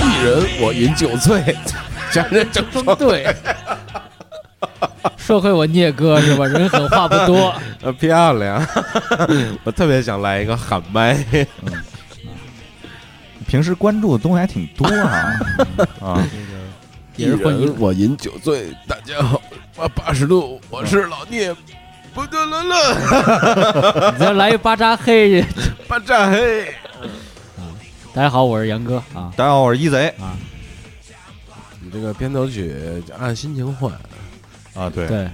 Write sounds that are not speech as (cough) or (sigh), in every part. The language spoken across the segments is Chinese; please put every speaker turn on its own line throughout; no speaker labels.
一人我饮酒醉， (laughs) 讲人正
(laughs)
说对。
说回我聂哥是吧？人狠话不 (laughs) 多，
呃，漂亮！ (laughs) 我特别想来一个喊 (laughs) 麦，
平时关注的东西还挺多 (laughs) 啊啊！
一
也是混
人我饮酒醉。大家好，我八十度，我是老聂，不得了 (laughs) 了，
你再来一巴扎黑。
巴扎黑。
大家好，我是杨哥啊。
大家好，我是一贼
你这个片头曲按心情换，
啊，对
对，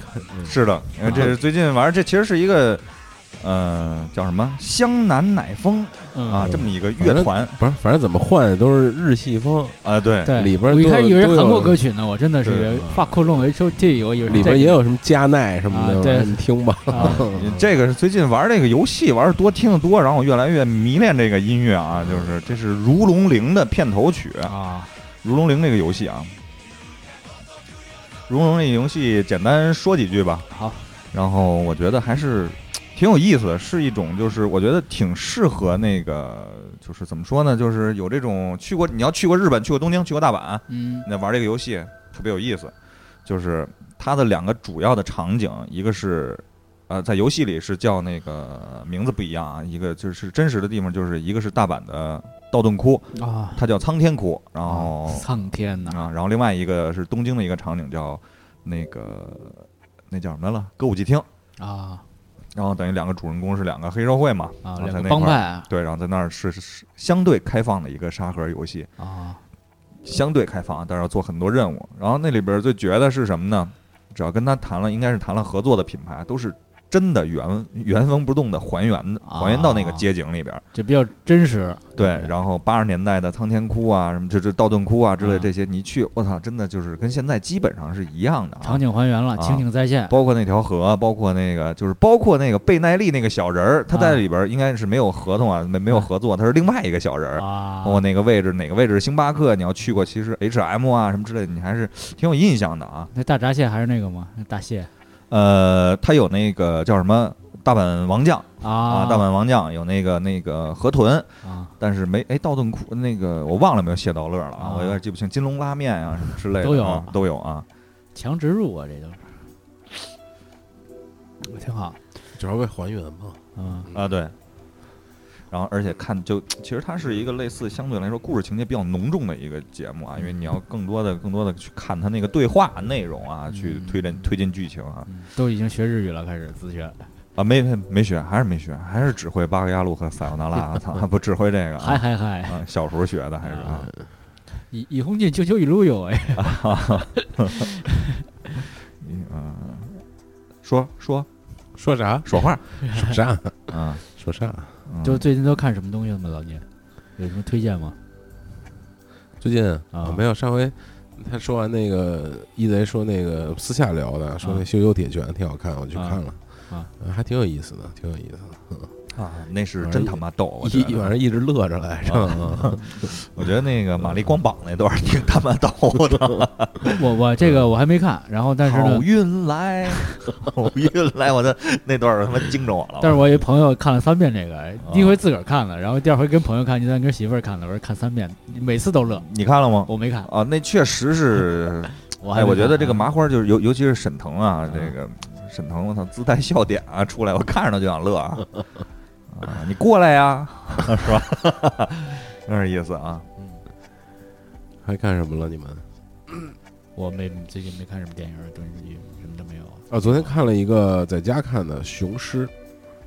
是的，因为这是最近玩，这其实是一个，呃，叫什么湘南乃风
嗯
啊，这么一个乐团
不是，反正怎么换都是日系风，
啊，对，
对
里边
我一开始
都有
以为是
都有
韩国歌曲呢，我真的是
对啊
发窟窿 H O T，我以为是
里
这
边
个
也有什么加奈什么的，
啊对
我说你听吧。
啊
这个是最近玩这个游戏玩的多，听的多，然后我越来越迷恋这个音乐啊，就是这是《如龙零》的片头曲，《
啊，
如龙零》这个游戏啊，《如龙》这个游戏简单说几句吧，
好，
然后我觉得还是挺有意思的，是一种就是我觉得挺适合那个就是怎么说呢，就是有这种去过你要去过日本、去过东京、去过大阪，
嗯
那玩这个游戏特别有意思，就是它的两个主要的场景，一个是呃在游戏里是叫那个名字不一样啊，一个就是真实的地方就是一个是大阪的道顿窟，
啊，
它叫苍天窟，然后
苍天呐，
啊，然后另外一个是东京的一个场景叫那个那叫什么来了歌舞伎厅。
啊
然后等于两个主人公是两个黑社会嘛，然
啊，
后
两
在
个
那
帮
块
派
儿
啊
对，然后在那儿是是是相对开放的一个沙盒游戏，
啊，
相对开放，但是要做很多任务。然后那里边最绝的是什么呢？只要跟他谈了，应该是谈了合作的品牌，都是真的原原封不动的还原的，还原到那个街景里边。
这比较真实。
对，然后八十年代的苍天窟啊，什么这这道顿窟啊之类
啊
这些，你一去，我操，真的就是跟现在基本上是一样的、啊。
场景还原了，
啊
情景再现。
包括那条河，包括那个就是包括那个贝奈利那个小人
啊
儿，他在里边儿应该是没有合同啊，没没有合作，他是另外一个小人儿。
嗯啊
包，括那个位置，哪个位置是星巴克？你要去过，其实 H M 啊什么之类的，你还是挺有印象的啊。
那大闸蟹还是那个吗？那大蟹
呃，他有那个叫什么大阪王将
啊
啊，大阪王将有那个那个河豚，
啊，
但是没哎道顿窟那个我忘了有没有蟹道乐了啊
啊，
我有点记不清金龙拉面啊什么之类的
都有
啊都有啊。
强植入啊，这都是，嗯挺好。
(laughs) 主要为还原嘛。
嗯
啊，对。然后，而且看就其实它是一个类似相对来说故事情节比较浓重的一个节目啊，因为你要更多的、更多的去看它那个对话内容啊，去推进推进剧情啊
嗯，都已经学日语了，开始自学，
啊，没没没学，还是没学，还是只会巴格亚路和撒由那拉，我啊操，还不只会这个
嗨
啊，
嗨嗨，
啊，小时候学的还是啊，
以以红进啾啾一路有哎，
嗯嗯，说说
说啥？说 (laughs) 话？说啥？
啊，
说啥？
嗯
就是最近都看什么东西了吗？老聂，有什么推荐吗？
最近
啊
没有上回他说完那个一贼说那个私下聊的，说那《
啊
羞羞铁拳》挺好看，我去看了
啊，
呃还挺有意思的，挺有意思的，
啊，那是真他妈逗，我觉
一一晚
得，
上一直乐着来着。嗯
我觉得那个玛丽光膀那段儿挺他妈逗的。
(laughs) 我我这个我还没看，然后但是呢
好，运来， (laughs) 好运来！我的那段儿他妈惊着我了。
但是我有一朋友看了三遍这个，第一回自个儿看了，然后第二回跟朋友看，第三回跟媳妇儿看的，我说看三遍，每次都乐。
你看了吗？
我没看，
啊，那确实是。
我还
哎，
没
我觉得
看
这个麻花就是尤尤其是沈腾啊
嗯，
这个沈腾，我操，自带笑点啊，出来我看着他就想乐啊。啊，你过来呀，是吧？ (laughs) 真是意思啊。
(laughs) 还看什么了？你们？
我没最近没看什么电影、电视剧，什么都没有。
啊，昨天看了一个在家看的《雄狮》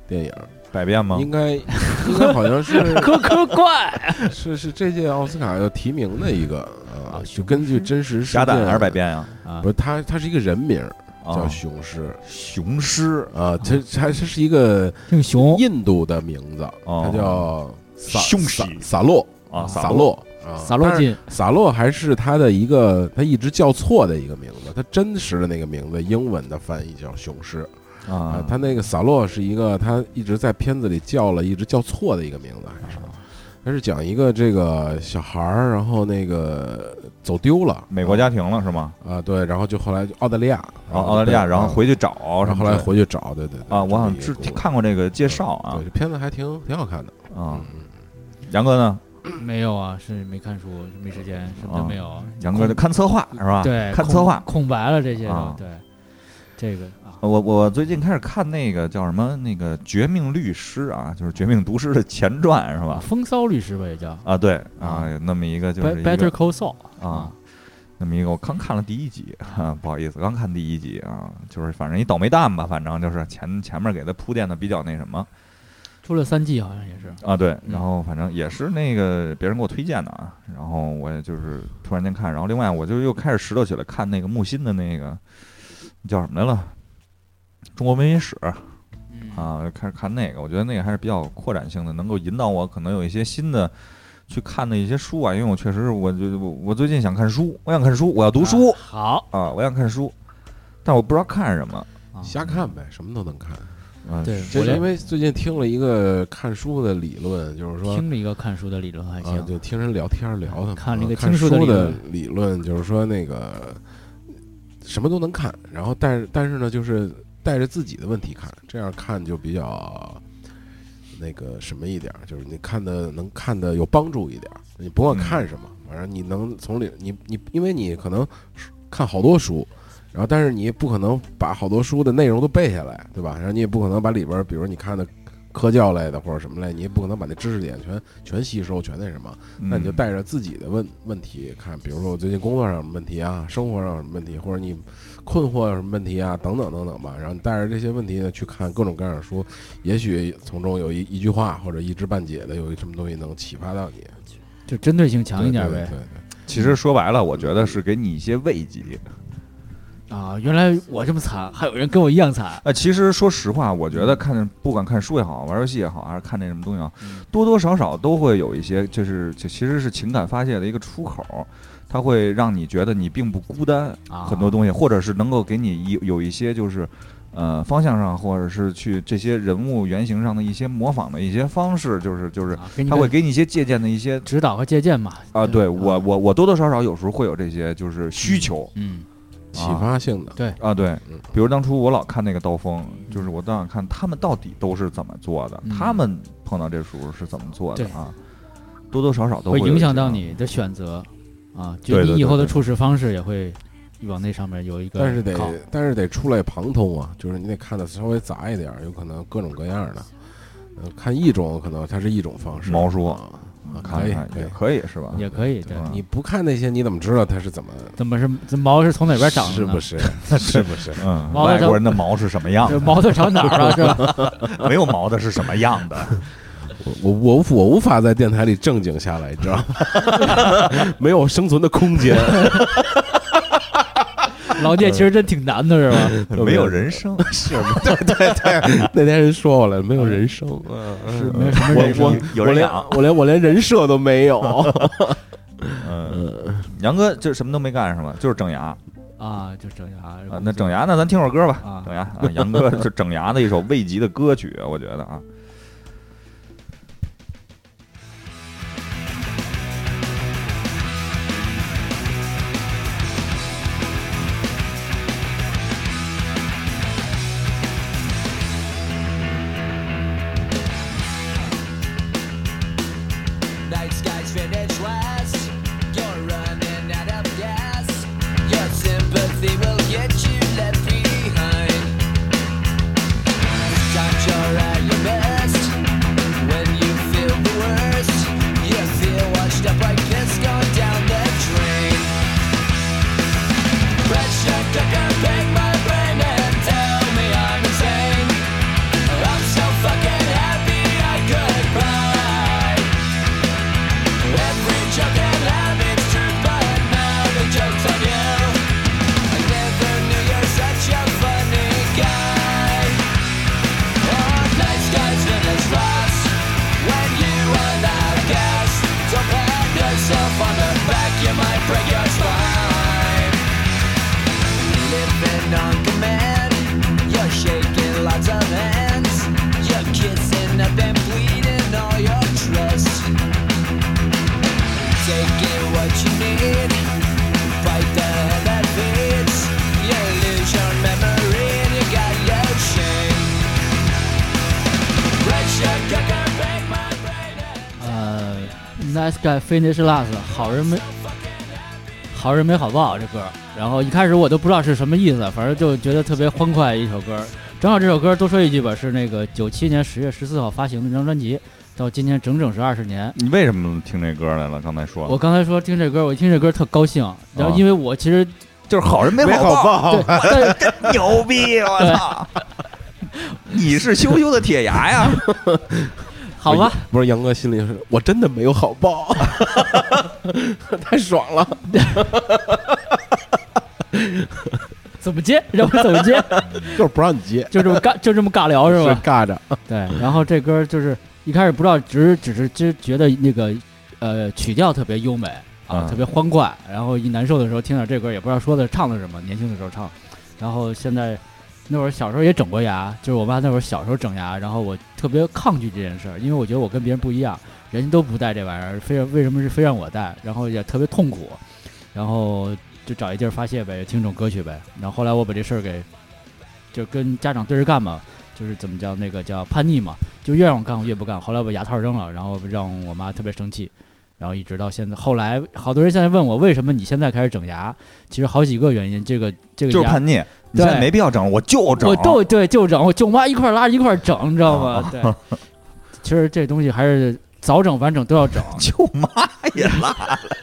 电影，
百变吗？
应该应该好像是
科科怪
是是这届奥斯卡要提名的一个
啊
啊，就
雄
根据真实事
傻
件
蛋还是百？变呀？
啊
不，是，他他是一个人名儿
啊
叫，雄狮
雄狮
啊，他他他是一个
姓熊
印度的名字，
哦
他叫萨
雄狮
萨萨洛
啊，
萨
洛
洛啊，
撒洛
但是
金，
撒洛还是他的一个，他一直叫错的一个名字，他真实的那个名字英文的翻译叫雄狮
啊，
他那个撒洛是一个他一直在片子里叫了一直叫错的一个名字，
啊
还是他是讲一个这个小孩儿，然后那个走丢了，
美国家庭了是吗？
啊对，然后就后来就澳大利亚，
然后澳大利亚，
对
然后
啊
回去找，
然后后来回去找，对对对
啊，我好像
这
知
么一个故事
看过这个介绍啊
对，这片子还挺挺好看的，
啊
嗯，嗯
杨哥呢？
没有啊，是没看书，是没时间，什么都没有。啊
哦杨哥就看策划是吧？
对，
看
空
策划。
空白了这些
啊
都，对，这个啊，
我我最近开始看那个叫什么那个《绝命律师》啊，就是《绝命毒师》的前传是吧？
风骚律师吧也叫
啊，对啊，有那么一个就是
Bet-
一
Better
个
Call Saul
啊，那么一个我刚看了第一集啊，不好意思，刚看第一集啊，就是反正一倒霉蛋吧，反正就是前前面给他铺垫的比较那什么
出了三季好像也是，
啊，对，
嗯
然后反正也是那个别人给我推荐的啊，然后我也就是突然间看，然后另外我就又开始拾掇起来看那个木心的那个叫什么来了，《中国文学史》
嗯，
啊，就开始看那个，我觉得那个还是比较扩展性的，能够引导我可能有一些新的去看的一些书啊，因为我确实是我就我我最近想看书，我想看书，我要读书
啊好，
啊我想看书，但我不知道看什么，
啊
瞎看呗，什么都能看。
嗯、
对
是
就
我
是
这
因为最近听了一个看书的理论，就是说
听了一个看书的理论还
啊，
行，啊
就听人聊天儿聊的嘛。
看了一个
看
听书
书
的理
的
论
理论，就是说那个什么都能看，然后但是但是呢，就是带着自己的问题看，这样看就比较那个什么一点儿，就是你看的能看的有帮助一点儿。你不管
嗯
看什么，反正你能从里你你，因为你可能看好多书。然后，但是你也不可能把好多书的内容都背下来，对吧？然后你也不可能把里边儿，比如你看的科教类的或者什么类，你也不可能把那知识点全全吸收，全那什么。那你就
嗯
带着自己的问问题看，比如说我最近工作上有什么问题啊，生活上有什么问题，或者你困惑有什么问题啊，等等等等吧。然后你带着这些问题呢去看各种各样的书，也许从中有一一句话或者一知半解的有一什么东西能启发到你，
就针对性强一点
对
呗
对对
其实说白了，我觉得是给你一些慰藉。
啊，原来我这么惨，还有人跟我一样惨，
呃，其实说实话，我觉得看不管看书也好，玩游戏也好，还是看那什么东西也好，
嗯
多多少少都会有一些，就是就其实是情感发泄的一个出口，它会让你觉得你并不孤单，
啊
很多东西，或者是能够给你有有一些就是。呃，方向上，或者是去这些人物原型上的一些模仿的一些方式，就是就是，
啊，给你
他
个
会给你一些借鉴的一些
指导和借鉴嘛，
啊，对我我我多多少少有时候会有这些就是需求，
嗯嗯，
启发性的。
啊，对
嗯，
比如当初我老看那个刀锋，就是我倒想看他们到底都是怎么做的，
嗯
他们碰到这时候是怎么做的
对
啊？多多少少都
会
有一
影响
些
到
啊。
你的选择啊，
对
就
对
你以
对
后的
对
处事方式也会往那上面有一个靠，
但是得，但是得触类旁通啊，就是你得看的稍微杂一点儿，有可能各种各样的。呃，看一种可能它是一种方式。
毛书
啊，啊可
看
以
看
可以
也。可以是吧？
也可以对。
啊
你不看那些，你怎么知道它是怎么
怎么是这毛是从哪边长的呢？
是不是？ (laughs) 是不是？
嗯，
毛的
外
它
国人的毛是什么样
这
的？
毛都长哪
(laughs)
儿了？啊是吧？
没有毛的是什么样的？
我我无我无法在电台里正经下来，你知道吗？ (laughs) 没有生存的空 (laughs) 间，
老聂其实真挺难的，是吧？
(laughs)
别
没有人生，是
那天人说我了，没有人生，
是没有什么
我
人
嗯我
生。
有
我
人
连
养。
我连我连人设都没有。
嗯，杨哥就什么都没干是吧？就是整牙啊。
啊，就整牙。
那整牙，那咱听会儿歌吧
啊。
整牙啊，杨哥就整牙的一首慰藉的歌曲，我觉得啊。
Night sky's finished west. You're running out of gas. Your sympathy will get you left behind. This time's your alibi.
Last 呃 Guy Finish Last，好人没好人没好报这歌儿。然后一开始我都不知道是什么意思，反正就觉得特别欢快一首歌儿。正好这首歌儿多说一句吧，是那个九七年十月十四号发行的那张专辑，到今天整整是二十年。
你为什么听这歌来了？刚才说
我刚才说听这歌儿，我一听这歌儿特高兴，然
啊
后因为我其实
就是好人没
(laughs) 没
好报，
报，
但
牛逼！我操， (laughs) 你是羞羞的铁牙 (laughs) 呀！
好吧，
不是杨哥心里是我真的没有好报， (laughs) 太爽了。
怎么接？让我怎么接？
就是不让你接，
就这么尬，就这么尬聊是吧？
尬着，
对。然后这歌儿就是一开始不知道，只是只是只觉得那个呃曲调特别优美啊，
嗯
特别欢快。然后一难受的时候听点这歌儿，也不知道说的唱的什么，年轻的时候唱。然后现在那会儿小时候也整过牙，就是我妈那会儿小时候整牙，然后我特别抗拒这件事儿，因为我觉得我跟别人不一样，人家都不戴这玩意儿，非让为什么是非让我戴？然后也特别痛苦，然后就找一地儿发泄呗，听种歌曲呗。然后后来我把这事儿给就跟家长对着干嘛，就是怎么叫那个叫叛逆嘛，就越让我干我越不干。后来我把牙套扔了，然后让我妈特别生气。然后一直到现在，后来好多人现在问我为什么你现在开始整牙，其实好几个原因。这个这个
就是
牙
叛逆，你现在
对
没必要整，我就整。
我都对就整，我舅妈一块儿拉着一块儿整，你知道吗？对，其实这东西还是早整晚整都要整。
舅妈也 (laughs) 辣了。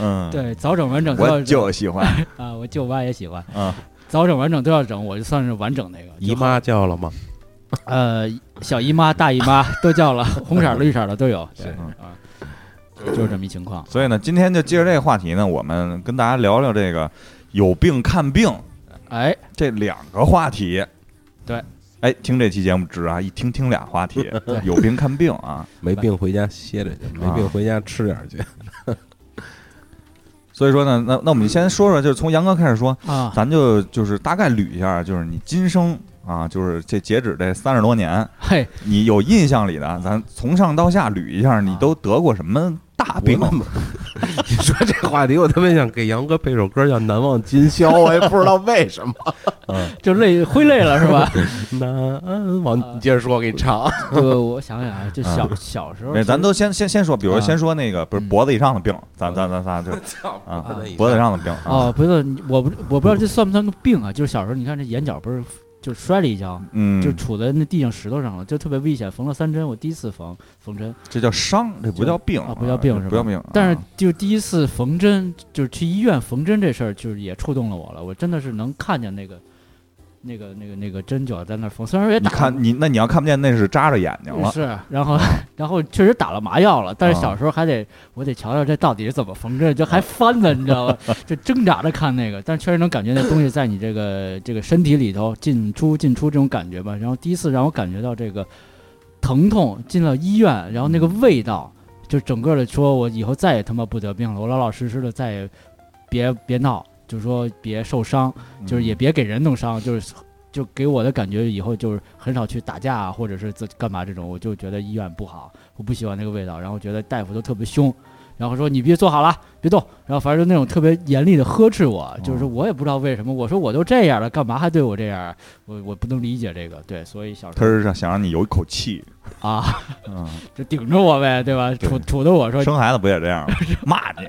嗯，，
对，早整晚整都要
我
整
就喜欢。
啊！我舅妈也喜欢
嗯，
早整晚整都要整，我就算是完整那个
姨妈叫了吗？
呃，小姨妈、大姨妈 (laughs) 都叫
(laughs)
了，红色儿、绿色儿的都有。对
是嗯
啊，就是这么一情况。
所以呢，今天就接着这个话题呢，我们跟大家聊聊这个有病看病
哎，
这两个话题。
对，
哎，听这期节目值啊，一听听俩话 (laughs) 题，有病看病啊。
没病回家歇着去，没病回家吃点儿去。
所以说呢，那那我们先说说，就是从杨哥开始说，
啊，
咱就就是大概捋一下，就是你今生啊，就是这截止这三十多年，
嘿，
你有印象里的，咱从上到下捋一下，你都得过什么
啊
大病？
我 (laughs) 你说这话题，我特别想给杨哥配首歌叫《难忘今宵》，我也不知道为什
(laughs)
么。
就累灰累了是吧？
难
啊
忘，你接着说，我给你唱。
就我想想啊，就小小时候
对，
其实，
嗯咱都先先先说，比如说
啊
先说那个，不是
嗯
脖子以上的病，咱咱咱仨就 (laughs) 啊，脖子嗯以上的病啊，
哦，不是，你我不我不知道这算不算个病啊？就是小时候你看这眼角不是就摔了一跤，
嗯，
就杵在那地上石头上了，就特别危险，缝了三针，我第一次缝缝针，
这叫伤，这不叫病
啊不叫病
这
是吧
不叫病。
但是
啊
就第一次缝针，就是去医院缝针这事儿，就是也触动了我了。我真的是能看见那个、那个、那个、那个针脚在那儿缝，虽然说也
你
打
看你那你要看不见，那是扎着眼睛了。
是，然后然后确实打了麻药了，但是
啊
小时候还得我得瞧瞧这到底是怎么缝针，就还翻呢，你知道吧？就挣扎着看那个，但是确实能感觉那东西在你这个这个身体里头进出进出这种感觉吧。然后第一次让我感觉到这个疼痛，进了医院，然后那个味道，就整个的说我以后再也他妈不得病了，我老老实实的再也别别闹，就说别受伤。就是
嗯
也别给人弄伤，就是就给我的感觉以后就是很少去打架啊，或者是自干嘛这种，我就觉得医院不好，我不喜欢那个味道，然后觉得大夫都特别凶，然后说你必须坐好了，别动，然后反正就那种特别严厉的呵斥我，就是
哦
我也不知道为什么，我说我都这样了，干嘛还对我这样？啊我我不能理解这个，对，所以小时
他
候
是想想让你有一口气，
啊，
嗯，
就顶着我呗，对吧？杵杵着我说
生孩子不也这样吗？骂你，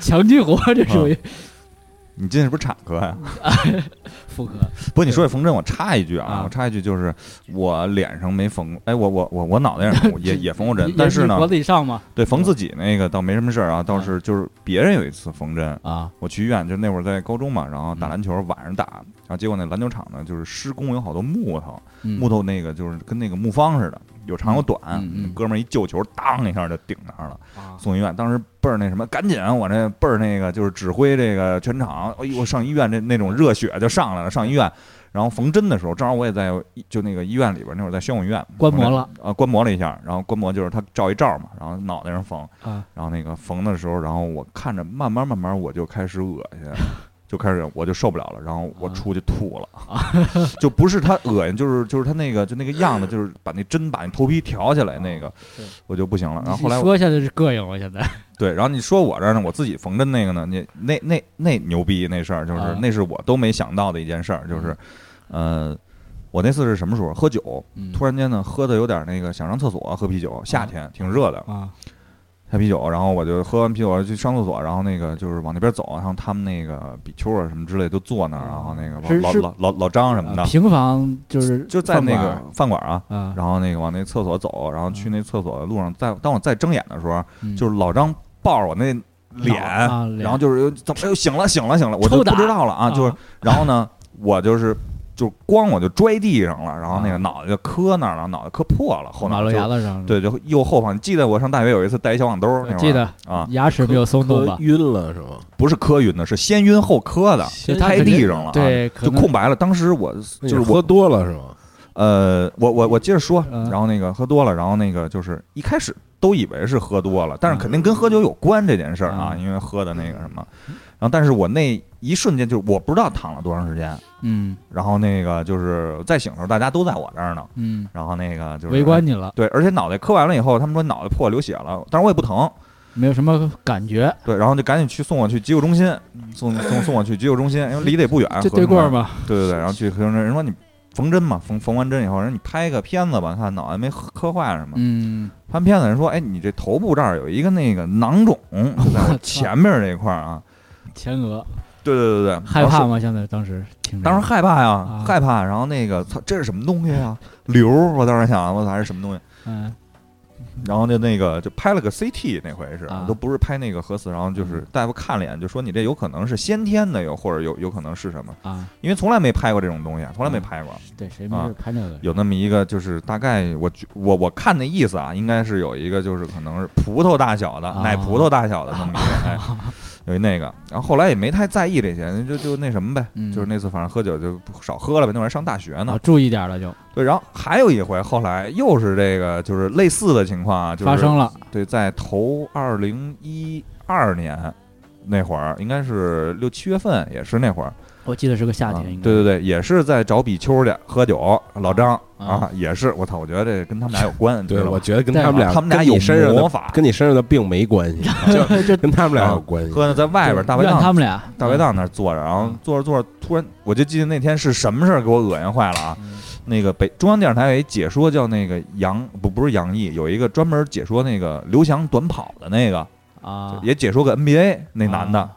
强激活，这
嗯
属于
你进是不是产科呀？
妇科
不过你说这缝针，我插一句啊
啊，
我插一句，就是我脸上没缝，哎，我我我我脑袋上
(laughs)
也也缝过针
你，
但
你
是呢
脖，子以上嘛
对缝自己那个倒没什么事儿啊，倒是就是别人有一次缝针，
啊
我去医院，就那会儿在高中嘛，然
嗯
后打篮球，晚上打，然后结果那篮球场呢，就是施工有好多木头，
嗯
木头那个就是跟那个木方似的，有长有短，
嗯嗯嗯
哥们儿一救球，当一下就顶上了。
啊
送医院，当时倍儿那什么，赶紧啊我这倍儿那个就是指挥这个全场，哎呦上医院这那种热血就上来了，上医院，然后缝针的时候，正好我也在就那个医院里边，那会儿在宣武医院
观摩了
啊、观摩了一下，然后观摩就是他照一照嘛，然后脑袋上缝，
啊
然后那个缝的时候，然后我看着慢慢慢慢我就开始恶心。就开始我就受不了了，然后我
啊
出去吐了， (laughs) 就不是他恶心，就是就是他那个就那个样子，就是把那针把那头皮挑起来那个
啊对，
我就不行啊了。然后
你
后来我
说现在是膈应我现在。
对，然后你说我这儿呢，我自己缝针那个呢，你那那那牛逼那事儿，就是、
啊
那是我都没想到的一件事儿，就是，呃，我那次是什么时候？喝酒，
嗯
突然间呢，喝的有点那个想上厕所，喝啤酒，夏天挺热的，
啊，
喝啤酒，然后我就喝完啤酒我就去上厕所，然后那个就是往那边走，然后他们那个比丘啊什么之类都坐那儿，然后那
啊是
个老
是
老老老张什么的
啊，平房就是
就在那
饭
个饭馆啊，
馆啊，
然后那个往那厕所走，然后去那厕所的路上，在当我再睁眼的时候，
嗯
就是老张抱着我那脸，
啊脸
然后就是怎么又醒了醒了醒了，我
抽
就
打
不知道了啊，就是
啊
然后呢，我就是就光我就拽地上了，然后那个脑袋就磕那儿了，脑袋磕破了，后
啊马
脑
路
就
牙子上，
对，就右后方。你记得我上大学有一次带一小网兜儿那会儿，
记得
啊，
牙齿没有松动
磕
吧？
晕了是吗？
不是磕晕的，是先晕后磕的，
就他
拍
肯定
地上了，啊，
对，可
就
能
空白了。当时我
那
就
你
是我
喝多了是吗？
呃，我我我接着说，
嗯
然后那个喝多了，然后那个就是一开始都以为是喝多了，但是肯定跟喝酒有关这件事儿啊，
嗯
因为喝的那个什么，然后但是我那一瞬间就是我不知道躺了多长时间，
嗯
然后那个就是再醒的时候大家都在我这儿呢，
嗯，
然后那个就是
围观你了，
对，而且脑袋磕完了以后，他们说脑袋破流血了，但是我也不疼，
没有什么感觉，
对，然后就赶紧去送我去急救中心，送送送我去急救中心，因为离得也不远，
这
和啊
对
平
过
门
儿嘛，
对对对，然后去缝针，人说你缝针嘛，缝缝完针以后，人说你拍个片子吧，看脑袋没磕坏什么。
嗯，
拍片子人说，哎，你这头部这儿有一个那个囊
(laughs)
肿，就在我前面这一块儿啊。
前额
对对对对，
害
然后
怕
说？
吗？现在当时听着
当时害怕呀
啊，
害怕。然后那个，操，这是什么东西啊？瘤儿，我当时想，我操，这是什么东西？
嗯
然后就那个就拍了个 CT，那回是、
啊嗯
都不是拍那个核磁，然后就是大夫看了一眼，就说你这有可能是先天的，有或者有有可能是什么，
啊，
因为从来没拍过这种东西，啊从来没
嗯
拍过。
对，谁没事拍这个？
啊有那么一个，就是大概我觉我我看那意思啊，应该是有一个就是可能是葡萄大小的、
啊
奶葡萄大小的那么
(laughs)
一个，哎，有一那个，然后后来也没太在意这些，就就那什么呗，
嗯
就是那次反正喝酒就不少喝了呗，那会儿还上大学呢
啊，，注意点儿了就
对，然后还有一回后来又是这个就是类似的情况啊，就是
发生了，
对，在头二零一二年那会儿，应该是六七月份，也是那会儿，
我记得是个夏
啊
天，应该
对对对，也是在找比丘去喝酒，老张
啊
啊，也是我操，我觉得这跟他们俩有关，你知
对，
道
我
吧？
觉得跟
对
他们俩
他们俩
跟你
有
身上
魔
的
法，啊
跟你身上的病没关
(laughs)
系，
对，这
跟他们俩有关系。
喝呢在外边大排
怨他
档
们俩
大排档那儿坐着，然后
嗯
坐着坐着，突然我就记得那天是什么事儿给我恶心坏了啊！
嗯
那个北中央电视台有一解说叫那个杨不不是杨毅，有一个专门解说那个刘翔短跑的那个，
啊，
也解说个 NBA 那男的，
啊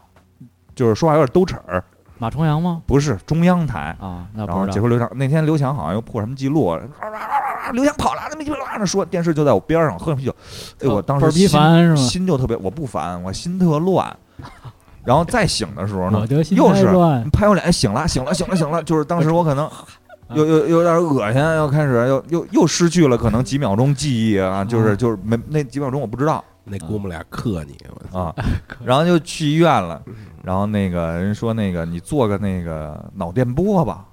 就是说话有点兜齿儿，
马重阳吗？
不是中央台。
啊，那
然后
不
解
知道
说刘翔那天刘翔好像又破什么记录，啊啊啊啊刘翔跑了，那么鸡巴拉着说，电视就在我边上，喝着啤酒，哎，我当
倍
时
儿逼
心
哦烦是吗？
心就特别，我不烦，我心特乱。然后再醒的时候呢
我，得心
又
太
是
乱，
拍我脸，哎醒了，醒了，醒了，醒了，就是当时我可能又又有点恶心，又开始又又又失去了可能几秒钟记忆啊，
哦
就是就是没那几秒钟我不知道
那姑母俩克你，我操
啊，然后就去医院了，然后那个人说那个你做个那个脑电波吧。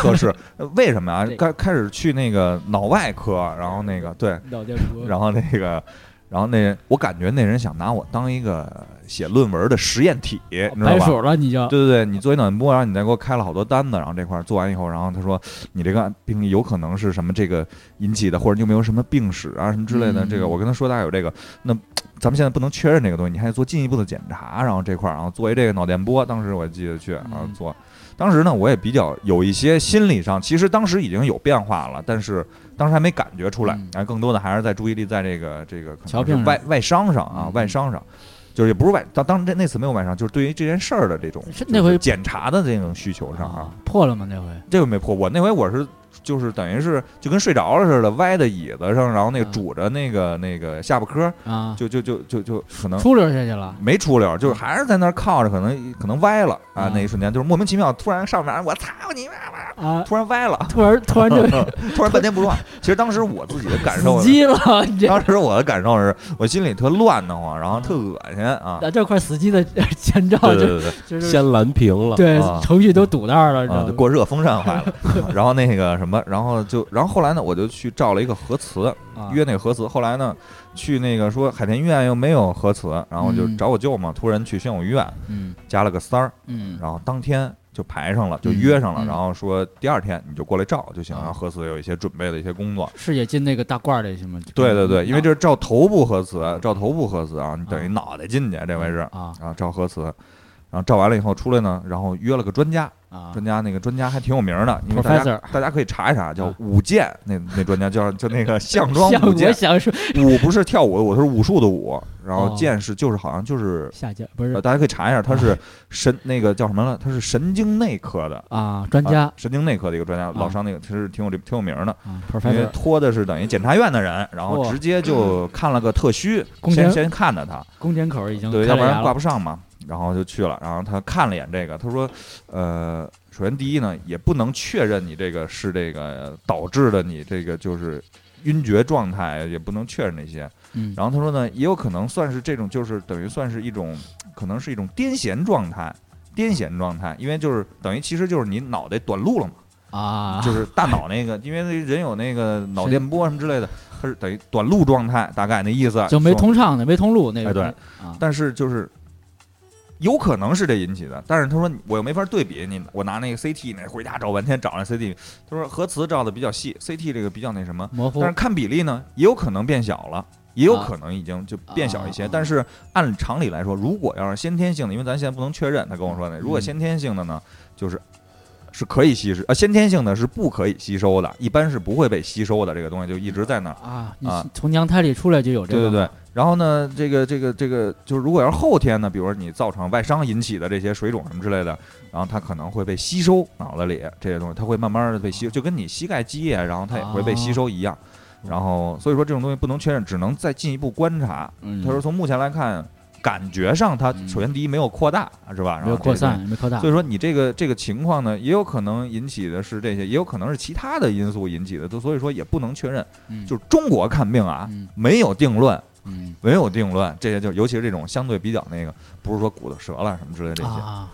测试呃为什么啊
这？个
开开始去那个脑外科，然后那个对，
脑电波
嗯然后那个，然后那我感觉那人想拿我当一个写论文的实验体，你知道
白
吧？
鼠了你就
对对对，你做一脑电波，然后你再给我开了好多单子，然后这块儿做完以后，然后他说你这个病例有可能是什么这个引起的，或者你有没有什么病史啊什么之类的。
嗯
这个我跟他说大概有这个，那咱们现在不能确认这个东西，你还得做进一步的检查，然后这块儿，然后作为这个脑电波，当时我记得去啊
嗯
做。当时呢，我也比较有一些心理上，其实当时已经有变化了，但是当时还没感觉出来
嗯，
然后更多的还是在注意力在这个这个可
瞧
能
病
是
上
外外伤上啊
嗯，
外伤上。就是也不是外，当当时那次没有外伤，就是对于这件事儿的这种
是
就是
那回
检查的这种需求上啊，
破了吗？那回
这个没破。我那回我是就是等于是就跟睡着了似的，歪在椅子上，然后那个
啊
拄着那个那个下巴颏，
啊，
就就就就就可能
出溜下去了，
没出溜，就是还是在那儿靠着，可能可能歪了啊
啊，
那一瞬间就是莫名其妙，突然上面我操你妈妈，
啊，
突然歪了，
突然突然就
突然半天
(laughs)
不乱。其实当时我自己的 (laughs) 感受
死。机了，你这
当时我的感受是，我心里特乱得慌，然后特恶心啊！
啊这块死机的前兆
对对
就
对对，
就是
先蓝屏了，
对
啊
程序都堵那儿了，你知
啊，
道
就
吗？
过热风扇坏
(laughs)
了。然后那个什么，然后就，然后后来呢，我就去照了一个核磁，
啊
约那个核磁。后来呢，去那个说海淀医院又没有核磁，然后就
嗯
找我舅嘛，托人去宣武医院
嗯
加了个三儿，
嗯
然后当天就排上了，就
嗯
约上了，
嗯
然后说第二天你就过来照就行，
啊
然后核磁有一些准备的一些工作。
是也进那个大罐儿里去吗？
对对对，因为
这
这是照啊头部核磁，照头部核磁啊，你等于脑袋进去，这回是
啊
啊，照核磁。然后照完了以后出来呢，然后约了个专家，
啊，
专家那个专家还挺有名儿的，因为大
嗯
家
Professor
大家可以查一查，叫
啊
武健那那专
(laughs)
家叫叫那个项庄
像
舞
我
剑，
想说
武不是跳舞的舞，它是武术的武，然后
哦
剑是就是好像就是
下家不
呃，
是
大家可以查一下，他
哦
是神那个叫什么了？他是神经内科的
啊，专家
啊神经内科的一个专家，老伤那个其实挺有挺有名的，
啊
因为
，professor 哦
托的是等于检察院的人，然后
哇
直接就看了个特需，
攻
先
坚
先看的他，
宫检口已经
对，
开
要不
了牙
然挂
了
不上嘛，然后就去了，然后他看了一眼这个，他说，呃，首先第一呢，也不能确认你这个是这个导致的你这个就是晕厥状态，也不能确认那些，
嗯，
然后他说呢，也有可能算是这种，就是等于算是一种，可能是一种癫痫状态，癫痫状态，因为就是等于其实就是你脑袋短路了嘛，
啊，
就是大脑那个，因为那人有那个脑电波什么之类的，它是等于短路状态，大概那意思
(laughs) 就没
说
通畅的，没通路那个
哎对
啊，
但是就是有可能是这引起的，但是他说我又没法对比你，我拿那个 CT 那回家找半天找那 CT，他说核磁照的比较细，CT 这个比较那什么，
模糊
但是看比例呢，也有可能变小了。也有
啊
可能已经就变小一些，
啊啊啊
但是按常理来说，如果要是先天性的，因为咱现在不能确认，他跟我说的，如果
嗯
先天性的呢，就是是可以吸收，呃，先天性的是不可以吸收的，一般是不会被吸收的，这个东西就一直在那儿。
啊，你
啊
从娘胎里出来就有这
对
个
对
了，
对，然后呢，这个这个这个，就是如果要是后天呢，比如说你造成外伤引起的这些水肿什么之类的，然后它可能会被吸收脑子里这些东西，它会慢慢的被吸，就跟你膝盖积液，然后它也会被吸收一样。
哦
然后所以说这种东西不能确认，只能再进一步观察。
嗯，
他说从目前来看，感觉上它
嗯
首先第一没有扩大，是吧？然后
没有扩
啊这个
散，没扩大
所以说你这个这个情况呢，也有可能引起的是这些，也有可能是其他的因素引起的，都所以说也不能确认。
嗯，
就是中国看病啊，
嗯
没有定论，
嗯
没有定论，这些就尤其是这种相对比较那个，不是说骨头折了什么之类的这些。
啊，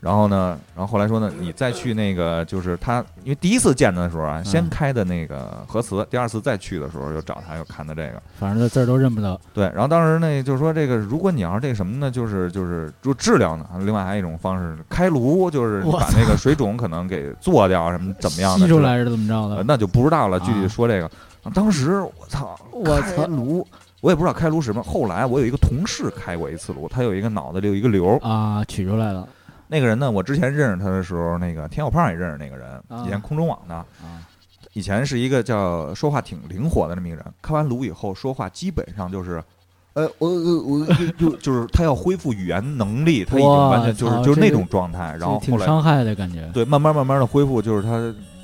然后呢，然后后来说呢，你再去那个，就是他，因为第一次见的时候啊，
嗯
先开的那个核磁，第二次再去的时候又找他又看的这个，
反正这字儿都认不得
对。然后当时那就是说这个，如果你要是这个什么呢，就是就是就治疗呢，另外还有一种方式，开颅，就是
我
把那个水肿可能给做掉啊什么怎么样的
吸
之
出
类的，
来是怎么着
呃
的？
那就不知道了。
啊
具体说这个，当时我操，
我
开
操
颅，我也不知道开颅什么。后来我有一个同事开过一次颅，他有一个脑子里有一个瘤。
啊，取出来了
那个人呢，我之前认识他的时候，那个田小胖也认识那个人，以前
啊
空中网的，
啊，
以前是一个叫说话挺灵活的那么一个人。开完颅以后，说话基本上就是。呃，我我 (laughs) 我就就就是他要恢复语言能力，他已经完全就是
哇操
就是
这
那
个
种状态，然后
挺
后来
伤害的感觉，
对慢慢慢慢的恢复，就是他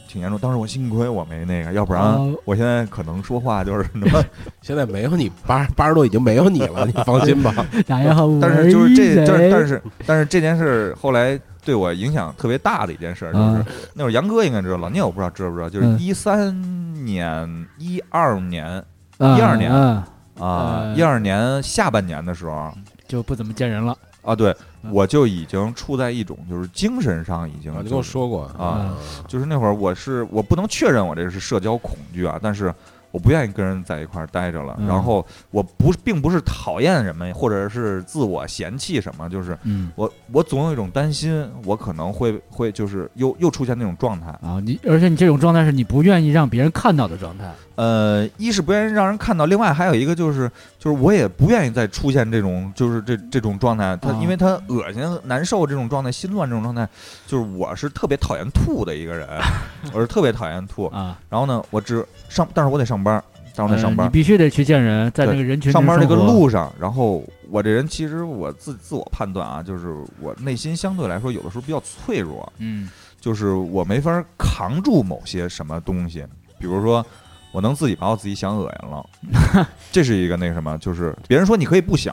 挺严重。当时我幸亏我没那个，要不然
啊
我现在可能说话
(laughs)
就是什么，
现在没有你八八十多已经没有你了，你放心
(laughs)
吧。啊
打然后
但是就是这，但是但
是
是但是这件事儿后来对我影响特别大的一件事儿，就是
啊
那会儿杨哥应该知道，老聂我不知道知不知道，就是
嗯
一三年、一二年12
二
年啊，
呃
一二年下半年的时候
就不怎么见人了
啊，对
嗯
我就已经处在一种就是精神上已经
啊，你跟
就
我
是
说过
嗯
啊，就是那会儿我是我不能确认我这个是社交恐惧啊，但是我不愿意跟人在一块儿待着了。
嗯
然后我不是并不是讨厌什么，或者是自我嫌弃什么，就是
嗯
我我总有一种担心，我可能会会就是又又出现那种状态。
啊，你而且你这种状态是你不愿意让别人看到的状态，
呃，一是不愿意让人看到，另外还有一个就是就是我也不愿意再出现这种就是这这种状态，他
啊
因为他恶心难受这种状态，心乱这种状态，就是我是特别讨厌吐的一个人，
(laughs)
我是特别讨厌吐。
啊，
然后呢，我只上，但是我得上班，但是我得上
呃
班。
你必须得去见人，在那个人群
上班
中
这个
生活
路上，然后我这人其实我自自我判断啊，就是我内心相对来说有的时候比较脆弱，
嗯
就是我没法扛住某些什么东西，比如说我能自己把我自己想恶心了， (laughs) 这是一个那什么，就是别人说你可以不想，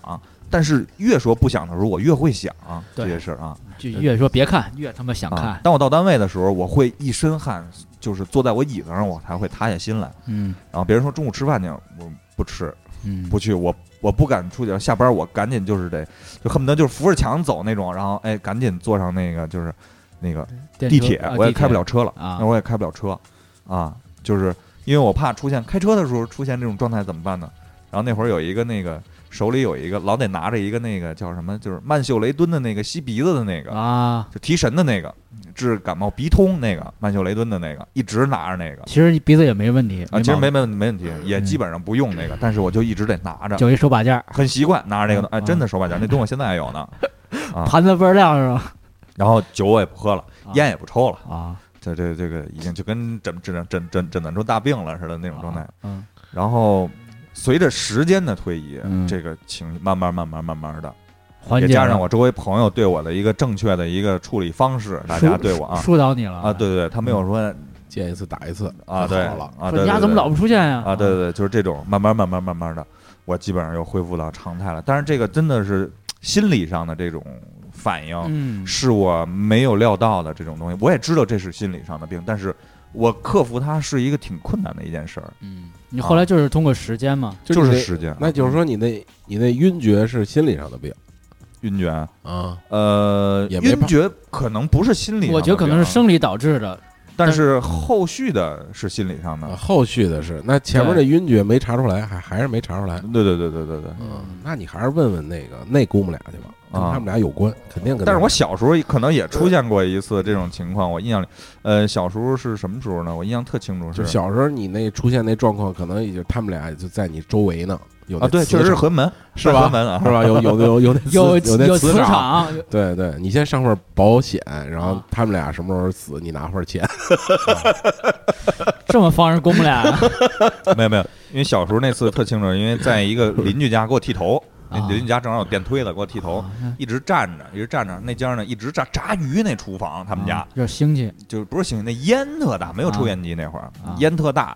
但是越说不想的时候，我越会想啊这
对
些事儿啊。
就越说别看越他妈想
啊
看，
当我到单位的时候，我会一身汗，就是坐在我椅子上，我才会塌下心来。
嗯
然后啊别人说中午吃饭去，我不吃，
嗯
不去，我我不敢出去。下班我赶紧就是得，就恨不得就是扶着墙走那种，然后哎，赶紧坐上那个就是那个
电
地
车
铁
啊，
我也
地
开不
铁
了车了，
啊
那我也开不了车啊，就是因为我怕出现开车的时候出现这种状态怎么办呢？然后那会儿有一个那个手里有一个老得拿着一个那个叫什么，就是曼秀雷敦的那个吸鼻子的那个，
啊。
就提神的那个，治感冒鼻通那个曼秀雷敦的那个，一直拿着那个。
其实你鼻子也没问题
啊，其实
毛
没
病
没没问题，也基本上不用那个，但是我就一直得拿着，
嗯就一手把件儿
啊很习惯拿着这个东，哎，
嗯
真的手把件儿，那东西我现在还有呢。啊，
盘子倍儿亮是
(laughs)
吧？
然后酒我也不喝了，
啊
烟也不抽了，
啊，
这这这个已经就跟诊诊诊诊诊断出大病了似的那种状态。
嗯
然后随着时间的推移，
嗯
这个情绪慢慢慢慢慢慢的，
缓
也
解
加上
了
我周围朋友对我的一个正确的一个处理方式，大家
疏
对我啊
疏嗯导你了
啊，对对，他没有说
见一次打一次
啊，
太
对
好了，
啊，
说
对
你
对
丫怎么
对
老不出现呀？
啊，对对对，就是这种慢慢慢慢慢慢的，我基本上又恢复到常态了。但是这个真的是心理上的这种反应，
嗯，
是我没有料到的这种东西。我也知道这是心理上的病，但是我克服它是一个挺困难的一件事儿，
嗯，你后来就是通过时间嘛，
就
就是
你那
时间。啊
那就是说你那你那晕厥是心理上的病
晕厥，
啊，
呃，
也没
晕
办
厥可能不是心理，
我觉得可能是，生理导致的，
啊但是后续的是心理上的。
呃后续的是那前面
对
这晕厥没查出来，还还是没查出来。
对对对对对对。
嗯，那你还是问问那个那姑母俩去吧，跟
啊
他们俩有关，肯定跟他们俩有关。
但是我小时候可能也出现过一次这种情况，我印象里，呃，小时候是什么时候呢？我印象特清楚
就是小时候你那出现那状况，可能也就他们俩就在你周围呢，有那
啊，对，
磁
确实是
场
(laughs)
横门，
是
在
吧
横？门啊，
是吧？有有有有那
有
磁有那
磁
场，
场，
对对，你先上份保险，然后
啊
他们俩什么时候死，你拿份钱。
这么防人公不俩啊
没有没有，因为小时候那次特清楚，因为在一个邻居家给我
(laughs)
剃头，那
啊
邻居家正好有电推子给我剃头，一直站着，一直站着，那家呢一直炸炸鱼那厨房，他们家
啊有兴趣，
就不是行，那烟特大，没有抽
啊
烟机那会儿
啊，
烟特大。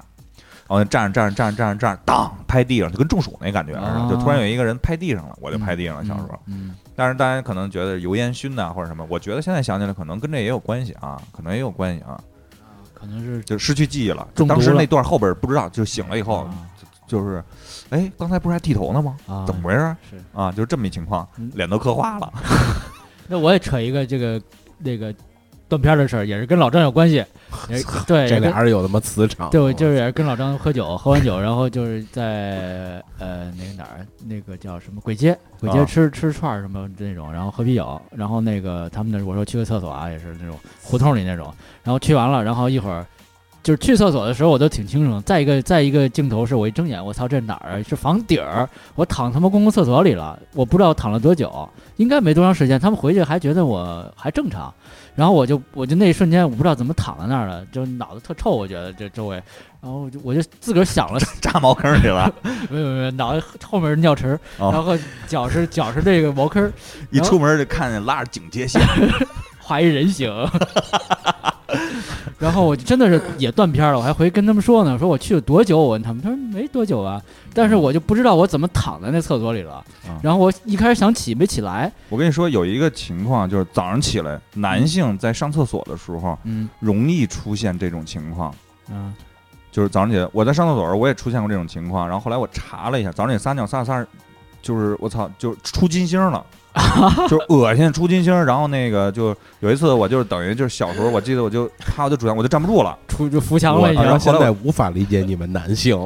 然后站着站着站着站着站着，当拍地上，就跟中暑那感觉似的，
啊
就突然有一个人拍地上了，我就拍地上了。啊小时候，
嗯，
但是大家可能觉得油烟熏呐、或者什么，我觉得现在想起来可能跟这也有关系啊，可能也有关系啊，
嗯可能是
就失去记忆了。就
中毒
当时
了
那段后边不知道，就醒了以后，
啊
就是，哎，刚才不是还剃头呢吗？
啊
怎么回事儿
是
啊？就是这么一情况 (laughs)
嗯，
脸都磕花了。
那我也扯一个这个那个断片儿的事儿，也是跟老张有
(laughs)
关系。也对，
这
也跟
俩人有他妈磁场，啊
对，我就是也是跟老张喝酒，喝完酒，然后就是在呃那个哪儿，那个叫什么鬼街，鬼街
啊
吃、吃串儿什么那种，然后喝啤酒，然后那个他们那我说去个厕所啊，也是那种胡同里那种，然后去完了，然后一会儿。就是去厕所的时候，我都挺清楚的。再一个，再一个镜头是我一睁眼，我操，这哪儿啊？是房顶儿，我躺他妈公共厕所里了。我不知道躺了多久，应该没多长时间。他们回去还觉得我还正常，然后我就我就那一瞬间我不知道怎么躺在那儿了，就脑子特臭，我觉得这周围，然后我就我就自个儿想了， (laughs)
扎茅坑里了，
没有没有，脑袋后面是尿池，
哦
然后脚是脚是这个茅坑儿，
一出门就看见拉着警
(laughs)
戒线，
画一人形。 (laughs) 然后我就真的是也断片儿了，我还回去跟他们说呢，说我去了多久？我问他们，他说没多久啊，但是我就不知道我怎么躺在那厕所里了
嗯。
然后我一开始想起没起来，
我跟你说，有一个情况就是早上起来，男性在上厕所的时候
嗯
容易出现这种情况，
嗯
就是早上起来我在上厕所的时候我也出现过这种情况，然后后来我查了一下，早上起来撒尿撒着撒着，就是我操，就是出金星
(laughs)
了。就是恶心出金星，然后那个就有一次，我就是等于就是小时候，我记得我就啪我就主要我就站不住了，
出就扶墙
我
了已
啊
经
然后。现
后来
在无法理解你们男性，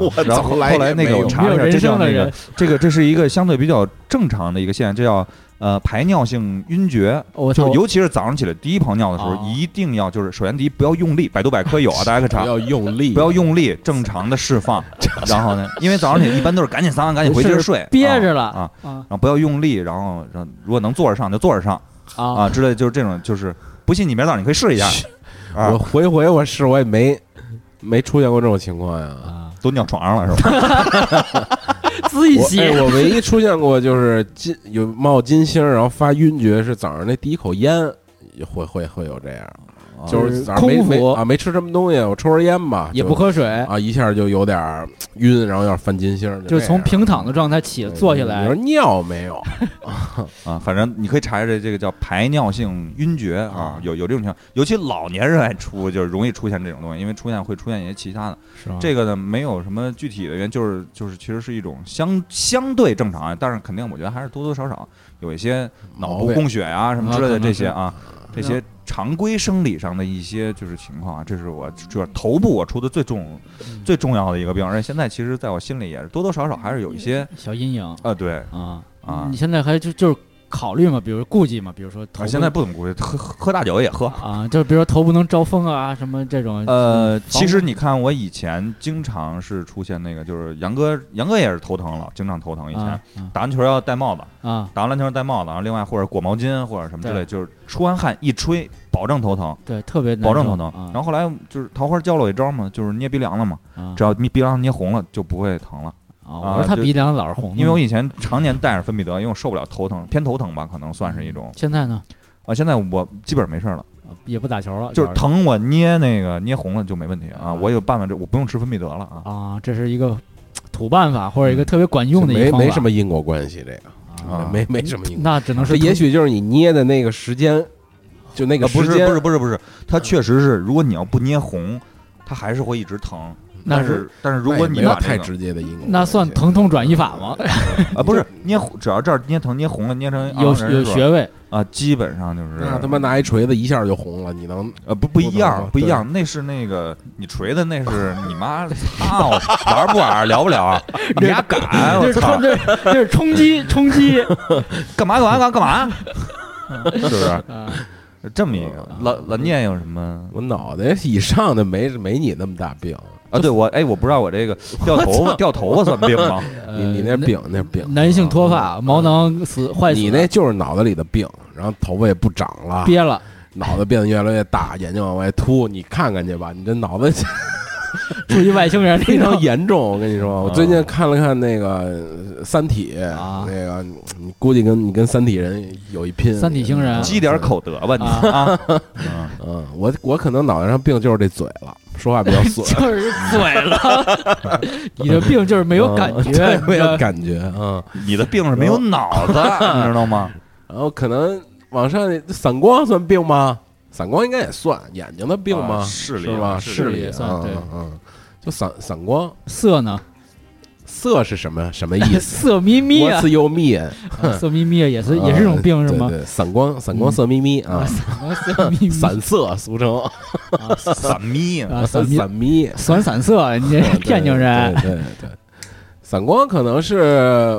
(laughs) 我
然后
从
后
来也
来那
没
个我
有
查
没
了
有
一下，这
人
叫
生的
那个
人，
这个这是一个相对比较正常的一个现象，这叫呃排尿性晕厥，
我操
就！尤其是早上起来第一泡尿的时候，
哦
一定要就是首先第一不要用力，百度百科有啊，大家可
不
以查。
要用力，
不要用力，正常的释放。然后呢，因为早上起来一般都是赶紧撒完，赶紧回接着睡，
憋着
啊
了
啊。
啊
然后不要用力，然后然后如果能坐着上就坐着上
啊！
啊之类的，就是这种就是不信你明儿早上你可以试一下啊
(laughs) 我，回回我试我也没没出现过这种情况呀。
啊，
都尿床上了是吧？
(laughs) 滋一
我
吸
哎，我唯一出现过就是金有冒金星，然后发晕厥，是早上那第一口烟会会会有这样，
啊
就
就是
是早上没
啊呃空腹
没啊没吃什么东西，我抽根烟吧，
也
就
不喝水，
啊，一下就有点儿晕，然后有点犯金星，
就
这
从
样
平躺的状态起
对
坐下
你
来
说，尿没有？
啊，反正你可以查一查这个叫排尿性晕厥啊，有有这种情况，尤其老年人爱出，就是容易出现这种东西，因为出现会出现一些其他的。
是吗
这个呢，没有什么具体的原因，就是就是其实是一种相相对正常啊，但是肯定我觉得还是多多少少有一些脑
毛
部
病
供血啊什么之
嗯
类
啊可
的
能
这
是
些啊，这些常规生理上的一些就是情况啊，这是我就是头部我出的最重
嗯
最重要的一个病，而且现在其实在我心里也是多多少少还是有一些
小阴影
啊，对
啊
啊
你现在还就就是考虑嘛，比如顾忌嘛，比如说头
啊
不
现在不怎么顾忌，喝喝大酒也喝。
啊，就是比如说头不能招风啊，什么这种啊
呃，
防
其实你看，我以前经常是出现那个，就是杨哥，杨哥也是头疼了，经常头疼。以前、
啊
打完球要戴帽子，
啊啊，
打完篮球戴帽子，然后另外或者裹毛巾或者什么之类，
对
就是出完汗一吹，保证头疼，
对，特别难
保证
受
头疼。
啊
然后后来就是桃花教了我一招嘛，就是捏鼻梁子嘛，
啊
只要你鼻梁捏红了就不会疼了。
啊，
啊
我说他
就
鼻梁老是
嗯
红的嘛，
因为我以前常年戴着芬必得，因为我受不了头疼，偏头疼吧，可能算是一种
嗯
现在呢
啊。现在我基本上没事了，
也不打球了，
就是
主要
疼我捏那个捏红了就没问题啊。
嗯
啊
我有办法，这我不用吃芬必得了啊。
啊，这是一个土办法或者
嗯
一个特别管用的一
没
个方法，
没什么因果关系，这个
啊，
啊
没 (laughs) 没什么因果。
那只能
这
是
也许就是你捏的那个时间，就那个
呃
啊不
时
是
间嗯
不是不是不是，它确实是，如果你要不捏红，它还是会一直疼。
那
但是但是如
那
果
也
你
哎没有
把
太
那个
直接的因果关系，
那算疼痛转移法吗？
啊不是捏红，只要这儿捏疼捏红了，捏成
有
昂然
有
是吧
穴位
啊，基本上就是
那他妈拿一锤子一下就红了，你能
呃不不一
不
样
能
不一样，那是那个你锤的那是你妈操玩不玩聊不聊，你丫
哎
敢啊
就
我
是
操
冲，这是这是冲击
(laughs)
冲击，
干嘛干嘛干嘛干嘛，是不是
啊
这么一个
啊？
老老聂有什么
我脑袋以上的没没你那么大病，
啊？对我哎，我不知道我这个掉头发掉头发算病吗？
你你那
呃
病那病，嗯
男性脱发、毛囊死坏死，
你那就是脑子里的病，然后头发也不长了，(laughs)
憋了。
脑袋变得越来越大，眼睛往外凸，你看看去吧，你这脑
(laughs)
子
注意外星人
非
那
常
种
严重。我跟你说，我最近看了看那个《三体》，
啊 (laughs)
那个你估计跟你跟三体人有一拼，
三体星
啊
人
积点，口德吧你
啊
啊！嗯
嗯，我我可能脑袋上病就是这嘴了，说话比
(laughs)
较损，
就是嘴了，
(laughs)
你的病就是没有感
嗯
觉，
对
你
没
知道
有感觉，嗯，
你的病是没有脑子，你知道吗？
然后可能往上散光算病吗？散光应该也算眼睛的病吗？
啊视力
是吧？
视
力
力
也算
嗯
对
嗯嗯，就散散光。
色呢？
色是什么什么意思？
(laughs) 色眯眯啊
我，是幽密，也
啊色眯眯啊也是也是一种病是吗？
对，散光散
嗯
光色眯眯啊，
(laughs) 啊，色眯眯，
散色俗称
啊
散眯
啊，色眯
散眯，
酸散色，啊你这
哦
(laughs)
对
天津人
对对对。散光可能是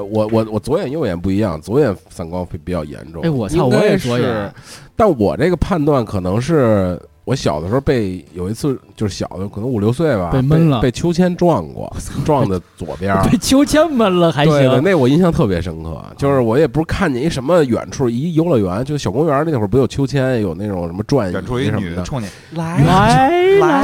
我我我左眼右眼不一样，左眼散光会比较严重。
哎我操
应该
我也左眼
是，但我这个判断可能是我小的时候被有一次就是小的可能五六岁吧，
被闷了
被秋千撞过，撞的左边儿，
(laughs) 被秋千闷了还啊
对对，
行，
那我印象特别深刻，就是我也不是看见一什么远处一游乐园，就是小公园那会儿不有秋千，有那种什么转椅
远处一
什么
女的冲你，
来 来，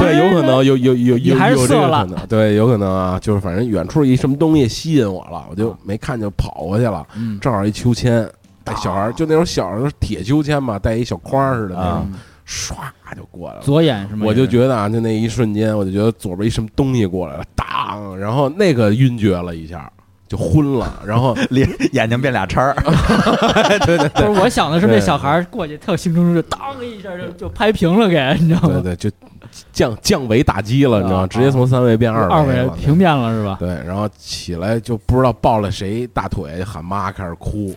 (laughs) 对，有可能有有有
你
有
啊还是
有这
色
个
了
可能，对，有可能啊，就是反正远处一什么东西吸引我了，我
啊
就没看就跑过去了，
嗯，
正好一秋千，带小孩
啊
儿就那种小时候铁秋千嘛，带一小筐似的那
啊
种，唰就过来了。
左眼什么？
我就觉得啊，就那一瞬间，我就觉得左边一什么东西过来了，当，然后那个晕厥了一下，就昏了，然
(laughs)
后
脸眼睛变俩叉儿，
不是，我想的是
对
那小孩儿过去特兴冲冲，就当一下就就拍平了，给你知道
对
吗？
对，就降降维打击了，你知道
啊
吗？直接从三维变二
二
维
位
了。
平面了是吧？
对，然后起来就不知道抱了谁大腿，喊妈，开始哭。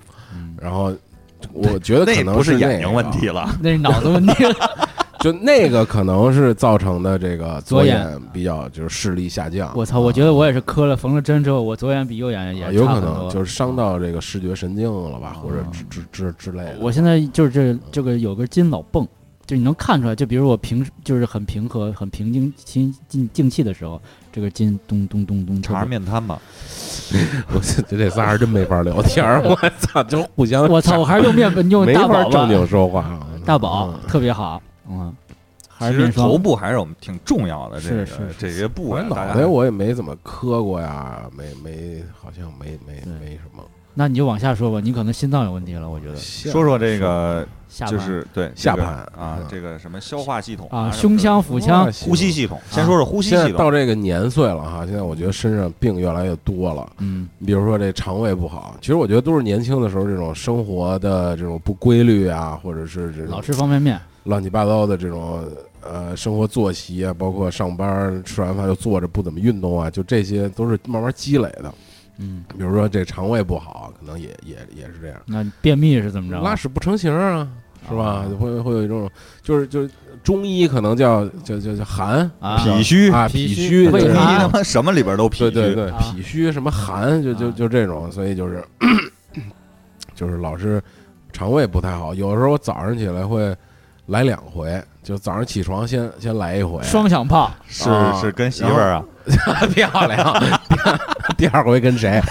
然后我觉得嗯可
那
能
不
是
眼
那
睛
个啊
问题，啊了，
那是脑子问题了
就那个可能是造成的这个
左
左
眼
眼比较就是视力下降。
(laughs) 我操！我觉得我也是磕了缝了针之后，我左眼比右眼也
啊有
差
可
很
能
多。
就是伤到这个视觉神经了吧，或者之之之之类的。
我现在就是这这个有根筋老蹦，就你能看出来，就比如我平时就是很平和、很平静、心静静气的时候，这个筋咚咚咚咚特
尝
别
着面瘫吧。
我这 (laughs) 这仨人真没法聊天儿，我操，就互相
我操！我还是用面粉用
没
大啊
法
宝吧
正，经说话。
大宝
嗯
特别好，嗯，还
其
是
实
面霜
头部还是我们挺重要的，
是
这个这些部
我
位，啊大
脑
家
袋我也没怎么磕过呀，没没，好像没没
对
没什么。
那你就往下说吧，你可能心脏有问题了，我觉得
说
说
说这个
下巴
就是对
下
这个
盘
啊
嗯，
这个什么消化系统
啊，
什么
胸
之类
腔、腹腔
啊
的呼吸系统，先说说呼吸
现在
系统
到这个年岁了哈，现在我觉得身上病越来越多了。
嗯
你比如说这肠胃不好，其实我觉得都是年轻的时候这种生活的这种不规律啊，或者是这种
老吃方便面，
乱七八糟的这种呃生活作息啊，包括上班儿吃完饭就坐着不怎么运动啊，就这些都是慢慢积累的。
嗯，
比如说这肠胃不好，可能也也也是这样。
那便秘是怎么着？
拉屎不成形儿啊，是吧？会会有一种，就是就是中医可能叫叫叫叫寒
啊
脾虚，
啊，
脾
脾
虚
虚，
胃
对啊
中医
寒
他妈什么里边都脾
对对
虚，
对，
啊
脾虚什么寒，就就 (coughs)
啊
就这种，所以就是就是老是肠胃不太好，有时候我早上起来会来两回，就早上起床先先来一回，
双响炮，
是
啊
是跟媳妇儿啊，
漂亮。 (laughs) 第二回跟谁？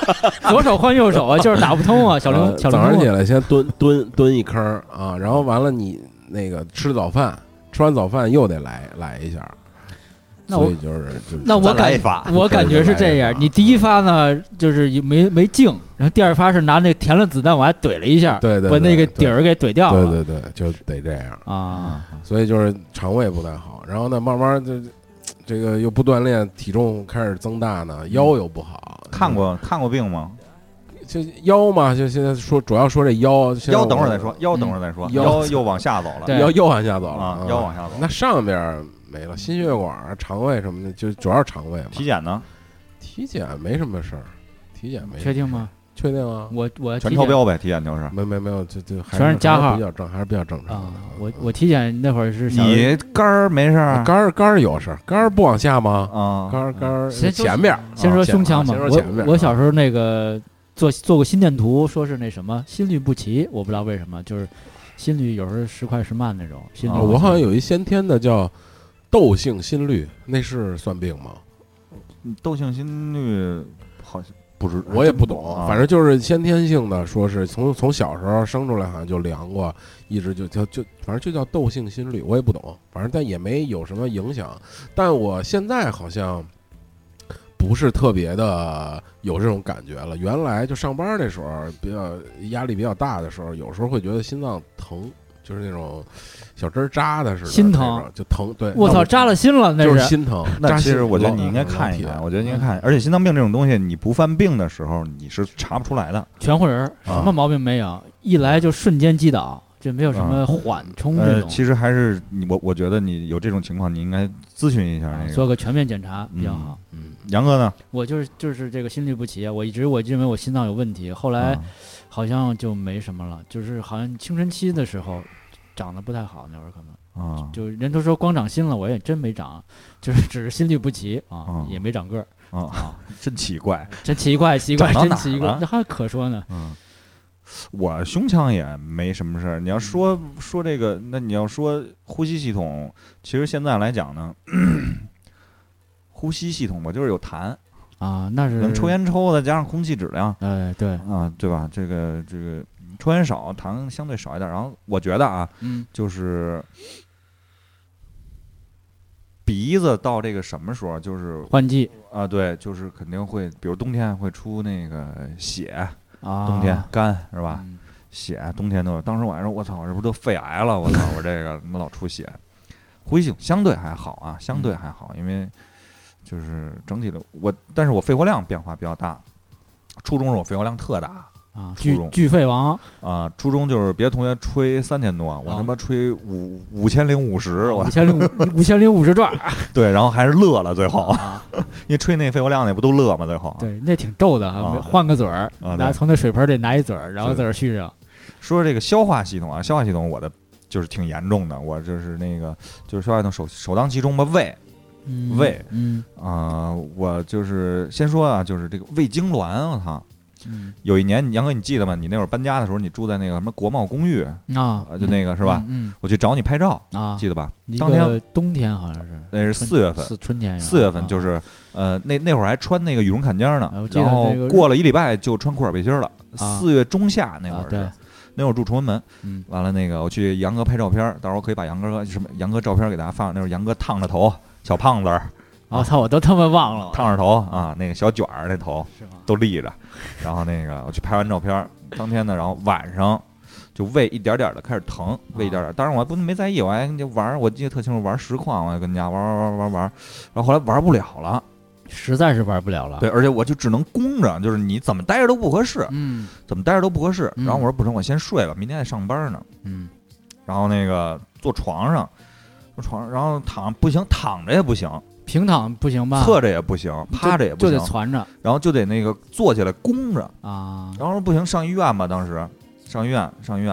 (laughs) 左手换右手啊，就是打不通啊，小灵
呃
小
早
灵
上起
通啊。
来先蹲蹲蹲一坑儿啊，然后完了你那个吃早饭，吃完早饭又得来来一下，
那我
所以就是就是
那我
再来一
感
发
我感觉是这
再来啊一
样
发，
你第一发呢就是也没没静，然后第二发是拿那个填了子弹往下怼了一下，
对对对
把那个
对
底儿给怼掉了。
对对对，就得这样，
啊，
所以就是肠胃不太好，然后呢，慢慢就这个又不锻炼，体重开始增大呢，腰又不好，
嗯看过看过病吗？
就腰嘛，就现在说主要说这腰，现在
腰
我
等会儿再说，腰等会儿再说，
嗯
腰
腰
又往下走了，
对
腰又往下走了
啊，腰往下走。
那上边儿没了，心血管儿、肠胃什么的，就主要是肠胃嘛。
体检呢？
体检没什么事儿，体检没什么
确定吗？
确定啊，
嗯
我我
全
体
超
检
标呗，体检就是。
没没没有，这这还
全是加号
还比较正，还是比较正常
啊
的。，
我我体检那会儿是想
你肝儿没事儿
啊肝儿肝儿有事儿，肝儿不往下吗？
啊？
肝儿肝儿
先说
前面儿，
先
啊
说
前
胸腔吧
先，说前面
我
儿
我
啊
小时候那个做做过心电图，说是那什么心律不齐，我不知道为什么，就是心率有时候时快时慢那种。心率
啊
不齐
我好像有一先天的叫窦性心律，那是算病吗？
嗯窦性心律好像不知，
我也不懂，
啊
反正就是先天性的，说是从从小时候生出来好像就量过，一直就就就反正就叫窦性心律，我也不懂，反正但也没有什么影响。但我现在好像不是特别的有这种感觉了。原来就上班那时候比较压力比较大的时候，有时候会觉得心脏疼，就是那种小针儿扎的似的，
心疼
那种就疼。对，
我
那
操，扎了心了那
就是
是。
心疼。
那
扎
其
心
实我觉得
老
你应该
老
看一
铁
看，我觉得应该看，而且心脏病这种东西，你不犯病的时候你是查不出来的。
全会人儿，
啊
什么毛病没有，一来就瞬间击倒，这没有什么缓冲嗯这
啊呃，
种。
其实还是你我我觉得你有这种情况，你应该咨询一下
啊
那个
做个全面检查比较好。
嗯，
杨哥呢。
我就是就是这个心律不齐，啊我一直我认为我心脏有问题，后来
啊
好像就没什么了，就是好像青春期的时候长得不太好，那会儿可能。
啊，
就人都说光长心了，我也真没长，就是只是心律不齐啊，
嗯
也没长个儿
啊
啊，
真奇
(laughs)
怪。
真奇怪，奇怪，
长到
真
哪儿
奇怪
了，
这还可说呢。
嗯，我胸腔也没什么事儿。你要说
嗯
说这个，那你要说呼吸系统，其实现在来讲呢， (coughs) 呼吸系统吧，就是有痰，
啊，那是
可能抽，烟抽的，加上空气质量
哎，对，
啊，对吧？这个这个抽烟少，痰相对少一点。然后我觉得啊，
嗯，
就是鼻子到这个什么时候，就是
换季
啊，对，就是肯定会，比如冬天会出那个血，
啊，
冬天干是吧？
嗯
血，冬天都有。当时我还说，我操，我这不都肺癌了？我操，我这个他妈老出血。呼吸系统相对还好啊，相
嗯
对还好，因为就是整体的我，但是我肺活量变化比较大。初中时候我肺活量特大啊、
啊，
初
巨
中
巨肺王，
啊初中就是别的同学吹三千多，我
啊哦
他妈吹五五千零五十，我
五千零
(laughs)
五五千零五十转儿
对，然后还是乐了，最后
啊，
因为吹那肺活量那不都乐吗？最后
(laughs) 对，那挺逗的，
啊
还换个嘴儿，
啊对
拿从那水盆里拿一嘴儿，然后
是
在这儿续上，
说这个消化系统啊，消化系统我的就是挺严重的，我就是那个就是消化系统首首当其冲吧，胃
嗯
胃，
嗯
啊、我就是先说啊，就是这个胃痉挛，我操！
嗯
有一年，杨哥你记得吗？你那会儿搬家的时候，你住在那个什么国贸公寓，
啊
啊，就那个是吧？？
嗯
我去找你拍照，
嗯啊，
记得吧？
一
当天
个冬天好像是
那是
春
四月份，
四春天是吧，
四月份就是是呃，那那会儿还穿那个羽绒坎肩
啊
呢
我，记得
然后
那个
过了一礼拜就穿裤衩背心了。
啊
四月中夏那会
啊
儿
对
是，那会儿住崇文门，
嗯。
完了那个我去杨哥拍照片，到时候可以把杨哥什么杨哥照片给大家发。那会儿杨哥烫着头，小胖子儿
我哦操，我都他妈忘了，
烫着头啊，那个小卷儿那头，
是吗？
都立着，然后那个我去拍完照片儿，当天呢，然后晚上就胃一点点的开始疼，胃一
啊
点点儿，当然我还不没在意，我还就玩儿，我记得特清楚，玩儿实况，我还跟家玩儿玩儿玩儿玩儿玩儿，然后后来玩儿不了了，
实在是玩不了了。
对，，而且我就只能弓着，就是你怎么待着都不合适，
嗯
怎么待着都不合适，
嗯
然后我说不成，我先睡吧，明天还上班呢，
嗯
然后那个坐床上，坐床上，然后躺不行，躺着也不行，
平躺不行吧？
侧着也不行，趴着也不
就
行
得，攒着
然后就得那个坐起来弓着。
啊。
然后说不行，上医院吧。当时上医院，上医院，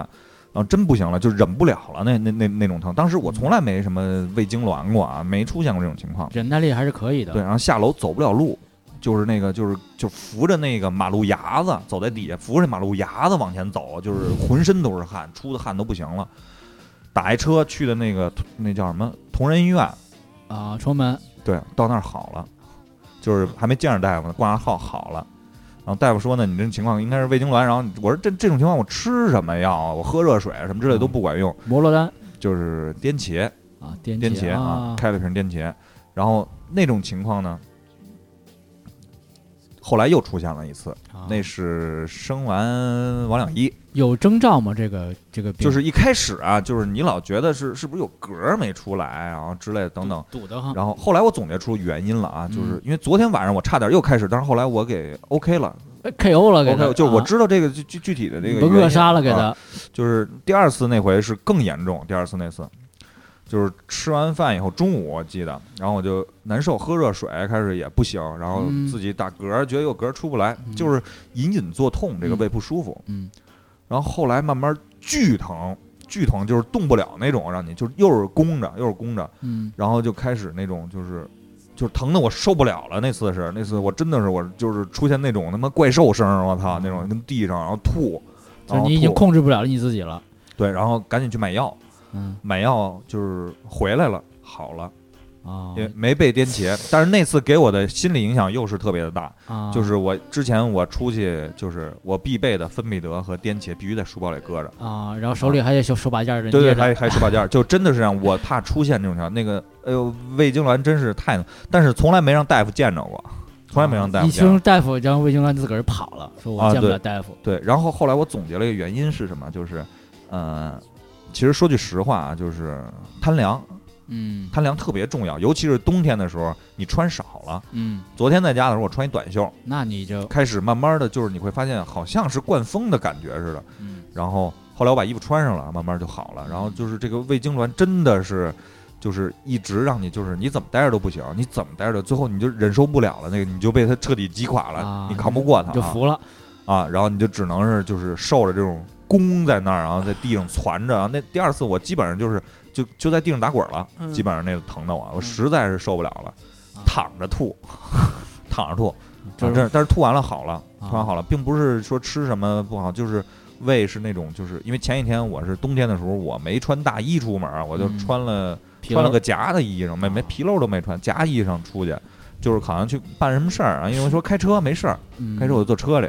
然后真不行了，就忍不了了，那那那那种疼。当时我从来没什么胃痉挛过啊，没出现过这种情况。
忍耐力还是可以的。
对，然后下楼走不了路，就是那个就是就扶着那个马路牙子走在底下，扶着马路牙子往前走，就是浑身都是汗，出的汗都不行了。打一车去的那个那叫什么同仁医院，
啊，崇文门
对，到那儿好了，就是还没见着大夫呢，挂上号好了。然后大夫说呢，你这情况应该是胃痉挛。然后我说这这种情况我吃什么药啊？我喝热水啊什么之类都不管用，
摩洛丹
就是颠茄，
啊，颠
颠
茄
茄啊，开了瓶颠茄。然后那种情况呢，后来又出现了一次，
啊
那是生完王两一，
有征兆吗？这个这个病
就是一开始啊，就是你老觉得是是不是有嗝儿没出来，啊然后之类的等等。
堵得慌
然后后来我总结出原因了啊，
嗯
就是因为昨天晚上我差点又开始，但是后来我给 OK 了
KO 哎了给他，
，OK 就是我
啊
知道这个具具具体的这个
你
原
扼
因
杀了给
啊
他，
就是第二次那回是更严重，第二次那次就是吃完饭以后，中午我记得，然后我就难受，喝热水开始也不行，然后
嗯
自己打嗝，觉得有嗝出不来，
嗯
就是隐隐作痛，这个
嗯
胃不舒服。
嗯
然后后来慢慢巨疼，巨疼就是动不了那种，让你就是又是弓着又是弓着，
嗯
然后就开始那种就是。就是疼的我受不了了，那次是那次我真的是我就是出现那种他妈怪兽声儿，我操那种跟地上然后吐，
嗯就
然
是
后
你已经
吐
控制不了你自己了，
对，然后赶紧去买药，
嗯
买药就是回来了，好了，
啊
也没被颠茄。但是那次给我的心理影响又是特别的大，
啊，
就是我之前我出去就是我必备的芬必得和颠茄必须在书包里搁着，
啊，然后手里还得手手把件儿的
对
捏
对，
着
还还手把件儿，就真的是让我怕出现这种情况。那个哎呦，胃痉挛真是太，但是从来没让大夫见着过，从来没让大夫
一
见着
听。大夫，然后魏痉挛自个儿跑了，说我
啊
见不
对
了大夫，
对，然后后来我总结了一个原因是什么，就是，呃，其实说句实话啊，就是贪凉，
嗯
贪凉特别重要，尤其是冬天的时候，你穿少了。
嗯，
昨天在家的时候，我穿一短袖，
那你就
开始慢慢的就是你会发现好像是灌风的感觉似的。
嗯
然后后来我把衣服穿上了，慢慢就好了。然后就是这个胃痉挛真的是，就是一直让你就是你怎么待着都不行，你怎么待着都最后你就忍受不了了，那个你就被它彻底击垮了，
啊
你扛不过它、
就
啊，
服了，
啊，然后你就只能是就是受着这种弓在那儿，然后在地上攒着。然后那第二次我基本上就是就就在地上打滚了，
嗯
基本上那个疼的我，我实在是受不了了，
啊
躺着吐， (laughs) 躺着吐，
就
反
是
正但是吐完了好了，
啊
吐完好了，并不是说吃什么不好，就是胃是那种就是因为前一天我是冬天的时候我没穿大衣出门儿，我就
嗯
穿了、
疲
穿了
劳
个夹的衣裳，没没
啊
皮褛都没穿，夹衣裳出去。就是好像去办什么事儿啊，因为说开车没事儿，
嗯
开车我就坐车里，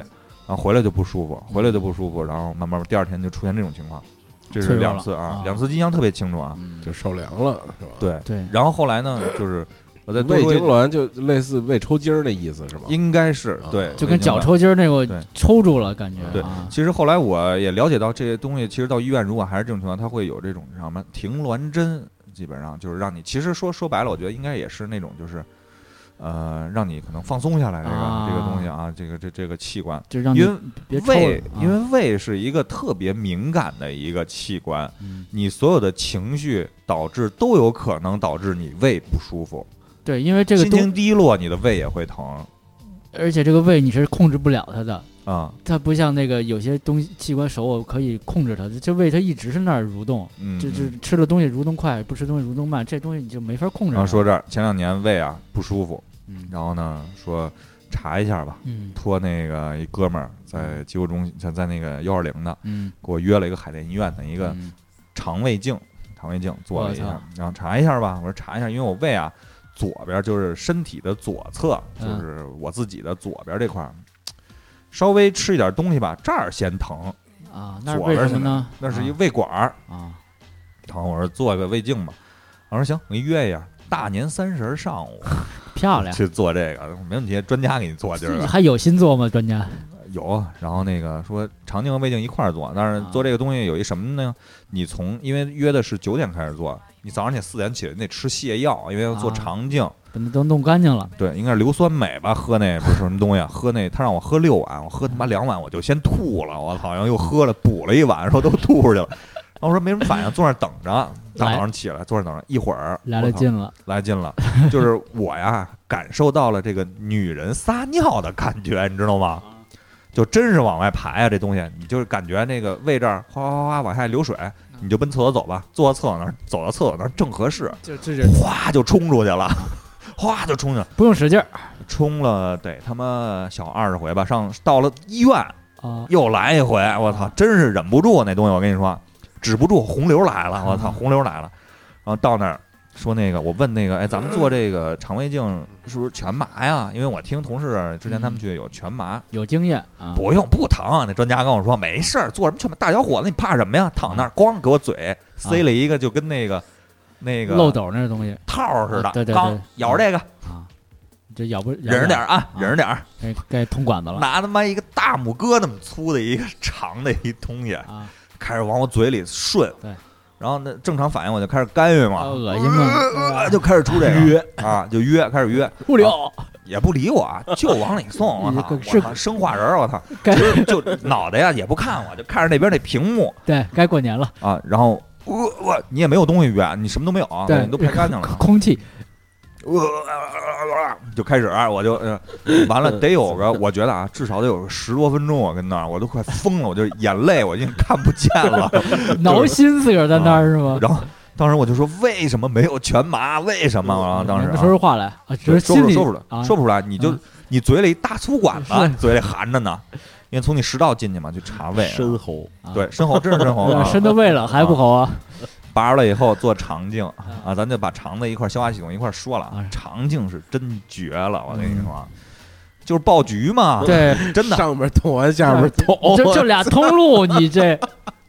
然后回来就不舒服，回来就不舒服，然后慢慢第二天就出现这种情况，这
脆
是
弱了
两次
啊
啊，两次印象特别清楚啊。
嗯
就受凉了，是吧？
对，
对，
然后后来
(coughs)
呢，就是我在多
胃痉挛
说，
就类似胃抽筋儿那意思是吧？
应该是
啊
对，
就跟
脚
脚。抽筋儿那个
对
抽住了感觉，
对
啊
其实后来我也了解到这些东西，其实到医院如果还是这种情况，它会有这种什么停挛针，基本上就是让你，其实说说白了，我觉得应该也是那种就是。呃，让你可能放松下来，这个、
啊
这个东西啊，这个这这个器官，
就让你
因为
别抽了
胃，
啊
因为胃是一个特别敏感的一个器官，
嗯
你所有的情绪导致都有可能导致你胃不舒服，
对，因为这个
心
东
情，低落，你的胃也会疼
而且这个胃你是控制不了它的，
啊，
它不像那个有些东西器官手我可以控制它，这胃它一直是那儿蠕动，
嗯，
这这
嗯
吃的东西蠕动快，不吃东西蠕动慢，这东西你就没法控制
然
了。
后说这儿前两年胃啊不舒服，
嗯
然后呢说查一下吧，
嗯
托那个一哥们儿在急救中心，在在那个幺二零的
嗯，
给我约了一个海淀医院的一
一
个肠胃镜，肠胃镜做了
嗯
一
我
下
操，
然后查一下吧。我说查一下，因为我胃啊左边就是身体的左侧，就
嗯
是我自己的左边这块儿，稍微吃一点东西吧，这儿先疼，
啊，那是
左
为
边
什
是
么
哪
呢？
那是一胃管儿
啊
疼。我说做个胃镜吧，我说行，我给你约一下。大年三十上午
漂亮，
去做这个，没问题，专家给你做今儿啊
这
个
还有新作吗？专家
有。然后那个说肠镜和胃镜一块儿做，但是
啊
做这个东西有一什么呢？你从因为约的是九点开始做，你早上你四点起来，你得吃泻药，因为要做
啊
肠镜，
把那都弄干净了，
对，应该是硫酸镁吧？喝那不是什么东西啊，喝那他让我喝六碗，我喝他妈两碗我就先吐了，我操，然后又喝了补了一碗，然后都吐出去了。然后我说没什么反应，坐那儿等着。大早上起来坐那儿等着，一会儿
来
我
了
操
劲了，
来劲了， (laughs) 就是我呀感受到了这个女人撒尿的感觉，你知道吗？就真是往外排啊，这东西，你就是感觉那个胃这儿哗哗哗往下流水，你就奔厕所走吧，坐到厕所那儿，走到厕所那儿正合适，
就这就
哗就冲出去了，哗就冲去了。
不用使劲儿，
冲了得他妈小二十回吧，上到了医院
啊，
又来一回，我操，真是忍不住那东西，我跟你说，止不住洪流来了，我操，
嗯
洪流来了，然后到那儿说那个，我问那个，哎，咱们做这个肠胃镜是不是全麻呀？因为我听同事之前
嗯
他们去有全麻，
有经验啊，
不用不疼、那专家跟我说没事儿，做什么全麻，大小伙子你怕什么呀？躺
嗯
那儿咣给我嘴塞了一个，就跟那个、那个
啊漏斗那东西
套儿似的，
对对对
刚咬着这个，
啊，这咬不
忍着点
儿，
儿啊，
啊
忍着点儿，
该该通管子了
拿他妈一个大拇哥那么粗的一个 (laughs) 长的一东西，
啊，
开始往我嘴里顺，
对，
然后那正常反应我就开始干预
啊
嘛，
恶心嘛
呃，就啊开始出这个约啊，就约开始约，
不留
也不理我，啊，就往里送，
(laughs)
我操，
是
我操，生化人儿，我操，
该
(laughs) 就脑袋呀也不看我，就看着那边那屏幕
对该过年了，
啊，然后。呃，我你也没有东西约，你什么都没有啊，
对，
你都排干
(laughs)
净了
空。空气
呃就开始，我就、呃、
(laughs)
完了，得有个，我觉得啊，至少得有个十多分钟，我跟那儿，我都快疯了，我就眼泪我已经看不见了。
挠心自个儿在那儿是吗？
然后当时我就说，为什么没有全麻？为什么？然后当时、
说
啊、
出话来啊，只
对
是
说不
心
出
里
说不出来，
啊
说不出来，你就
嗯
你嘴里一大粗管子
是，
嘴里含着呢，因为从你食道进去嘛，去查胃啊。
深喉，
对，深喉真是深喉
啊
啊！
深都喂了还不好啊
拔出来以后做肠镜
啊
啊，咱就把肠子一块儿消化系统一块儿说了啊
啊。
肠镜是真绝了，我跟你说，就是爆菊嘛，
嗯对，
真的。
上面捅完下面 (laughs) 捅，
哦
就就俩通路，你
(laughs)
这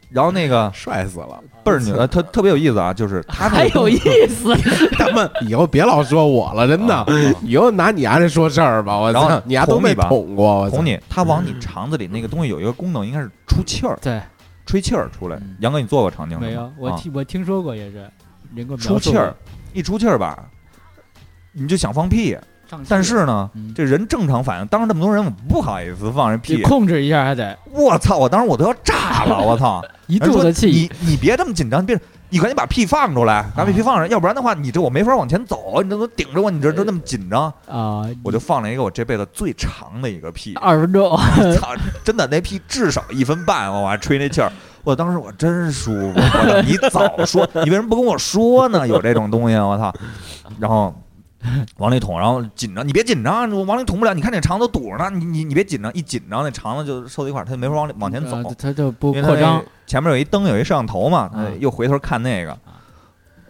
然后那个
帅死 (laughs) 了！
倍儿牛，呃特特别有意思啊，就是他那
还
个
有意
(laughs)
思，
他们以后别老说我了，真
啊
的，以后拿你丫这说事儿吧，我
然后
操，你丫都
捅你
没
吧
捅过，我操
捅你，他往你肠子里那个东西有一个功能，应该是出气儿，
嗯对，
吹气儿出来
嗯。
杨哥，你做过肠镜
没
吗
有，我
啊
听我听说过也是，人给我描
出
述
气儿
过，
一出气儿吧，你就想放屁，
上气
但是呢
嗯，
这人正常反应，当着这么多人，我不好意思放人
得
屁。
控制一下还得
我操！我当时我都要炸了，我操！
(laughs) 一
人
肚
说
子气，
你你别这么紧张，别你赶紧把屁放出来，
啊
把屁放上，要不然的话，你这我没法往前走，你这都顶着我，你
哎
这都那么紧张，
啊，
哎我就放了一个我这辈子最长的一个屁，
二分钟，
操，真的那屁至少一分半，我还吹那气儿。我当时我真舒服，我操！你早说，你为什么不跟我说呢？有这种东西，啊我操！然后往里捅，然后紧张，你别紧张，啊我往里捅不了。你看那肠子堵着呢，你你你别紧张，一紧张那肠子就收在一块儿，它就没法往里往前走。
呃他就不
因为它
扩张
那，前面有一灯，有一摄像头嘛，他
嗯
又回头看那个。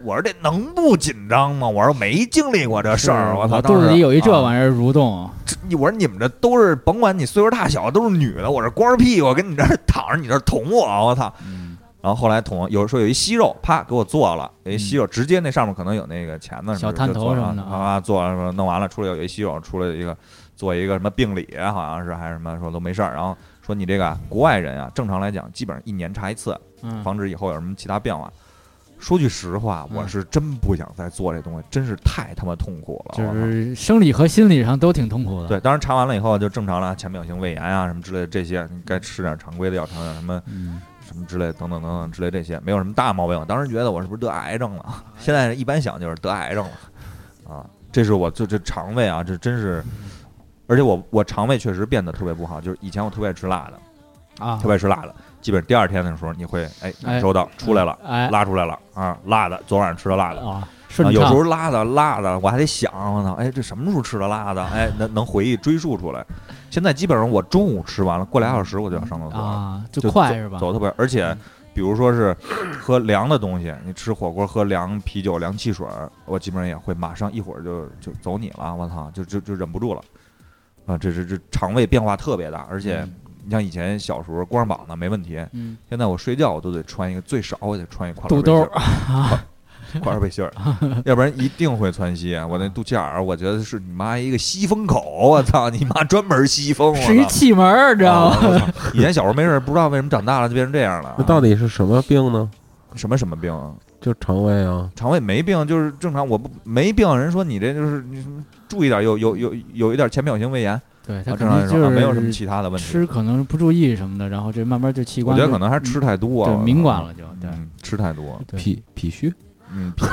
我说这能不紧张吗？我说没经历过这事儿，
是
我操！
我
当
肚子
时
里有一这
啊
玩意儿蠕动，
这你我说你们这都是甭管你岁数大小，都是女的，我这光着屁股跟你这儿躺着，你这儿捅我，我操！
嗯
然后后来捅，有时候有一息肉，啪给我做了，有一息肉，直接那上面可能有那个钳子
嗯小
什么
探
的，就做
头
了
什么的
啊，做了什么弄完了，出来有一息肉，出来一个做一个什么病理，啊好像是还是什么，说都没事儿，然后说你这个啊国外人啊，正常来讲基本上一年查一次，
嗯，
防止以后有什么其他变化。说句实话，
嗯
我是真不想再做这东西，真是太他妈痛苦了。
就
我操
是生理和心理上都挺痛苦的，
啊对，当然查完了以后就正常了，前面有性胃炎啊什么之类的这些，你该吃点常规的药，尝点什么
嗯，
什么之类的等等等等之类这些，没有什么大毛病。我当时觉得我是不是得癌症了？现在一般想就是得癌症了啊，这是我这这肠胃啊，这真是，而且我我肠胃确实变得特别不好，就是以前我特别爱吃辣的，
啊
特，别爱吃辣的，基本第二天的时候你会哎感
哎
受到出来了，
哎
拉出来了啊，辣的，昨晚吃的辣的。
啊，
啊
顺
有时
畅
候辣的辣的，我还得想，我操，哎，这什么时候吃的辣的？哎，能能回忆追溯出来。现在基本上我中午吃完了，过俩小时我就要上厕所了，
啊，就
就
快
走
是吧？嗯
走特别，而且比如说是喝凉的东西，你吃火锅喝凉啤酒、凉汽水儿，我基本上也会马上一会儿就就走你了，我操，就就就忍不住了。啊，这这这肠胃变化特别大，而且
嗯
你像以前小时候光着膀子没问题，
嗯，
现在我睡觉我都得穿一个，最少我得穿一跨栏
肚
背心
兜
儿，
(laughs)
跨栏背心儿，要不然一定会窜稀。啊我那肚脐眼儿，我觉得是你妈一个吸风口，我操你妈专门吸风，我
是一
操！
气门儿，你知道吗？
啊我操以前小时候没事儿，不知道为什么长大了就变成这样了啊。
那到底是什么病呢？
什么什么病啊？
就肠胃啊，
肠胃没病就是正常，我不没病，人说你这就是你什么注意点，有有有有一点前面有性胃炎，啊，
对他
正
可
常
能
人说、
就
啊、
是
没有什么其他的问题。
吃可能不注意什么的，然后这慢慢就器
我
官
觉得
就嗯
可能还是吃太多、啊，
对
我
敏
操
感了就对。
嗯，吃太多，
对
脾脾虚
(laughs)
嗯，脾气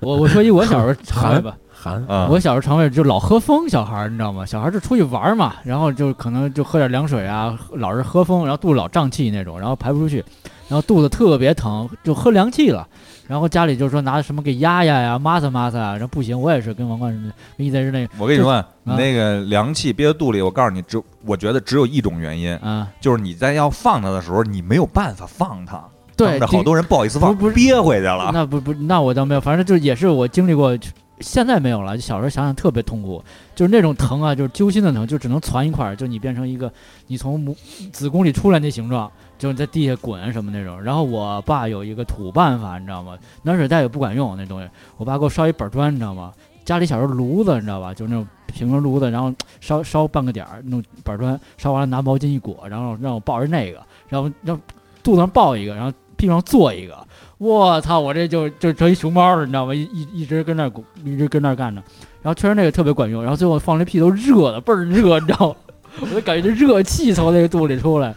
我我说一我小时候
(laughs)
肠胃吧，
寒，
啊，
我小时候肠胃就老喝风，小孩儿你知道吗？小孩儿就出去玩儿嘛，然后就可能就喝点凉水啊，老是喝风，然后肚子老胀气那种，然后排不出去。然后肚子特别疼，就喝凉气了。然后家里就说拿什么给压压呀、抹擦抹擦啊。然后不行，我也是跟王冠什么的一直在那
我跟你说，你
啊
那个凉气憋到肚里，我告诉你，只我觉得只有一种原因，
啊，
就是你在要放它的时候，你没有办法放它，
对，
当着好多人不好意思放，
不是
憋回去了。啊
那不不，那我倒没有，反正就是也是我经历过，现在没有了。小时候想想特别痛苦，就是那种疼啊，就是揪心的疼，就只能攒一块儿，就你变成一个你从母子宫里出来那形状，就是你在地下滚啊什么那种。然后我爸有一个土办法，你知道吗？暖水袋也不管用那东西，我爸给我烧一板砖，你知道吗？家里小时候炉子，你知道吧？就是那种平面炉子，然后烧烧半个点儿，弄板砖烧完了拿毛巾一裹，然后让我抱着那个，然后让肚子上抱一个，然后屁股上坐一个。我操，我这就就成一熊猫了，你知道吗？一一一直跟那儿鼓一直跟那儿干着，然后确实那个特别管用，然后最后放那屁都热的倍儿热，你知道吗？ (laughs) 我就感觉这热气从那个肚里出来。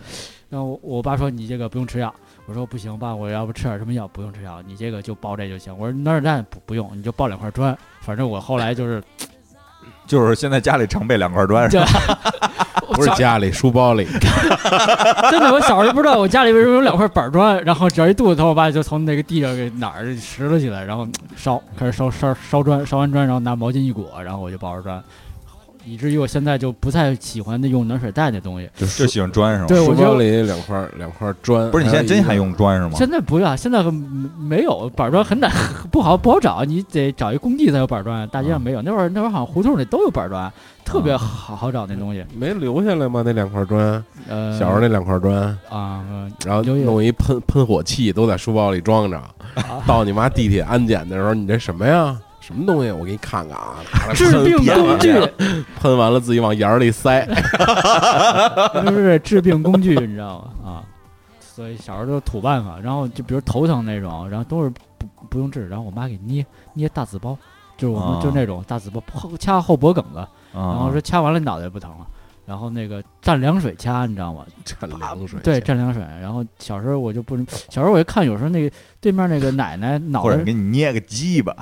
然后我我爸说你这个不用吃药，我说不行爸，我要不吃点什么药？不用吃药，你这个就包这就行。我说哪儿蛋不不用，你就包两块砖。反正我后来就是， (laughs)
就是现在家里常备两块砖，
我
不是
小
家里书包里，
(laughs) 真的，我小时候不知道我家里为什么有两块板砖，然后只要一肚子疼，我爸就从那个地上给哪儿拾了起来，然后烧，开始烧烧烧砖，烧完砖然后拿毛巾一裹，然后我就抱着砖，以至于我现在就不太喜欢那用暖水袋那东西。
就喜欢砖是吗？
对我
书
觉得
包里两块两块砖，
不是你现在真还用砖是吗？
现在不要，现在很没有板砖很难，不好不好找，你得找一工地才有板砖，
啊
大街上没有。那会儿那会儿好像胡同里都有板砖，特别好好找那东西。
没留下来吗？那两块砖，
呃，
小时候那两块砖，
那啊、呃
然后
留下
弄一喷喷火器，都在书包里装着。
啊
(laughs) 到你妈地铁安检的时候，你这什么呀？什么东西？我给你看看啊！拿来
治病工
(laughs)
具，
喷完了自己往眼儿里
(laughs)
塞。
就是治病工具，你知道吗？啊，所以小时候都是土办法，然后就比如头疼那种，然后都是不不用治，然后我妈给捏捏大紫包，就是我们、
啊
就是那种大紫包后掐后脖梗子，然
啊
后，说掐完了脑袋不疼了。然后那个蘸凉水掐，你知道吗？
蘸凉水，
对，蘸凉水。然后小时候我就不能，小时候我就看，有时候那个对面那个奶奶脑
或者
袋
给你捏个鸡巴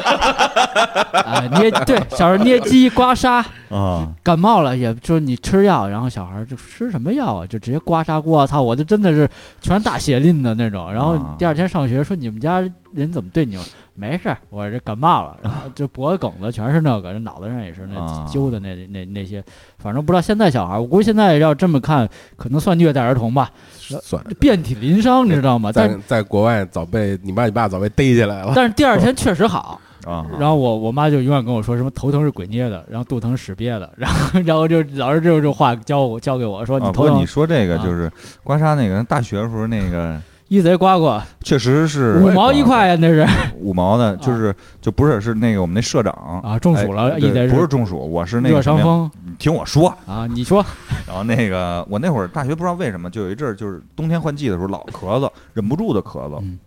啊、捏，对，小时候捏鸡刮痧，
啊，
感冒了，也就是你吃药，然后小孩儿就吃什么药啊，就直接刮痧锅，操，我这真的是全是大血淋的那种。然后
啊
第二天上学说你们家人怎么对你？没事儿，我这感冒了，然后就脖子梗子全是那个，这脑袋上也是那
啊
揪的那那那些，反正不知道现在小孩儿，我估计现在要这么看，可能算虐待儿童吧，
算。
遍体鳞伤，你知道吗？但
(laughs)
在在国外早被你爸你爸早被逮起来了，
但是第二天确实好。
(laughs) 啊，
然后我我妈就永远跟我说什么头疼是鬼捏的，然后肚疼是屎憋的，然后然后就老是就这种话教我教给我说你
啊，不
头
过
疼
你说这个
啊
就是刮痧那个，大学时候那个
一贼刮过
确实是
五毛一块呀，啊那是
五毛的，就是就不是是那个我们那社长
啊中暑了
哎
一贼
对不是中暑，我是那个
热伤
什么呀，
风
你听我说，
啊，你说
然后那个我那会儿大学不知道为什么就有一阵儿就是冬天换季的时候老咳嗽，忍不住的咳嗽
嗯，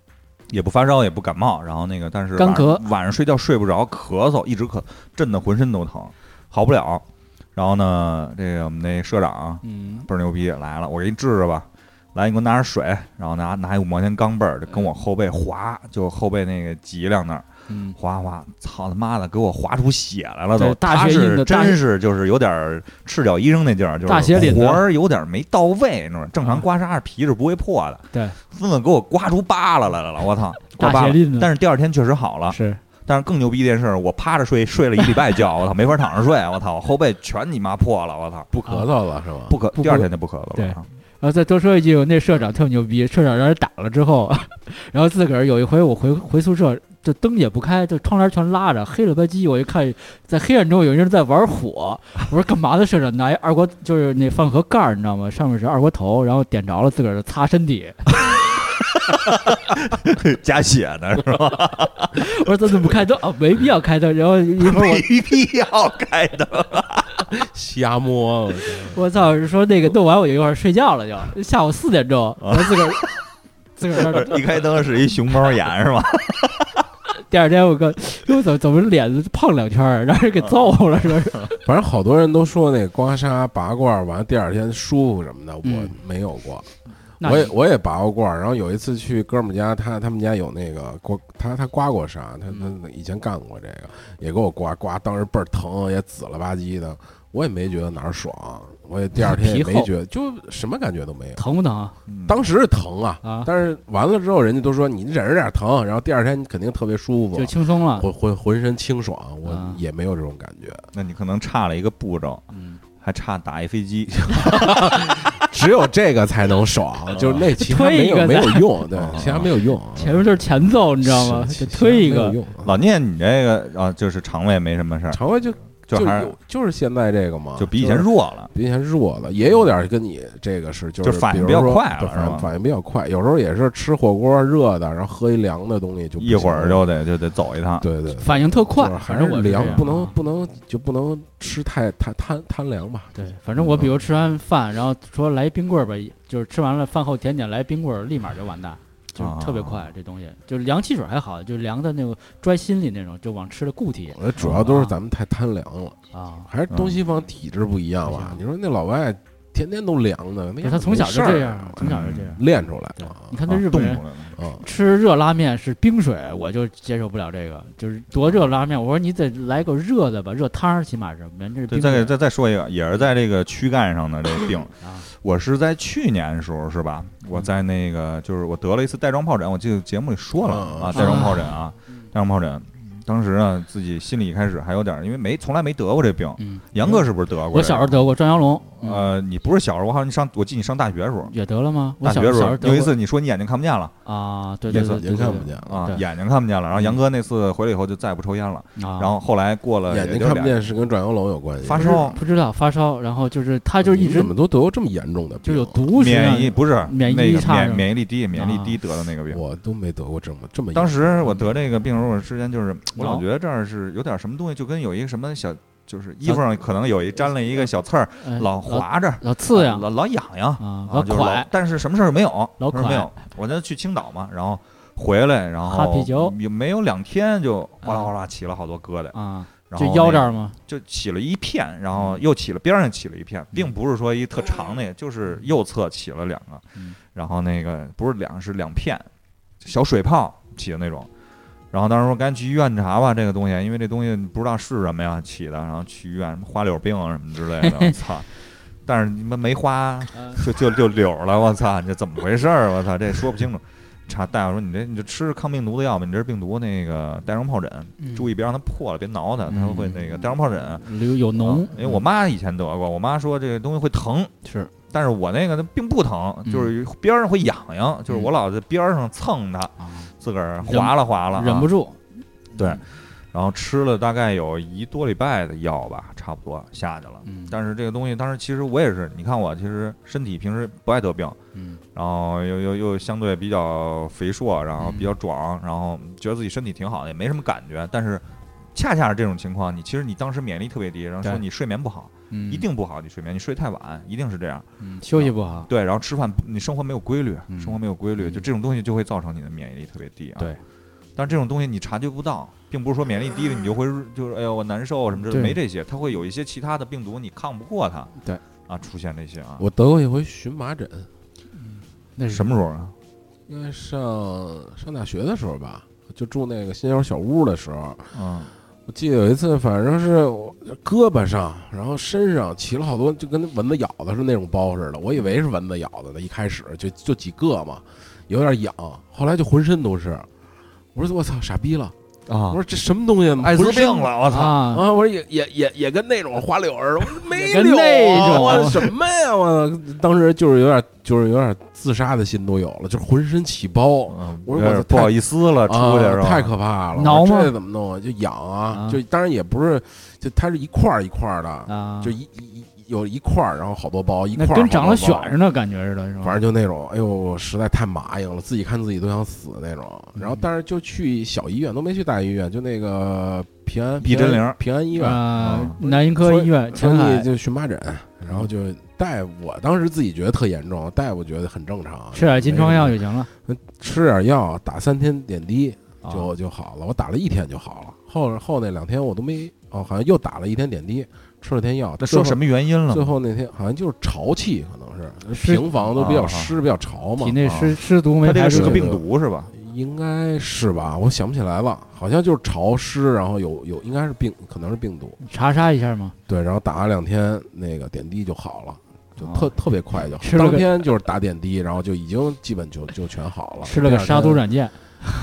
也不发烧也不感冒，然后那个但是
干
晚上
咳
晚上睡觉睡不着，咳嗽一直咳，震得浑身都疼，好不了。然后呢，这个我们那社长
嗯
倍儿牛逼来了，我给你治治吧。来，你给我拿点水，然后拿拿一五毛钱钢镚儿，就跟我后背划，就后背那个脊梁那儿
嗯
划划，操他妈的，给我划出血来了
对
都。
大
他
学印
是
的大
真是就是有点儿赤脚医生那劲儿，就是
大血淋的啊
活儿有点儿没到位，那种正常刮痧是皮是不会破的。
对，
分分给我刮出疤了来了，我操，刮
大
疤
血
了。
淋的
但是第二天确实好了，
是
但是更牛逼一件事，我趴着睡睡了一礼拜觉，我操，没法躺着睡，我操，我后背全你妈破了，我操。
不咳嗽了是吗？
不咳，
啊不
第二
咳
天就不咳嗽
对
了啊。
然后再多说一句，我那社长特牛逼，社长让人打了之后， (laughs) 然后自个儿有一回我回回宿舍，就灯也不开，就窗帘全拉着，黑了吧唧。我一看，在黑暗中有一个人在玩火，我说干嘛呢？社长拿一二锅就是那饭盒盖儿，你知道吗？上面是二锅头，然后点着了，自个儿就擦身体。 (laughs)
(laughs) 加血呢是吧？
我说这怎么不开灯？啊，没必要开灯。然后一会儿我
没必要开
(laughs)
的。
瞎摸，
我操，说那个弄完我一会儿睡觉了就，下午四点钟，
啊
然后
(laughs)
自个儿自个儿在那儿
一开灯是一熊猫眼是吧？
第二天我跟，因为怎么怎么脸胖两圈儿，让
啊
人给揍了，
(laughs)
说是
(laughs) 反正好多人都说那刮痧拔罐儿完了第二天舒服什么的，我
嗯
没有过。
那
我也
你
我也拔过罐儿，然后有一次去哥们儿家，他他们家有那个刮，他他刮过痧，
嗯
他他以前干过这个，也给我刮刮，当时倍儿疼，也紫了吧唧的。我也没觉得哪儿爽，我也第二天也
皮
没
厚
觉得，就什么感觉都没有。
疼不疼啊？
嗯
当时是疼啊，
啊，
但是完了之后，人家都说你忍着点疼，然后第二天你肯定特别舒服
就，轻松了。
浑浑浑身清爽，
啊
我也没有这种感觉，
那你可能差了一个步骤，
嗯，
还差打一飞机。 (laughs)
只有这个才能
(laughs)
爽，就是那其他没
推一个
有没有
再
用，
(laughs)
对
啊，
其他没有用，
前面就是前奏，你知道吗？
是
就推一，
其他
个
没有，用啊
老聂，你这个啊，就是肠胃没什么事儿，
肠胃就
就
就
还是
有就是现在这个
啊
嘛，
就比以前弱了。
比以前弱了，也有点跟你这个是，就是
就反应
比如说
比较快了
对反
是吧
应反应比较快。有时候也是吃火锅热的，然后喝一凉的东西就不
一会儿
行
就得就得走一趟，
对对，
反应特 (laughs) 快
就是。还
反正我
是
是这
凉，
样
不能
啊
不能就不能吃太太贪贪凉吧。
对，反正我比如吃完饭，然后说来一冰棍儿吧，就是吃完了饭后甜点来冰棍儿，立马就完蛋，就
啊
特别快。这东西就是凉汽水还好，就是凉的那个拽心里那种，就往吃的固体
我觉得呃主要都
啊
是咱们太贪凉了，
啊。
还是东
嗯
西方体质不一样吧
嗯。
你说那老外天天都凉的，那
就他从小就
没事儿
这样，从小就这样。
练出来
对
的啊，
你看那
啊
日
冻
本人
出来了。
嗯
吃热拉面是冰水，我就接受不了这个，就是多热拉面。我说你得来口热的吧，热汤儿起码是，人这是
对，
冰
再给
水
再再说一个，也是在这个躯干上的这
(laughs)
个病
啊。
我是在去年的时候是吧？
嗯
我在那个就是我得了一次带状疱疹，我记得节目里说了
嗯
啊，
嗯
带状疱疹啊，
嗯
带状疱疹。当时呢，自己心里一开始还有点儿，因为没从来没得过这病。
嗯，
杨哥是不是得过这个？
我小时候得过转摇龙，嗯
呃，你不是小时候，我好像你上，我记得你上大学的时候，
也得了吗？我
大
小
学
小
的时
时
候
候得
有一
过
次你说你眼睛看不见了
啊，对对
夜色
对，
眼睛看不见了，
啊
对，
眼睛看不见了。然后
嗯
杨哥那次回来以后就再也不抽烟了。
啊，
然后后来过了
眼
也
睛
就
看不
俩
见是跟转摇龙有关系。
发
是
烧，
不知道发烧，然后就是他就
你
一
们
直
怎么都得过这么严重的
就
病
有
啊
毒实际上
免疫不是
免疫
那
力
个
差是
免
吧
免疫力低，免疫力
啊嗯
低得的那个病。
我都没得过这么这么严重。
当时我得这个病的时候，我之前就是我老
挠
觉得这儿是有点什么东西，就跟有一个什么小，就是衣服上可能有一沾了一个小刺儿，
哎
老划着，
老刺
啊
痒
老老痒痒，
啊，
啊
老
就是老
快，
但是什么事儿没有，
老
什么事儿没有。我那去青岛嘛，然后回来，然
哈
后
啤酒
也没有两天就哗啦
啊
哗啦起了好多疙瘩，
啊，
然后
就腰这
那个
儿吗？
就起了一片，然后又起了边上起了一片，并不是说一特长那个，就是右侧起了两个
嗯，
然后那个不是两个是两片，小水泡起的那种。然后当时说赶紧去医院查吧，这个东西，因为这东西不知道是什么呀起的，然后去医院什么花柳病啊什么之类的，我操！但是你们没花
嗯
就就就柳了，我操！你这怎么回事儿？我操，这说不清楚。查大夫说你这你就吃抗病毒的药吧，你这是病毒那个带状疱疹，注
意
意别让它破了，别挠
嗯
它，它会那个带状疱疹。
有有脓
啊，因为我妈以前得过，我妈说这个东西会疼，
嗯是
但是我那个它并不疼，
嗯
就是边儿上会痒痒，就是我
嗯
老在边儿上蹭它，
啊，
自个儿划拉划拉、
忍不
住。
住
对，然后吃了大概有一多礼拜的药吧，差不多下去了。
嗯
但是这个东西当时其实我也是，你看我其实身体平时不爱得病，
嗯
然后又又又相对比较肥硕，然后
嗯
比较壮，然后觉得自己身体挺好的，也没什么感觉。但是恰恰是这种情况，你其实你当时免疫力特别低，然后说
对
你睡眠不好，
嗯
一定不好，你睡眠你睡太晚，一定是这样。
嗯休息不好，
对，然后吃饭你生活没有规律，
嗯
生活没有规律，
嗯
就这种东西就会造成你的免疫力特别低啊。
对。
但这种东西你察觉不到，并不是说免疫力低了你就会就是哎呦我难受什么之类的，
对
没这些，它会有一些其他的病毒你抗不过它。
对
啊，出现这些啊，
我得过一回荨麻疹，
那是
什么时候啊？
应该上上大学的时候吧，就住那个新友小屋的时候，
嗯，
我记得有一次，反正是我胳膊上，然后身上起了好多，就跟蚊子咬的是那种包似的。我以为是蚊子咬的呢，一开始就就几个嘛，有点痒，后来就浑身都是。我说我操，傻逼了！我
啊，
说这什么东西？
艾滋
浑身
病了，我操！
啊？
啊！我说也也也也跟那种花柳儿，我说
(laughs)
没
也跟
柳
那
啊
种
我说什么呀？我当时就是有点就是有点自杀的心都有了，就是浑身起包，
嗯
我说我
有点
太
不好意思了，出去是
啊
吧？
太可怕了！
挠
我说
吗
这怎么弄啊？就痒啊
啊！
就当然也不是，就它是一块儿一块儿的，
啊，
嗯就一一一有一块儿，然后好多包，一
那
块儿
跟长
好
了
多
癣
包
似的，感觉似的，是吧？
反正就那种，哎呦，实在太麻硬了，自己看自己都想死那种。
嗯
然后，但是就去小医院，都没去大医院，就那个平安
避
平安
震灵
平安医院，
啊，南医科医院
所
前
以
海
就荨麻疹，然后就大夫，我当时自己觉得特严重，大夫觉得很正常，
吃点金疮药就行了，
吃点药，打三天点滴，
啊
就就好了。我打了一天就好了，后后那两天我都没哦，好像又打了一天点滴，吃了天药。
那说什
么？
么原因了
最
吗？
后那天好像就是潮气，可能是
是
平房都比
啊啊
较湿，比较潮嘛
体。内
啊
湿湿毒没
它这
排
个是
出
个
这
去，
病毒是吧？
应该是吧？我想不起来了，好像就是潮湿，然后有有应该是病，可能是病毒。
你查杀一下嘛。
对，然后打了两天，那个点滴就好了，就特、
哦
特别快就好
吃。了个
当天就是打点滴，然后就已经基本就就全好了。
吃了个
第二天
杀毒，软件，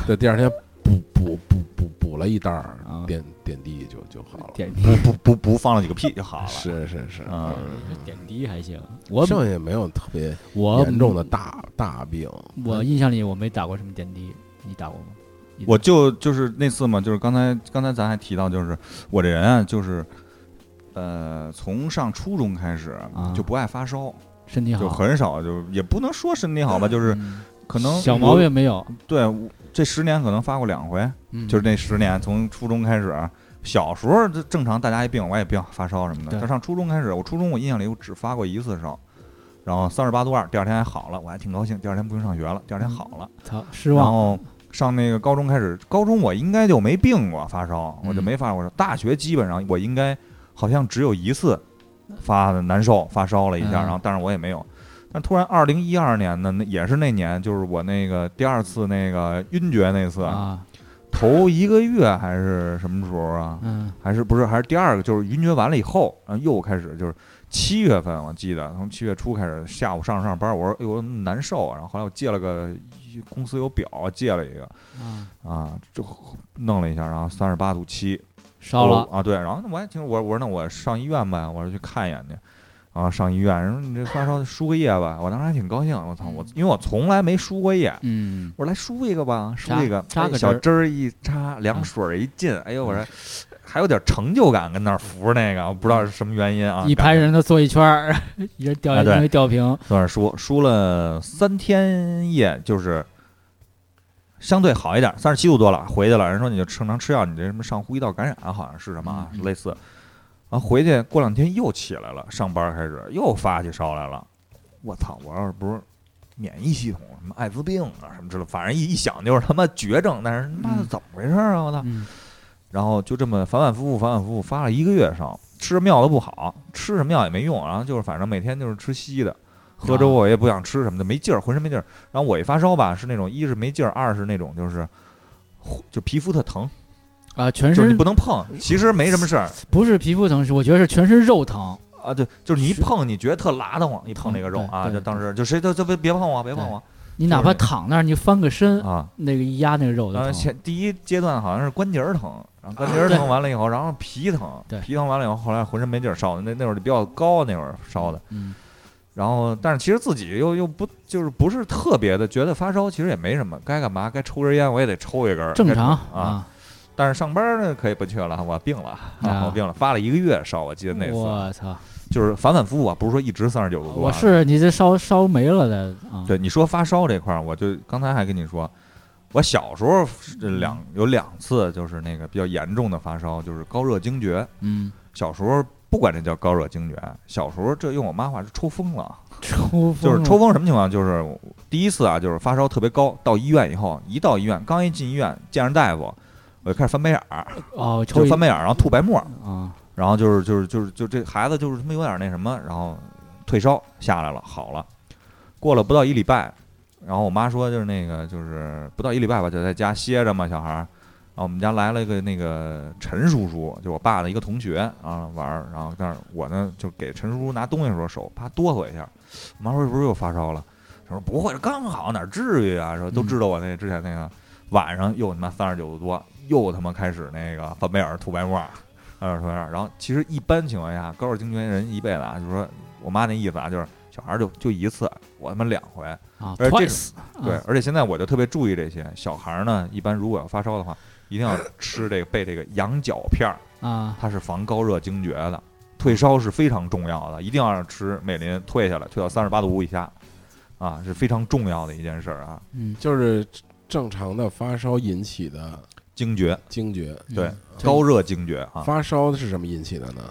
对，第二天补补补补补了一袋儿
啊
点点滴就就好了。
点
不不不不放了几个屁就好了。
是是是，
嗯，
点滴还行。我
剩下也没有特别
我
严重的嗯大大病。
我印象里我没打过什么点滴，你打过吗？
我就就是那次嘛，就是刚才刚才咱还提到，就是我这人啊，就是呃，从上初中开始
啊
就不爱发烧，
身体好，
就很少，就也不能说身体好吧，就是
嗯
可能
小
我
毛。病没有，
对，我这十年可能发过两回，
嗯
就是那十年从初中开始。小时候就正常，大家一病我也病，发烧什么的。
对
但上初中开始，我初中我印象里我只发过一次烧，然后三十八度二，第二天还好了，我还挺高兴。第二天不用上学了，第二天好了。
嗯操失
然
望。
后上那个高中开始，高中我应该就没病过发烧，我就
嗯
没发过烧。大学基本上我应该好像只有一次发的难受，发烧了一下，
嗯
然后但是我也没有。但突然二零一二年呢，那也是那年，就是我那个第二次那个晕厥那次，
啊，
头一个月还是什么时候啊？
嗯，
还是不是还是第二个，就是晕厥完了以后，然后又开始就是七月份，我记得从七月初开始，下午上上班，我说哎呦难受啊，然后后来我借了个公司有表，借了一个
啊，
啊，就弄了一下，然后三十八度七，
烧了，
啊，对，然后我还听我我说那我上医院呗，我说去看一眼去，然后上医院，人说你这发烧输个液吧，我当时还挺高兴，我操我因为我从来没输过液。
嗯，
我说来输一个吧，输
扎
一个，
扎
哎
个
小
针儿
针儿一扎，凉
嗯
水儿一进，哎呦，我说还有点成就感，跟那儿扶着那个，我不知道是什么原因啊。
嗯一排人都坐一圈儿， (laughs) 一人掉
啊
一
对
东西吊瓶，
在那儿输，输了三天夜，就是相对好一点，三十七度多了，回去了。人说你就正常吃药，你这什么上呼吸道感染好像是什么啊，
嗯
类似。然后回去过两天又起来了，上班开始又发起烧来了。我操！我要是不是免疫系统什么艾滋病啊什么之类，反正一一想就是他妈绝症，但是他妈的
嗯
怎么回事儿啊？我操！
嗯，
然后就这么反反复复、反反复复发了一个月烧，吃什么药都不好，吃什么药也没用，然后就是反正每天就是吃稀的，喝
啊
粥我也不想吃什么的，没劲儿，浑身没劲儿。然后我一发烧吧，是那种一是没劲儿，二是那种就是。就皮肤特疼，
啊，全
就是你
身
不能碰，其实没什么事儿
不是皮肤疼，是我觉得是全身肉疼，
啊。对，就是你一碰，你觉得特辣得慌，一碰
疼
那个肉
嗯对
啊，
对
就当时就谁都就别别碰我，别碰我
你哪怕躺那儿，你翻个身，
啊。
那个一压那个肉就
呃，
疼，啊
前第一阶段好像是关节儿疼，然后关节儿
对
疼完了以后，然后皮疼
对，
皮疼完了以后，后来浑身没劲儿烧的，那那会儿就比较高，那会儿烧的。
嗯，
然后，但是其实自己又又不就是不是特别的觉得发烧，其实也没什么，该干嘛该抽根烟我也得抽一根儿，
正常
该啊。但是上班呢可以不去了，我病了，
啊
我病了，发了一个月烧，我记得那次
我操，
就是反反复复啊，不是说一直三十九度多
我
啊。
是你这烧烧没了的啊，
对你说发烧这块儿，我就刚才还跟你说，我小时候是
嗯
两有两次就是那个比较严重的发烧，就是高热惊厥。
嗯，
小时候不管这叫高热惊厥，小时候这用我妈话是抽风了。
抽风
(laughs) 就是
了
抽风什么情况？就是我第一次啊，就是发烧特别高，到医院以后，一到医院，刚一进医院见着大夫，我就开始翻白眼儿，
哦，
就
抽
是
一
翻白眼儿，然后吐白沫儿，
啊，
然后就是就是就是就这孩子就是他妈有点那什么，然后退烧下来了，好了，过了不到一礼拜，然后我妈说就是那个就是不到一礼拜吧，就在家歇着嘛，小孩儿。然后我们家来了一个那个陈叔叔，就我爸的一个同学啊玩儿，然后但是我呢就给陈叔叔拿东西的时候手啪哆嗦一下，我妈说是不是又发烧了？他说不会，刚好哪至于啊？说都知道我那之前那个晚上又他妈三十九度多，又他妈开始那个翻白眼儿吐白沫儿，呃吐白沫儿。然后其实一般情况下，高热惊厥人一辈子啊，就是说我妈那意思啊，就是小孩儿就就一次，我他妈两回，
啊
呃而这种
，twice，
对
啊，
而且现在我就特别注意这些。小孩儿呢，一般如果要发烧的话，一定要吃这个备这个羊角片儿，
啊，
它是防高热惊厥的，退烧是非常重要的，一定要吃美林退下来，退到三十八度五以下，啊，是非常重要的一件事儿啊。
嗯，
就是正常的发烧引起的
惊厥，
惊厥，
对
嗯，
高热惊厥啊，
发烧是什么引起的呢？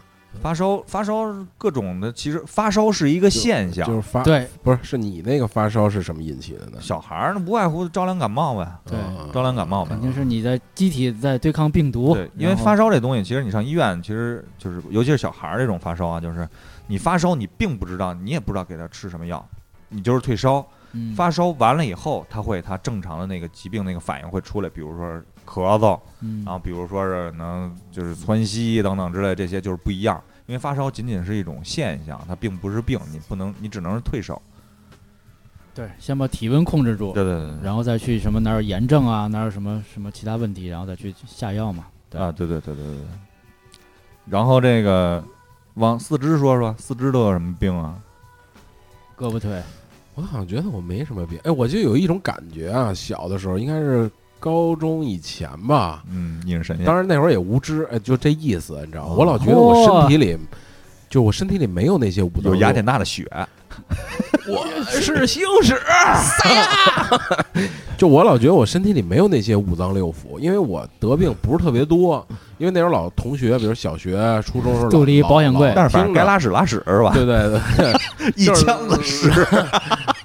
发烧，发烧是各种的，其实发烧是一个现象
就。是发，
对
不是是你那个发烧是什么引起的呢？
小孩儿呢，无外乎着凉感冒呗，
对
嗯
着凉感冒呗
肯。定是你的机体在对抗病毒，
对，因为
然后
发烧这东西，其实你上医院，其实就是尤其是小孩儿这种发烧啊，就是你发烧，你并不知道，你也不知道给他吃什么药，你就是退烧，
嗯
发烧完了以后，它会它正常的那个疾病那个反应会出来，比如说咳嗽，
嗯
然后比如说是能就是窜稀等等之类，这些就是不一样。因为发烧仅仅是一种现象，它并不是病，你不能，你只能是退烧。
对，先把体温控制住，
对对对
然后再去什么哪儿有炎症啊，哪儿有什么什么其他问题，然后再去下药嘛。
对，啊，对对对对对。对然后这个往四肢说说，四肢都有什么病啊？
胳膊腿，
我好像觉得我没什么病，哎，我就有一种感觉啊，小的时候应该是高中以前吧，
嗯，隐神
当
呀。
然那会儿也无知，哎，就这意思，你知道吗？
哦
我老觉得我身体里，就我身体里没有那些五脏
有
六
雅典娜的血，
我是星矢，谁呀？ (laughs) 就我老觉得我身体里没有那些五脏六腑，因为我得病不是特别多，因为那时候老同学，比如小学、初中时候老
就离保险柜
老
但是反正
听着
该拉屎拉屎是吧？
对对对，
一
就是嗯
腔子屎。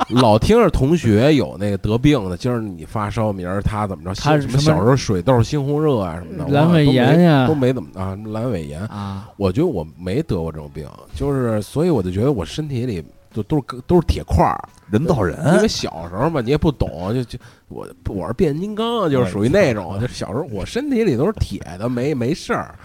(laughs) 老听着同学有那个得病的，今儿你发烧，明儿他怎么着？
他
什
什
么
么
小时候水痘、猩红热啊什么的，
阑尾炎呀
我都没都没怎么啊，阑尾炎。
啊，
我觉得我没得过这种病，就是所以我就觉得我身体里就都是都是铁块儿，
人造
因
哎
人
为小时候嘛，你也不懂，就就我我是变形金刚啊，
哎
就是属于那种，就是小时候我身体里都是铁的，没没事儿，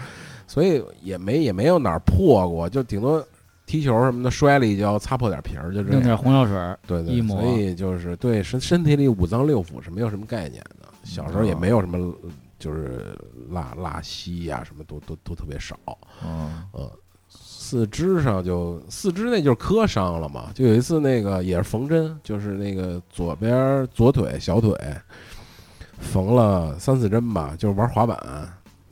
所以也没也没有哪儿破过，就顶多踢球什么的摔了一跤，擦破点皮儿，就这
弄点
样。
红药水儿，
对对，
一抹
所以就是对身身体里五脏六腑是没有什么概念的，小时候也没有什么呃就是拉拉稀呀、什么都都都特别少。
嗯，
四肢上就四肢那就是磕伤了嘛，就有一次那个也是缝针，就是那个左边儿左腿小腿缝了三四针吧，就是玩滑板，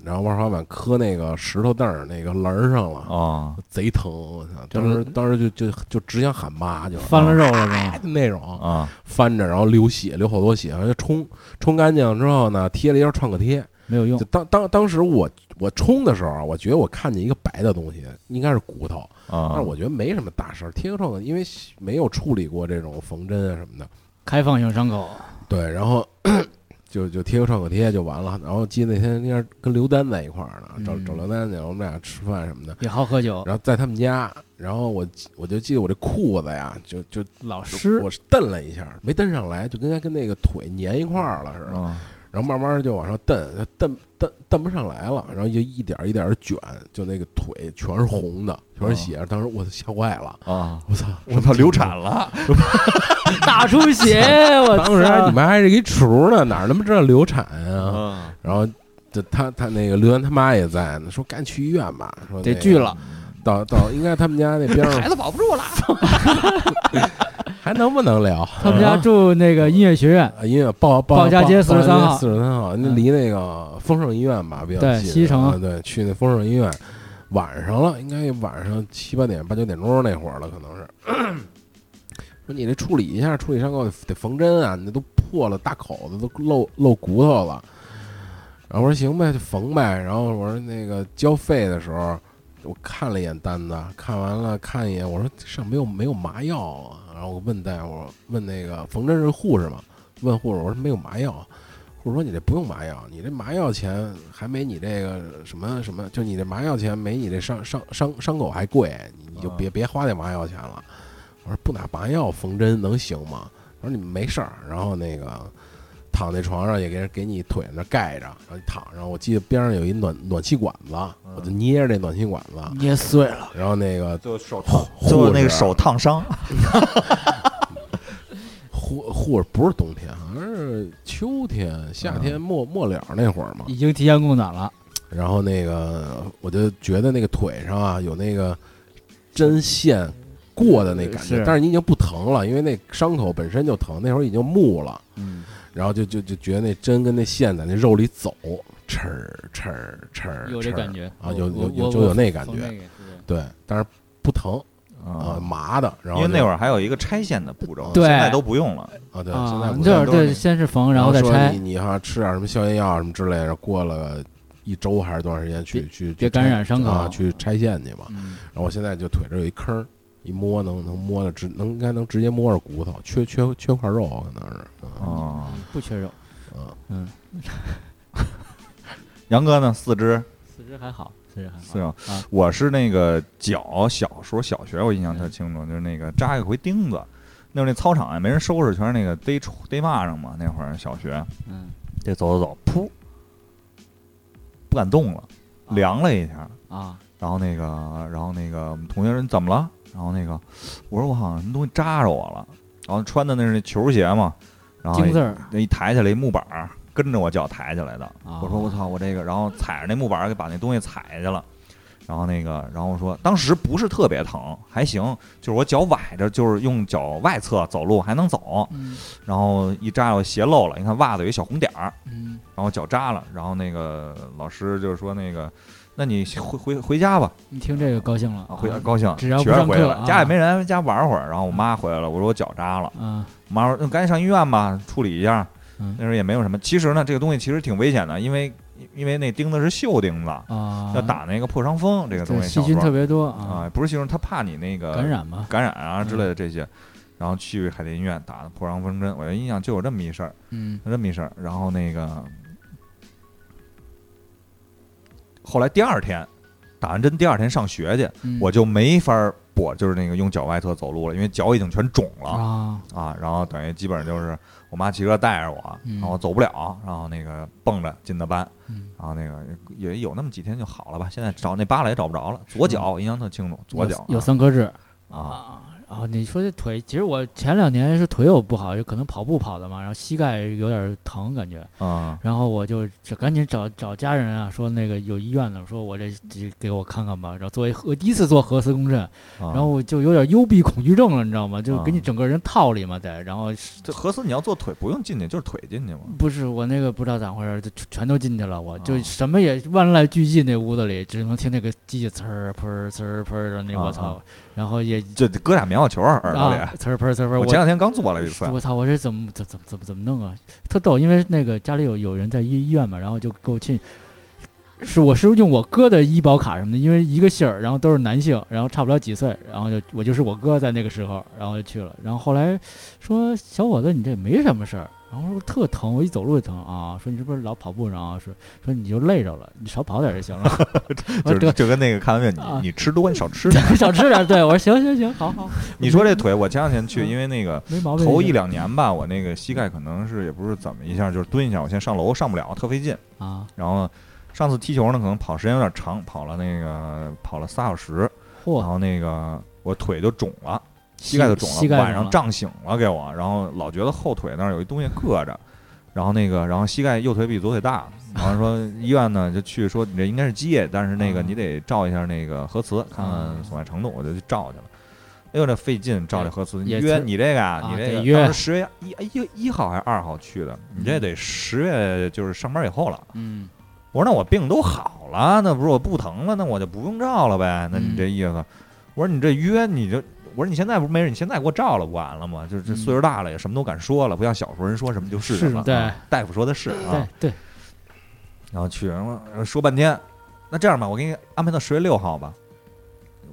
然后玩滑板磕那个石头凳儿那个栏儿上了，
哦，
贼疼！我操，
就
当时
是
当时就就就只想喊妈，就
翻了肉了是吗？
就那种
啊，
翻着，然后流血，流好多血，然后就冲冲干净之后呢，贴了一张创可贴，
没有用
就，当当当时我我冲的时候啊，我觉得我看见一个白的东西，应该是骨头。
啊，
但是我觉得没什么大事儿，贴个创可，因为没有处理过这种缝针啊什么的。
开放性伤口，
对，然后 (clears throat) 就就贴个创可贴就完了。然后记得那天应该是跟刘丹在一块儿呢，找
嗯
找刘丹去，我们俩吃饭什么的。
也好喝酒，
然后在他们家，然后我记我就记得我这裤子呀，就就
老师
我是蹬了一下，没蹬上来，就跟跟那个腿粘一块儿了似的。
嗯
然后慢慢就往上蹬，蹬蹬蹬不上来了，然后就一点儿一点儿卷，就那个腿全是红的，全是血。当时我吓坏了，
啊，
我操！
哦我操，流产了，
大出
(laughs)
血，我
当时还
啊
操
你们还是一厨呢，哪儿他妈知道流产啊？
嗯，
然后这他他那个刘源他妈也在呢，说赶紧去医院吧，说
得
那个
锯了，
到到应该他们家那边
(laughs) 孩
上
子保不住了，
(laughs) 还能不能聊？
他们家住那个音乐学院，
啊，因为报报
报家街43号
四十三号，那
嗯
离那个丰盛医院吧比较
对
近，
西城
啊，对，去那丰盛医院，晚上了，应该晚上七八点八九点钟那会儿了，可能是。说你这处理一下，处理伤口得得缝针啊，你这都破了大口子，都露露骨头了。然后我说行呗，就缝呗。然后我说那个交费的时候，我看了一眼单子，看完了看一眼，我说这上没有没有麻药啊。然后我问大夫，问那个缝针是护士吗？问护士，我说没有麻药。护士说你这不用麻药，你这麻药钱还没你这个什么什么，就你这麻药钱没你这伤伤伤伤口还贵，你你就
啊
别别花那麻药钱了。我说不拿麻药缝针能行吗？他说你没事儿，然后那个躺在床上也给人给你腿那盖着，然后你躺上。我记得边上有一暖暖气管子，
啊
我就捏着那暖气管子，
捏碎了，
然后那个
就手
护
就那
士
个手烫伤，
护护士不是冬天，好像是秋天、夏
啊
天末末了那会儿嘛。
已经提前供暖了，
然后那个我就觉得那个腿上啊有那个针线过的那感觉，
呃是
但是你已经不疼了，因为那伤口本身就疼，那会儿已经木了。
嗯，
然后就就就觉得那针跟那线在那肉里走，哧儿哧儿哧儿，
有这
哧儿
感觉
啊，有
我
有
我
有就有那感
缝
觉，
那个对
对，但是不疼啊，
啊，
麻的，然
因
后
为那会
儿
儿还有一个拆线的步骤，
对
现在都不用了，
啊，对，现在
啊，
不疼
你就是
都是那
对，先是缝，
然
后再
说
拆
你，你好像吃点什么消炎药什么之类的，过了一周还是多长时间去
别
去去
别
拆
感染伤口
啊，去拆线去嘛。
嗯，
然后我现在就腿这有一坑儿，一摸能能摸的直能应该能直接摸着骨头，缺缺缺块肉啊可能是，
哦
嗯
啊，
不缺肉，
嗯，
嗯，
杨哥呢，四肢
四肢还好，四肢还好
四，种
啊，
我是那个脚，小时候小学我印象特清楚，就是那个扎一回钉子，那会儿那操场啊，没人收拾，全是那个逮虫逮蚂蚱嘛。那会儿小学，
嗯
这走走走，噗，不敢动了，
啊
凉了一下。
啊
然后那个，然后那个我们同学说你怎么了？然后那个我说我好像什么东西扎着我了。然后穿的那是那球鞋嘛，
啊
然后
京字儿
那一抬起来一木板儿跟着我脚抬起来的。
啊
哎
我说我操我这个，然后踩着那木板儿给把那东西踩下去了。然后那个，然后我说当时不是特别疼，还行，就是我脚崴着，就是用脚外侧走路还能走。
嗯
然后一扎我鞋漏了，你看袜子有一小红点儿，
嗯
然后脚扎了。然后那个老师就是说那个，那你回回回家吧。
你听这个高兴了
啊，回家高兴，
只要不
学生
上
回
课
来了，
啊
家里没人，家玩会儿。然后我妈回来了，我说我脚扎了，
啊
我妈说那赶紧上医院吧，处理一下。
嗯
那时候也没有什么。其实呢，这个东西其实挺危险的，因为因为那钉子是锈钉子，
啊
要打那个破伤风这个东
对
西。
细
小
菌
时候
特别多啊
啊，不是呃细菌，它怕你那个
感染嗯嘛
感染啊之类的这些。然后去海淀医院打的破伤风针，我的印象就有这么一事儿，
嗯
有这么一事儿。然后那个后来第二天打完针，第二天上学去。
嗯
我就没法儿跛，就是那个用脚外侧走路了，因为脚已经全肿了
啊
啊。然后等于基本上就是我妈骑车带着我，
嗯
然后走不了，然后那个蹦着进的班，
嗯
然后那个也有那么几天就好了吧。现在找那疤了也找不着了，左脚我印象特清楚，左脚
嗯有有三颗痣
啊
啊。啊，你说这腿，其实我前两年是腿有不好，有可能跑步跑的嘛，然后膝盖有点疼感觉，
啊
然后我就找赶紧找找家人啊，说那个有医院的，说我这这给我看看吧。然后作为我第一次做核磁共振，
啊！
然后我就有点幽闭恐惧症了，你知道吗？就给你
啊
整个人套里嘛得，然后是
这核磁你要做腿不用进去，就是腿进去嘛。
不是我那个不知道咋回事儿，就全全都进去了，我就
啊
什么也万籁俱寂，那屋子里只能听那个机器呲儿噗儿呲儿噗儿的那
啊
我
啊
操，然后也
这搁俩棉花球耳朵里
啊，呲儿噗儿呲儿噗儿，
我前两天刚做了一次，
我操！我这怎么怎怎怎么怎么弄啊？特逗，因为那个家里有有人在医医院嘛，然后就给我去，是我是用我哥的医保卡什么的，因为一个姓儿，然后都是男性，然后差不了几岁，然后就我就是我哥在那个时候，然后就去了，然后后来说小伙子你这没什么事儿，然后我说特疼，我一走路就疼啊，说你是不是老跑步然后说说你就累着了，你少跑点儿就行了，
(laughs)
我
就
说
是
得
就跟那个看完病
啊
你你吃多你少吃
(laughs)
点。
得少吃点儿，对我说行行行，好好，
你说这腿，我前两天去，
嗯
因为那个
没毛病，
头一两年吧，我那个膝盖可能是也不是怎么一下，就是蹲一下，我先上楼上不了，特费劲。
啊，
然后上次踢球呢，可能跑时间有点长，跑了那个跑了仨小时，然
嚯，
后那个我腿就肿了，膝盖就肿
膝
了，
盖
晚
上
上
了
胀醒了给我，然后老觉得后腿那儿有一东西硌着。然后那个，然后膝盖右腿比左腿大，然后说医院呢就去说你这应该是积液，但是那个
嗯
你得照一下那个核磁，看看损害程度，我就去照去了。哎呦，这费劲照这核磁，你
也
约
是
你这个啊，
啊
你
得
这个
约
当时十月一哎一一号还是二号去的，你这得十月就是上班以后了。
嗯
我说那我病都好了，那不是我不疼了，那我就不用照了呗？那你这
嗯
意思？我说你这约你就。我说你现在不是没人，你现在给我照了不完了吗？就是这
嗯
岁数大了也什么都敢说了，不像小时候人说什么就是什么。
是对
啊大夫说的是啊
对。对，
然后去，然后说半天，那这样吧，我给你安排到十月六号吧。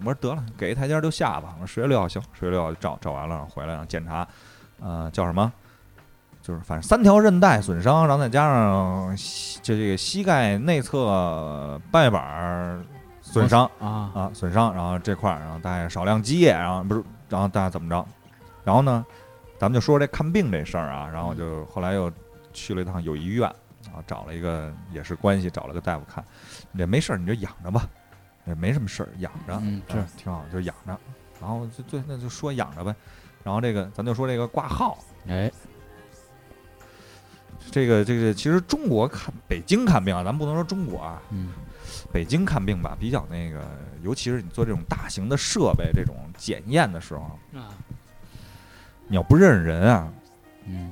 我说得了，给一台阶儿就下吧。我说十月六号行，十月六号就照照完了，然后回来然后检查，呃，叫什么？就是反正三条韧带损伤，然后再加上膝就这个膝盖内侧半月板儿损伤
啊
啊，损伤，然后这块儿，然后大概少量积液，然后不是，然后大家怎么着？然后呢，咱们就说说这看病这事儿啊。然后我就
嗯
后来又去了一趟友谊医院，然后找了一个也是关系，找了个大夫看，也没事儿，你就养着吧，也没什么事儿，养着，
嗯是
啊挺好，就养着。然后就对，那就说养着呗。然后这个咱就说这个挂号，
哎
这个这个其实中国看北京看病啊，咱们不能说中国啊，
嗯。
北京看病吧，比较那个，尤其是你做这种大型的设备这种检验的时候，
啊，
你要不认识人啊，
嗯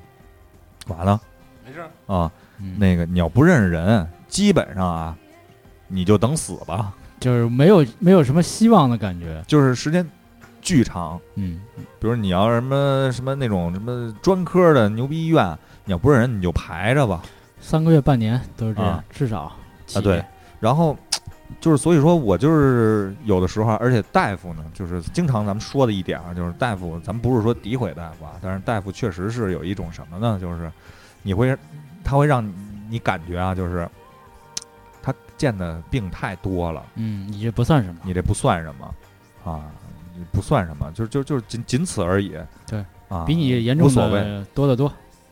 完了
没事，
啊，
嗯，
那个你要不认识人，基本上啊，你就等死吧，
就是没有没有什么希望的感觉。
就是时间巨长。
嗯，
比如你要什么什么那种什么专科的牛逼医院，你要不认识人你就排着吧。
三个月半年都是这样
啊，
至少起。
对然后就是所以说我就是有的时候啊，而且大夫呢，就是经常咱们说的一点啊，就是大夫，咱们不是说诋毁大夫啊，但是大夫确实是有一种什么呢，就是你会他会让你感觉啊，就是他见的病太多了，
嗯，你这不算什么。
你这不算什么啊，你不算什么，就就就是仅仅此而已。
对，
啊，
比你严
无
重
所谓。
的多得多。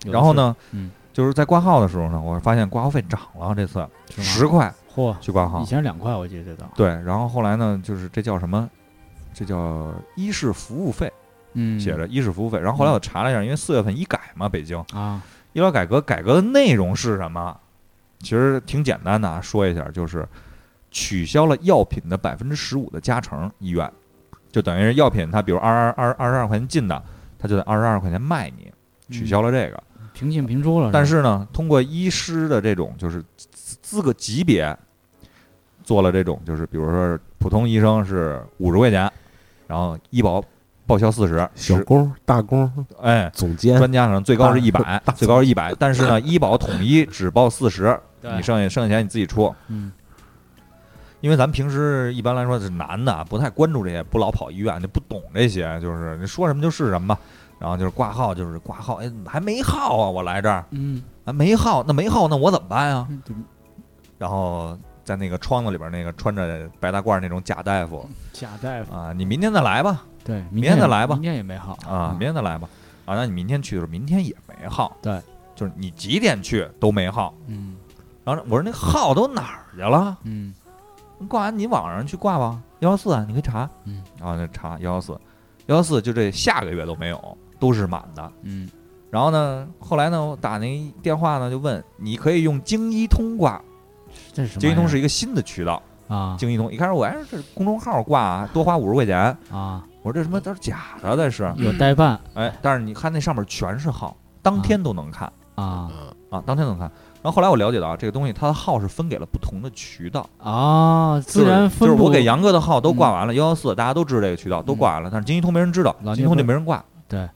有的
然后
是？
呢，
嗯
就是在挂号的时候呢，我发现挂号费涨了，这次
吗
十块啊
嚯，
去挂号
以，前两块我记得都，
对，然后后来呢，就是这叫什么？这叫医事服务费，
嗯，
写着医事服务费。然后后来我查了一下，因为四月份医改嘛，北京
啊，
医疗改革改革的内容是什么？其实挺简单的啊，说一下就是取消了药品的百分之十五的加成，医院就等于是药品，它比如二二二二十二块钱进的，它就得二十二块钱卖你，
嗯
取消了这个。
平进平
嗯
出了。
但是呢，通过医师的这种就是资资格级别，做了这种就是，比如说普通医生是五十块钱，然后医保报销四十，
小工、大工、
哎，
总监，
专家可能最高是一
大
百，最高是一百，但是呢，医保统一只报四十，
对
你剩下剩下钱你自己出，
嗯
因为咱们平时一般来说是男的啊，不太关注这些，不老跑医院，就不懂这些，就是你说什么就是什么吧。然后就是挂号，就是挂号，哎，还没号啊，我来这儿，
嗯，
啊没号，那没号那我怎么办呀、
嗯对
然后在那个窗子里边那个穿着白大褂那种假大夫
贾大夫，
啊，你明天再来吧，
对，
明天再
也
来吧
明天也没好
啊，明天再来吧，啊，那你明天去的时候，明天也没号，
对，
就是你几点去都没号。
嗯
然后我说那号都哪儿去了？
嗯
你挂完你网上去挂吧，幺幺四啊你可以查，
嗯，
然后就查幺幺四，幺幺四就这下个月都没有，都是满的。
嗯
然后呢，后来呢，我打那电话呢就问，你可以用京一通挂，
这是什么玩意儿？
京一通是一个新的渠道，
啊
京一通一开始我还说这是公众号挂啊，多花五十块钱，
啊，
我说这什么都是假的，这是，
有代办
哎，但是你看那上面全是号，当天
嗯
都能看
啊
嗯
啊，当天都能看。然后后来我了解到啊，这个东西它的号是分给了不同的渠道，
啊，
就
自
是
然分
就是我
布嗯
给杨哥的号都挂完了，幺幺四大家都知道这个渠道都挂完了，但是京一通没人知道，
老
京一
聂
通就
不
没人挂。
对，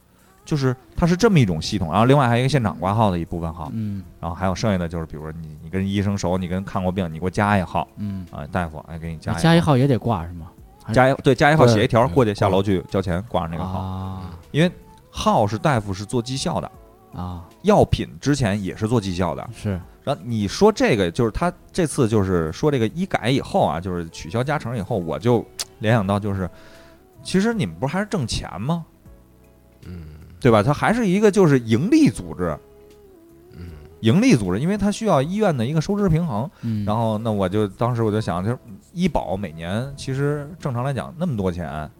就是它是这么一种系统，然后另外还有一个现场挂号的一部分号，
嗯
然后还有剩下的就是，比如说你你跟医生熟，你跟看过病，你给我加一号
嗯，
啊，大夫哎给你加
加一
号，
号也得挂是吗？还
加一对加一号
对
写一条过去
嗯
下楼去交钱挂上那个号，
啊
因为号是大夫是做绩效的，
啊
药品之前也是做绩效的，
是
然后你说这个，就是他这次就是说这个医改以后啊，就是取消加成以后，我就联想到就是，其实你们不是还是挣钱吗？
嗯
对吧？它还是一个就是盈利组织，
嗯，
盈利组织，因为它需要医院的一个收支平衡。
嗯，
然后那我就当时我就想，就是医保每年其实正常来讲那么多钱，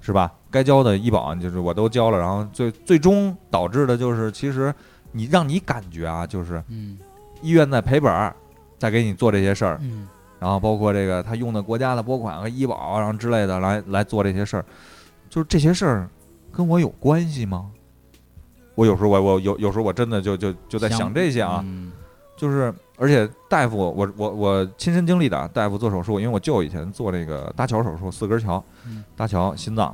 是吧？该交的医保就是我都交了，然后最最终导致的就是其实你让你感觉啊，就是
嗯
医院在赔本儿，在给你做这些事儿。
嗯
然后包括这个他用的国家的拨款和医保，然后之类的来来做这些事儿，就是这些事儿跟我有关系吗？我有时候我我有有时候我真的就就就在想这些啊，
嗯
就是而且大夫我我我亲身经历的啊，大夫做手术，因为我舅以前做这个搭桥手术，四根桥
嗯，
搭桥心脏，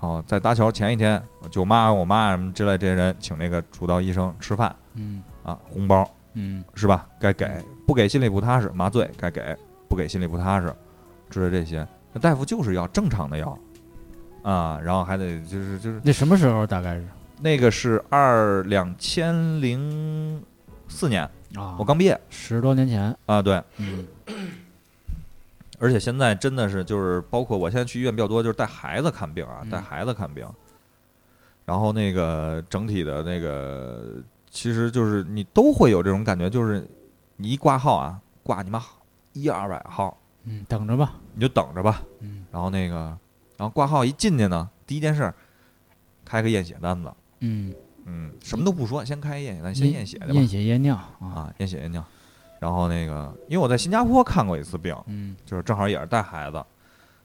然后在搭桥前一天，我舅妈我妈什么之类这些人请那个主刀医生吃饭
嗯
啊，红包
嗯
是吧？该给，不给心里不踏实；麻醉该给，不给心里不踏实，之类这些。那大夫就是要正常的药啊，然后还得就是就是
那什么时候大概是
那个是二两千零四年，
啊？
我刚毕业
十多年前，
啊，对，
嗯
而且现在真的是就是包括我现在去医院比较多，就是带孩子看病啊，
嗯
带孩子看病。然后那个整体的那个，其实就是你都会有这种感觉，就是你一挂号啊，挂你妈一二百号，
嗯，等着吧，
你就等着吧。
嗯
然后那个，然后挂号一进去呢，第一件事儿，开个验血单子，
嗯，
嗯，什么都不说，先开验血单，先验血去吧
验，血验尿啊，
啊，验血验尿。然后那个，因为我在新加坡看过一次病，
嗯
就是正好也是带孩子，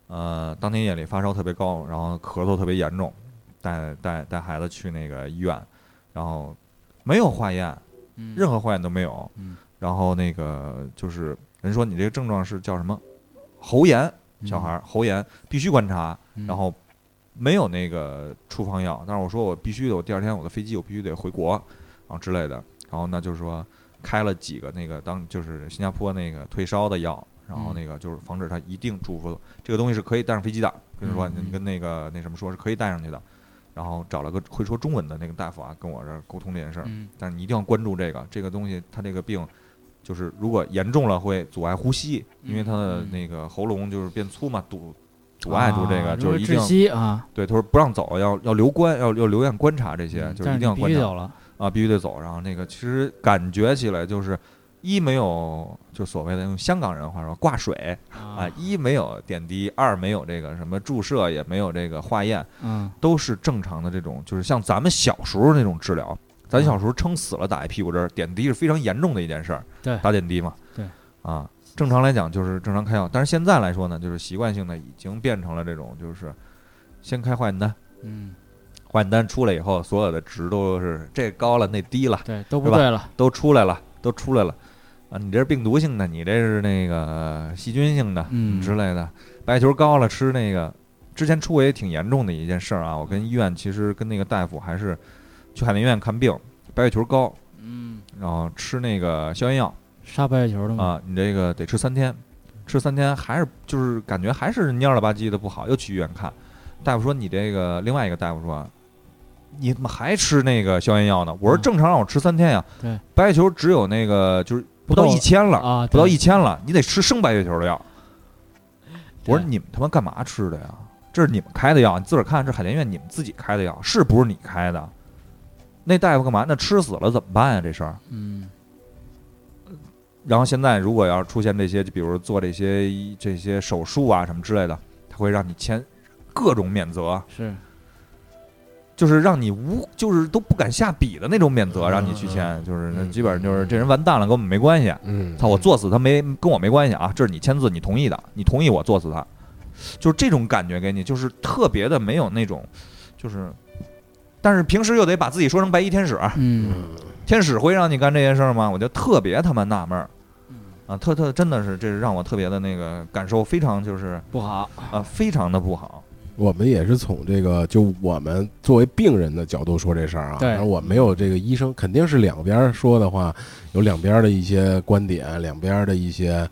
呃，当天夜里发烧特别高，然后咳嗽特别严重，带带带孩子去那个医院，然后没有化验，
嗯，
任何化验都没有
嗯，
然后那个就是人说你这个症状是叫什么喉炎，小孩儿喉炎必须观察，
嗯，
然后没有那个处方药，但是我说我必须得，我第二天我的飞机我必须得回国，然后之类的，然后那就是说开了几个那个当就是新加坡那个退烧的药，然
嗯
后那个就是防止他一定住服这个东西是可以带上飞机的，跟你说
嗯
你跟那个那什么说是可以带上去的，然后找了个会说中文的那个大夫啊，跟我这儿沟通这件事儿，
嗯
但是你一定要关注这个，这个东西它这个病，就是如果严重了会阻碍呼吸，因为它的
嗯嗯
那个喉咙就是变粗嘛，堵阻碍住这个，
啊
就
如果
是一定
窒息啊，
对他说不让走，要要留观，要要留院观察这些，
嗯
就是
但
一定要
你必
观
须
察
走了，
啊，必须得走。然后那个其实感觉起来就是一没有就所谓的用香港人话说挂水啊
啊，，
一没有点滴，二没有这个什么注射，也没有这个化验，
嗯，
都是正常的这种，就是像咱们小时候那种治疗。
嗯
咱小时候撑死了打一屁股针儿，点滴是非常严重的一件事儿。
对
打点滴嘛。
对，
啊，正常来讲就是正常开药，但是现在来说呢，就是习惯性的已经变成了这种，就是先开化验单，
嗯，
化验单出来以后，所有的值都是这高了那低了，
对，都
是
不
吧
对了，
都出来了，都出来了。啊，你这是病毒性的，你这是那个细菌性的，
嗯
之类的。白球高了吃那个，之前出过也挺严重的一件事儿啊。我跟医院其实跟那个大夫还是去海绵医院看病，白血球高，
嗯，
然后吃那个消炎药
杀白血球的嘛，
啊，你这个得吃三天，吃三天还是就是感觉还是蔫了吧唧的不好，又去医院看，大夫说你这个另外一个大夫说。你怎么还吃那个消炎药呢？我说
嗯
正常让我吃三天呀。
对，
白血球只有那个就是不
不
到
够
一千了，
啊，
不到
对
一千了，你得吃生白血球
(laughs)
的药。
对
我说你们他妈干嘛吃的呀？这是你们开的药，你自个儿看，这海淀医院你们自己开的药，是不是你开的？那大夫干嘛？那吃死了怎么办呀？这事儿。
嗯，
然后现在如果要是出现这些，就比如做这些这些手术啊什么之类的，他会让你签各种免责，
是，
就是让你无就是都不敢下笔的那种免责，让你去签，就是那基本上就是这人完蛋了，跟我们没关系。
嗯，
操，我作死他没跟我没关系啊，这是你签字，你同意的，你同意我作死他，就是这种感觉给你，就是特别的没有那种，就是，但是平时又得把自己说成白衣天使，啊
嗯，
天使会让你干这些事儿吗？我就特别他妈纳闷儿
嗯
啊，特特真的是这是让我特别的那个感受非常就是
不好，
啊，非常的不好，
我们也是从这个就我们作为病人的角度说这事儿啊，
对
然后我没有这个医生，肯定是两边儿说的话，有两边儿的一些观点，两边儿的一些。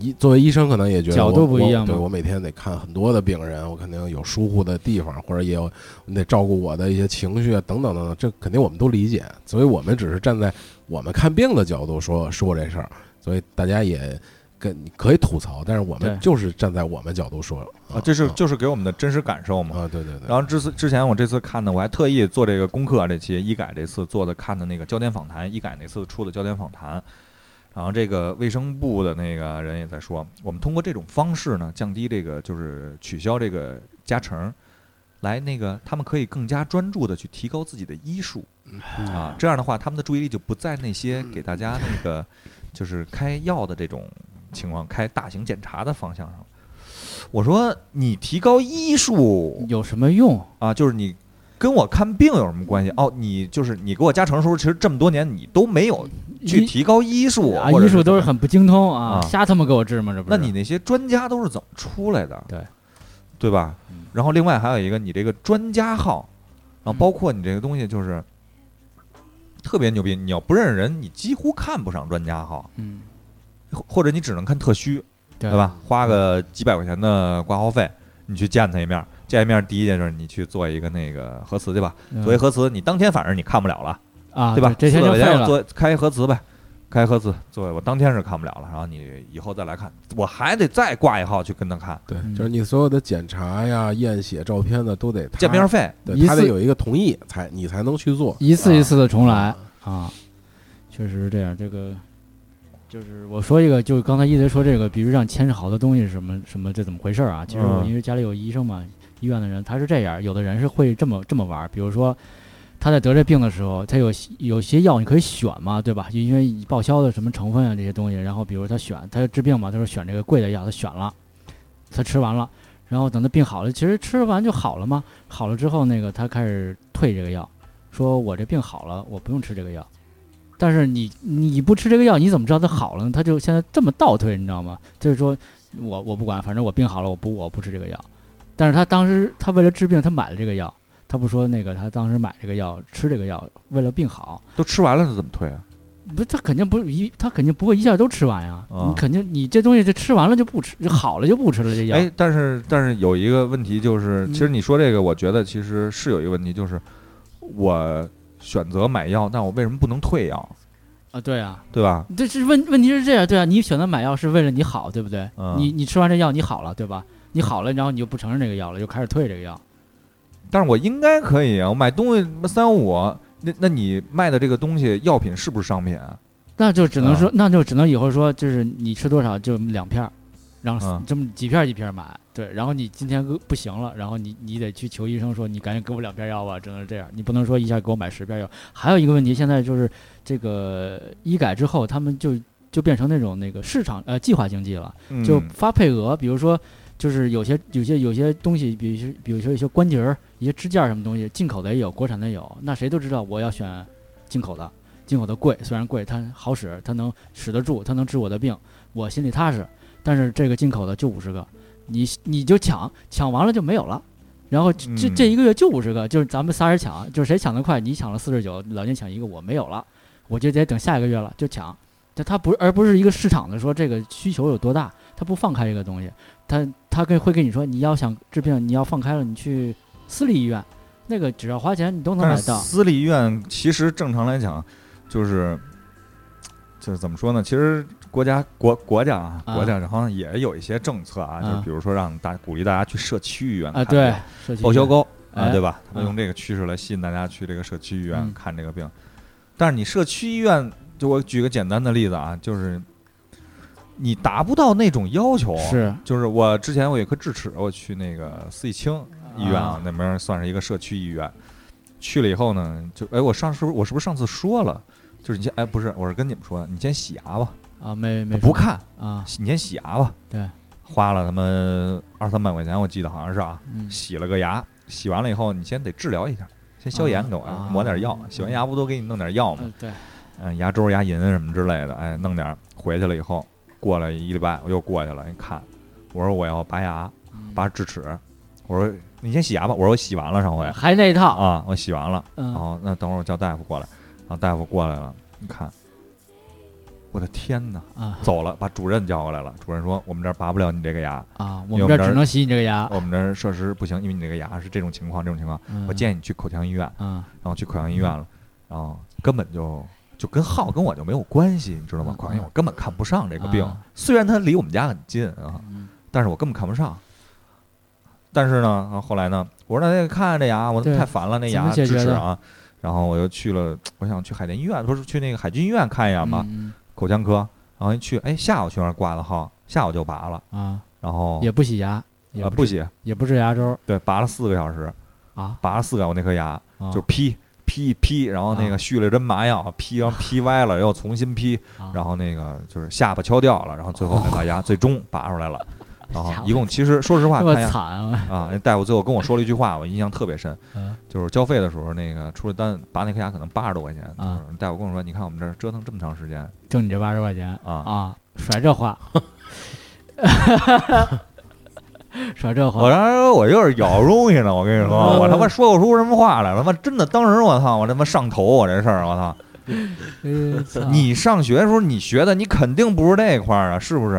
医作为医生，可能也觉得
角
我
度不一
我
样
对
嘛
我每天得看很多的病人，我肯定有疏忽的地方，或者也有嗯你得照顾我的一些情绪啊等等等等，这肯定我们都理解。所以我们只是站在我们看病的角度说 (laughs) 说这事儿，所以大家也跟可以吐槽，但是我们
对
就是站在我们角度说
啊，这是
啊
就是给我们的真实感受嘛。
啊，对对对，
然后之次之前我这次看的，我还特意做这个功课，这期医改这次做的看的那个焦点访谈，医改那次出的焦点访谈，然后这个卫生部的那个人也在说，我们通过这种方式呢，降低这个就是取消这个加成，来那个他们可以更加专注的去提高自己的医术
嗯
啊，这样的话他们的注意力就不在那些给大家那个就是开药的这种情况、开大型检查的方向上了。我说你提高医术，
有什么用？
啊，就是你跟我看病有什么关系？哦，你就是你给我加成的时候，其实这么多年你都没有去
医
提高医术，
啊，
或者
医术
怎
都
么
是
样。
很不精通啊
啊，
瞎他妈给我治吗？这不
那
是？
你那些专家都是怎么出来的？
对，
对吧
嗯？
然后另外还有一个，你这个专家号，然后包括你这个东西就是特别牛逼，你要不认识人，你几乎看不上专家号，
嗯，
或或者你只能看特需。
对
对？吧？花个几百块钱的挂号费，你去见他一面儿。见一面儿第一件事，你去做一个那个核磁去吧。
嗯
作为核磁，你当天反正你看不了了，
啊，
对吧？
这些
400
就
块
废
钱我
了，
做开核磁呗，开核磁作为我当天是看不了了，然后你以后再来看，我还得再挂一号去跟他看，
对
嗯，
就是你所有的检查呀、验血、照片呢，都得他
见面，费。
对
一
他
次
得有一个同意才你才能去做。
一次一次的重来
啊
啊，确实是这样。这个就是我说一个，就是刚才一直说这个，比如让签好多东西什么什么，这怎么回事儿啊？其实我
嗯
因为家里有医生嘛，医院的人他是这样，有的人是会这么这么玩儿，比如说。他在得这病的时候，他有有些药你可以选嘛，对吧？因为报销的什么成分啊这些东西，然后比如他选他治病嘛，他说选这个贵的药，他选了，他吃完了，然后等他病好了，其实吃完就好了嘛。好了之后，那个他开始退这个药，说我这病好了，我不用吃这个药。但是你你不吃这个药，你怎么知道它好了呢？他就现在这么倒退，你知道吗？就是说我我不管，反正我病好了，我不我不吃这个药。但是他当时他为了治病，他买了这个药。他不说那个，他当时买这个药，吃这个药，为了病好，
都吃完了，他怎么退啊？
不是，他肯定不是一，他肯定不会一下都吃完呀。
啊
你肯定，你这东西就吃完了就不吃，就好了就不吃了这药。
哎，但是但是有一个问题就是，
嗯
其实你说这个，我觉得其实是有一个问题，就是我选择买药，但我为什么不能退药，
啊，对啊，
对吧？
这是问问题是这样，对啊，你选择买药是为了你好，对不对？
嗯
你你吃完这药你好了，对吧？你好了，然后你就不承认这个药了，就开始退这个药。
但是我应该可以啊，我买东西三五，那那你卖的这个东西药品是不是商品啊？
那就只能说，那就只能以后说，就是你吃多少就两片儿，然后
啊
这么几片儿几片儿买。对，然后你今天饿不行了，然后你你得去求医生说，你赶紧给我两片药吧，只能是这样。你不能说一下给我买十片药。还有一个问题，现在就是这个医改之后，他们就就变成那种那个市场呃计划经济了。就
嗯
发配额，比如说就是有些有些有些东西，比如说比如说一些关节儿、一些支架什么东西，进口的也有，国产的也有，那谁都知道我要选进口的，进口的贵，虽然贵，它好使，它能使得住，它能治我的病，我心里踏实。但是这个进口的就五十个，你你就抢，抢完了就没有了。然后这这这
嗯
一个月就五十个，就是咱们仨人抢，就是谁抢得快，你抢了四十九，老聂抢一个，我没有了，我就得等下一个月了就抢。但它不是，而不是一个市场的说这个需求有多大，它不放开这个东西，它它跟会跟你说，你要想治病，你要放开了，你去私立医院，那个只要花钱你都能
但
买
是
到。
私立医院其实正常来讲，就是就是怎么说呢？其实国家国国家啊，
啊
国家好像也有一些政策啊，
啊
就比如说让大鼓励大家去社区医院
啊，
看病
对，社区
报
医
销
院，
高
哎
啊，对吧？他们
嗯
用这个趋势来吸引大家去这个社区医院
嗯
看这个病。但是你社区医院，就我举个简单的例子啊，就是你达不到那种要求，啊
是
就是我之前我有一颗智齿，我去那个四季青医院啊
啊，
那边算是一个社区医院。去了以后呢，就哎，我上是不是我是不是上次说了？就是你先哎，不是，我是跟你们说的，你先洗牙吧，
啊，没没
不
说
看，
啊，
你先洗牙吧。
对，
花了他们二三百块钱，我记得好像是啊，
嗯，
洗了个牙，洗完了以后你先得治疗一下，先消炎给我，哎
啊
抹点药。洗完牙不都给你弄点药吗？
呃对，
嗯，牙周、牙龈什么之类的，哎，弄点儿。回去了以后，过了一礼拜，我又过去了，一看，我说我要拔牙，
嗯
拔智齿，我说你先洗牙吧，我说我洗完了上回
还那一套，
啊，我洗完了，然
嗯，
后那等会儿我叫大夫过来，然后大夫过来了，你看，我的天哪，
啊
走了，把主任叫过来了，主任说我们这儿拔不了你这个牙，
啊，我
因为
们这
我们
儿
这
只
儿
能洗你这个牙。
我们这儿设施不行，因为你这个牙是这种情况，这种情况，
嗯
我建议你去口腔医院，
嗯
然后去口腔医院了，然后根本就就跟浩跟我就没有关系，你知道吗
嗯？
口腔医院我根本看不上这个病
啊，
虽然它离我们家很近啊，
嗯，
但是我根本看不上。但是呢，啊后来呢，我说那个看看这牙，我
对
太烦了，那
怎么
牙
解
智
决的
齿啊。然后我又去了，我想去海淀医院，不是去那个海军医院看一眼吗？
嗯
口腔科。然后一去，哎，下午去那儿挂的号，下午就拔了，
嗯啊，
然后
也不洗牙，也
呃哦不
治，
洗，
也不治牙周
对，拔了四个小时，
啊，
拔了四个我那颗牙，
啊
就劈劈一劈，然后那
啊
个续了针麻药，劈然后劈歪了，又重新劈，
啊
然后那个就是下巴敲掉了，然后最后才把牙最终拔出来了。然后
下巴
一共其实说实话，
哦这么
看牙
惨啊，
啊，那大夫最后跟我说了一句话，我印象特别深，
(laughs) 嗯
就是交费的时候，那个出了单拔那颗牙可能八十多块钱，
啊
就是大夫跟我说，你看我们这儿折腾这么长时间
就你这八十块钱
啊，
啊，甩这话， (laughs) 甩这话哎
我当时我又是咬东西呢，我跟你
哦
说，我他妈说不出什么话来，他妈真的，当时我操，我他妈上头，啊我这事儿，我操，
哎呦，操
你上学的时候你学的，你肯定不是这一块儿啊，是不是？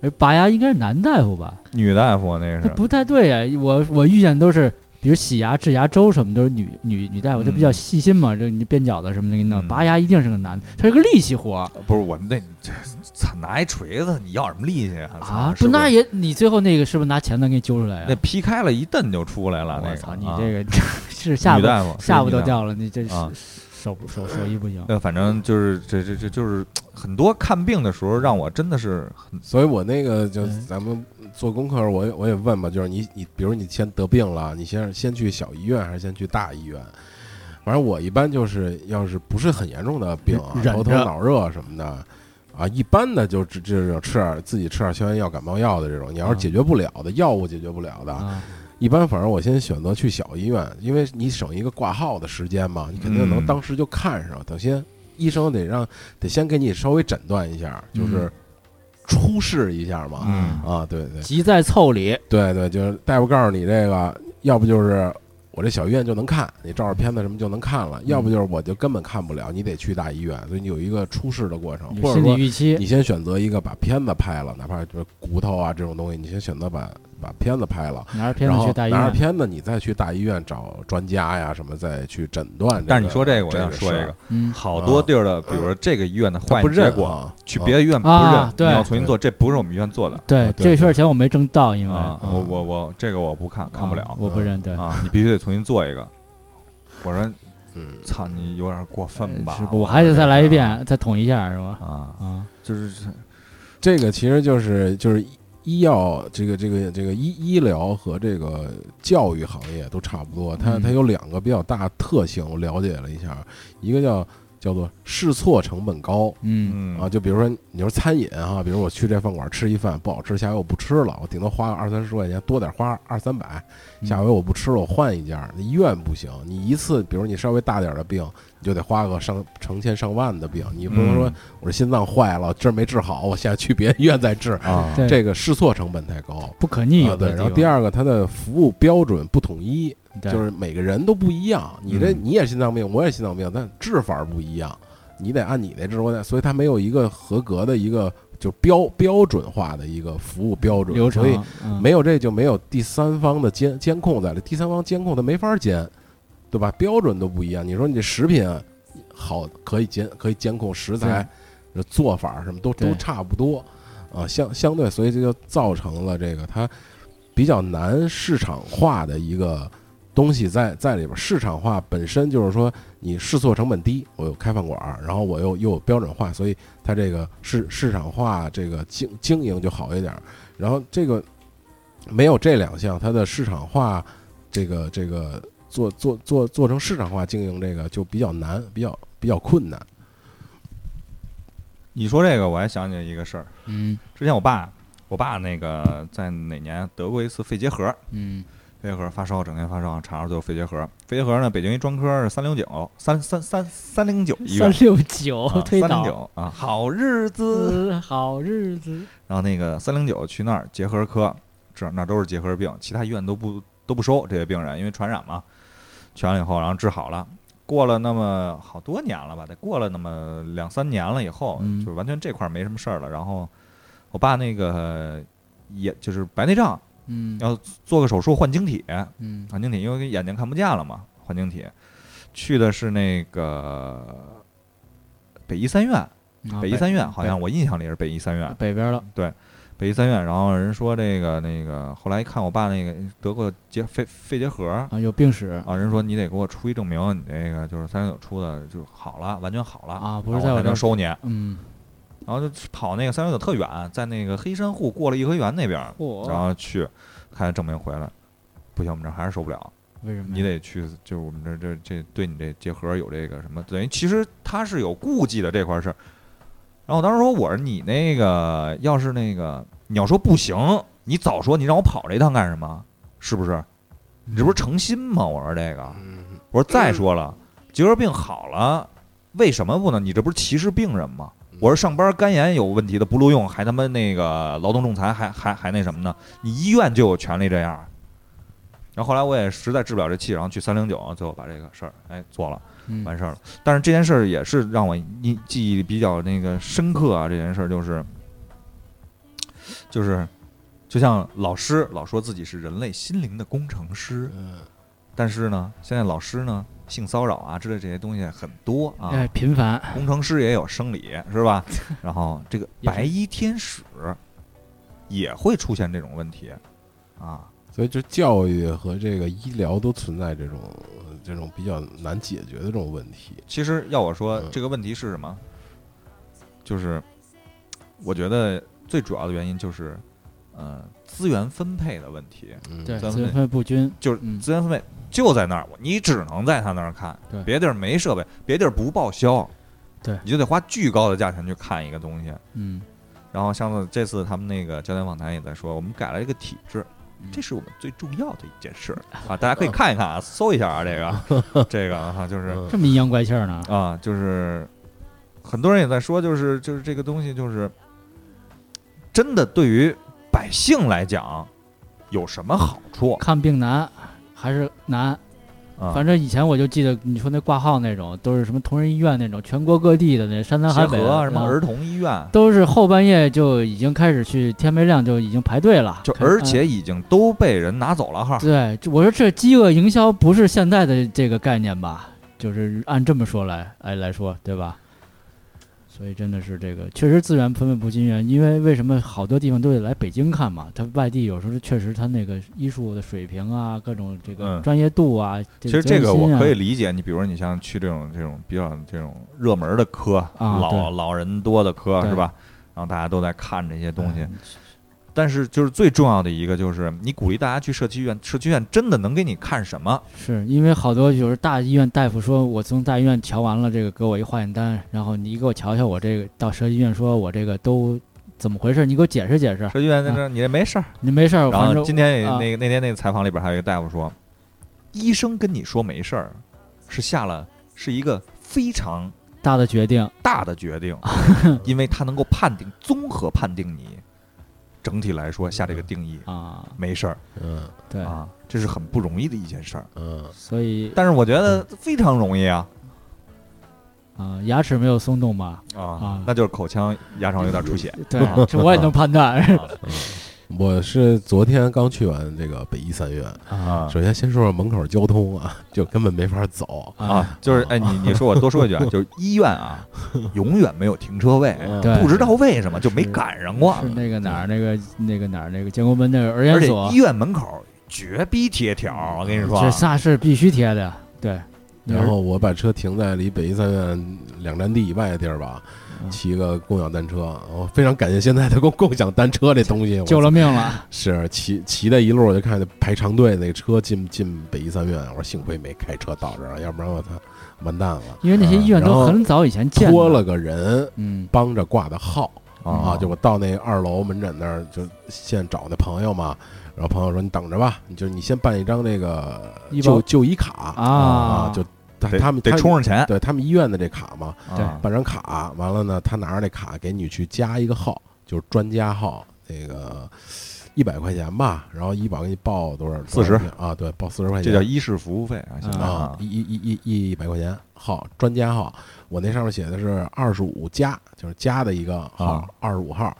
哎拔牙应该是男大夫吧？
女大夫啊那个
那
是，
不太对呀，我我遇见都是。比如洗牙、治牙周什么都是女女女大夫，这比较
嗯
细心嘛，这你边角子什么的给你弄。
嗯啊
拔牙一定是个男的，他是个力气活儿
不是我那，这操，拿一锤子，你要什么力气啊？
啊
操，
不
是
那
是
也你最后那个是不是拿钳子给你揪出来呀
那？劈开了一蹬就出来了，那
我
个，
操，你
啊
这个是下
女
巴
大夫，
下巴
是
都
女大夫
掉了，你这
啊
手手手艺不行。
呃，反正就是这这这就是很多看病的时候，让我真的是很
所以我那个就
嗯
咱们做功课时候，我也我也问吧，就是你你，比如你先得病了，你先先去小医院还是先去大医院？反正我一般就是，要是不是很严重的病啊
忍，忍
头疼
着
脑热什么的，啊，一般的就只就是吃点自己吃点消炎药、感冒药的这种。你要
啊
是解决不了的，药物解决不了的，
啊，
一般反正我先选择去小医院，因为你省一个挂号的时间嘛，你肯定能
嗯
当时就看上。等先医生得让得先给你稍微诊断一下，就是出示一下嘛。
嗯
啊，对对
急在凑里，
对对，就是大夫告诉你这个，要不就是我这小医院就能看，你照着片子什么就能看
嗯
了；要不就是我就根本看不了，你得去大医院。所以你有一个出示的过程，
嗯
有
或者
心理
说
预期
你先选择一个把片子拍了，哪怕就是骨头啊这种东西，你先选择把把片子拍了，
拿着片
然
子
后
去大医
拿着
院，
片子你再去大医院找专家呀什么再去诊断。
但是你说这个，我
这
想说
事
一
儿
个，，
嗯，
好多地儿的，比如说这个医院的
他
坏
不
结
认
果，
啊，
去
啊
别的医院不
啊
认，你
对
要重新做，这不是我们医院做的
对
啊对
这事儿钱我没挣到，因为
啊！我我我，这个我不看，看
啊
不了
我不认对。
啊！你必须得重新做一个。我说，
嗯，
操，你有点过分
嗯
吧
哎是？不我还得再来一遍，再统一下，是吧？
啊！
啊，
就是
这个其实就是就是医医药这个这个这个医医疗和这个教育行业都差不多，它
嗯
它有两个比较大特性，我了解了一下，一个叫叫做试错成本高。
嗯
嗯
啊，就比如说你说餐饮哈、比如我去这饭馆吃一饭不好吃，下回我不吃了，我顶多花个二三十块钱，多点花二三百，
嗯
下回我不吃了，我换一家。那医院不行，你一次，比如你稍微大点儿的病，你就得花个上成千上万的病，你不能说
嗯
我这心脏坏了，这儿没治好，我现在去别的医院再治，
啊
对
这个试错成本太高。
不可逆
啊，
有
对，
的
然后第二个，它的服务标准不统一，
对
就是每个人都不一样。你这
嗯
你也心脏病，我也心脏病，但治法不一样，你得按你那治，我得，所以它没有一个合格的一个就标标准化的一个服务标准
流程
所以
嗯
没有这就没有第三方的监监控在了，第三方监控它没法监，对吧？标准都不一样。你说你这食品好可以监可以监控食材、这做法什么都
对
都差不多啊，相相对，所以这就造成了这个它比较难市场化的一个东西在在里边儿。市场化本身就是说你试错成本低，我有开饭馆儿，然后我又又有标准化，所以它这个市市场化这个经经营就好一点儿。然后这个没有这两项，它的市场化这个这个做做做做成市场化经营这个就比较难，比较比较困难。
你说这个，我还想起来一个事儿。
嗯
之前我爸，我爸那个在哪年得过一次肺结核，
嗯
肺结核发烧，整天发烧，查出最后肺结核。肺结核呢，北京一专科是三零九，三三三三零九
嗯
医
三
院，
六九
啊
推
三零
倒，
九啊，好日子。
嗯好日子，
(laughs) 然后那个三零九去那儿结核科治，那儿都是结核病，其他医院都不都不收这些病人，因为传染嘛。去完了以后，然后治好了，过了那么好多年了吧，得过了那么两三年了以后，
嗯
就是完全这块儿没什么事儿了。然后我爸那个也就是白内障，
嗯
要做个手术换晶体，
嗯
换晶体，因为眼睛看不见了嘛，换晶体。去的是那个北医三院，
啊
北医三院好像我印象里是北医三院，
北边了，
北医三院，然后人说这个那个，后来一看我爸那个得过结肺肺结核
啊，有病史
啊，人说你得给我出一证明，你这个就是三九九出的就好了，完全好了
啊，不
然
是
后
在我
我才
这
能
儿，
收你。
嗯，
然后就跑那个三九九特远，在那个黑山户过了颐和园那边，然
嚯，
后去看证明回来，不行，我们这还是收不了，
为什么
你
呀？
得去，就是我们这这这对你这结核有这个什么，等于其实他是有顾忌的这块事儿。然后我当时说，我说你那个要是那个你要说不行，你早说，你让我跑这一趟干什么？是不是？你这不是诚心吗？我说这个，
嗯，
我说再说了，结核病好了，为什么不能？你这不是歧视病人吗？我说上班肝炎有问题的不录用，还他妈那个劳动仲裁，还还还那什么呢？你医院就有权利这样。啊然后后来我也实在治不了这气，然后去三零九，最后把这个事儿哎做了，
嗯
完事儿了。但是这件事儿也是让我印记忆比较那个深刻啊，这件事儿就是，就是，就像老师老说自己是人类心灵的工程师，
嗯
但是呢，现在老师呢性骚扰啊之类这些东西很多啊，
哎，频繁，
工程师也有生理是
(laughs)
吧？然后这个
也是
白衣天使也会出现这种问题啊。
所以就教育和这个医疗都存在这种呃这种比较难解决的这种问题。
其实要我说
嗯
这个问题是什么，就是我觉得最主要的原因就是，呃，资源分配的问题，
嗯，
对，
咱们
资源分配不均，
就是
嗯
资源分配就在那儿，你只能在他那儿看
对，
别地儿没设备，别地儿不报销，
对
你就得花巨高的价钱去看一个东西。
嗯，
然后上次这次他们那个焦点访谈也在说，我们改了一个体制
嗯，
这是我们最重要的一件事
(laughs)
儿啊！大家可以看一看啊，搜一下啊，这个这个啊，就是
嗯
这么阴阳怪气儿呢，
啊，就是很多人也在说，就是就是这个东西，就是真的对于百姓来讲有什么好处？
看病难还是难，
啊，
反正以前我就记得你说那挂号那种，都是什么同仁医院那种，全国各地的那山南海
协
北
和
的
啊，什么儿
嗯
童医院，
都是后半夜就已经开始去，天没亮就已经排队了，
就
开始
而
嗯
且已经都被人拿走了号。
对，这我说这饥饿营销不是现在的这个概念吧？就是按这么说来来来说，对吧？所以真的是这个，确实资源分配不均匀。因为为什么好多地方都得来北京看嘛？他外地有时候确实他那个医术的水平啊，各种这个
嗯
专业度啊，
其实这个
责任心
我
啊
可以理解，你比如说你像去这种这种比较这种热门的科，老
啊对
老人多的科
对
是吧？然后大家都在看这些东西，但是就是最重要的一个就是你鼓励大家去社区医院，社区医院真的能给你看什么？
是因为好多有时候大医院大夫说，我从大医院瞧完了这个，给我一化验单，然后你给我瞧瞧我这个，到社医院说我这个都怎么回事，你给我解释解释。
社区医院在这儿你这没事儿。
你没事儿，
然
啊反
后
正
今天也
啊
那个那天那个采访里边还有一个大夫说，医生跟你说没事儿，是下了是一个非常
大的决定，
大的
(laughs)
决定，因为他能够判定综合判定你整体来说下这个定义
啊，
没事儿
嗯
对，
啊，这是很不容易的一件事儿。
嗯，
所以
但是我觉得
嗯
非常容易啊
啊，牙齿没有松动吧？
啊，那就是口腔牙床有点出血。
对，这我也能判断
我是昨天刚去完这个北医三院。
啊
首先先说说门口交通啊， (laughs) 就根本没法走。
啊。
(laughs) 啊，就是哎，你你说我多说一句啊，就是医院啊，永远没有停车位，
嗯
(laughs) 对
不知道为什么就没
是
赶上过，
是那个哪儿，那个那个哪儿，那个建国门那个儿研
而且
所
医，院门口绝逼贴条，我跟你说啊
这，仨是必须贴的，对。
然后我把车停在离北医三院两站地以外的地儿吧，
嗯
骑个共享单车。我非常感谢现在的共共享单车这东西，我
救了命了，
是骑骑的一路，我就看见排长队那个车进进北医三院，我说幸亏没开车到这儿，要不然我操完蛋了，啊
因为那些医院
然
都
后
很早以前建
托
的
了个人
嗯
帮着挂的号啊，
啊
就我到那二楼门诊那儿就现找那朋友嘛，然后朋友说你等着吧，你就是你先办一张那个
医保
就就医卡
啊，
就他
得
他们
得
他
充上钱，
对他们医院的这卡嘛，
对
啊
办张卡，完了呢，他拿着那卡给你去加一个号，就是专家号，那个一百块钱吧，然后医保给你报多少？
40
多少钱啊，对，报四十块
这
钱，
叫医事服务费啊，现在
啊，一一一一一百块钱号，专家号，我那上面写的是二十五加，就是加的一个号
啊，
二十五号，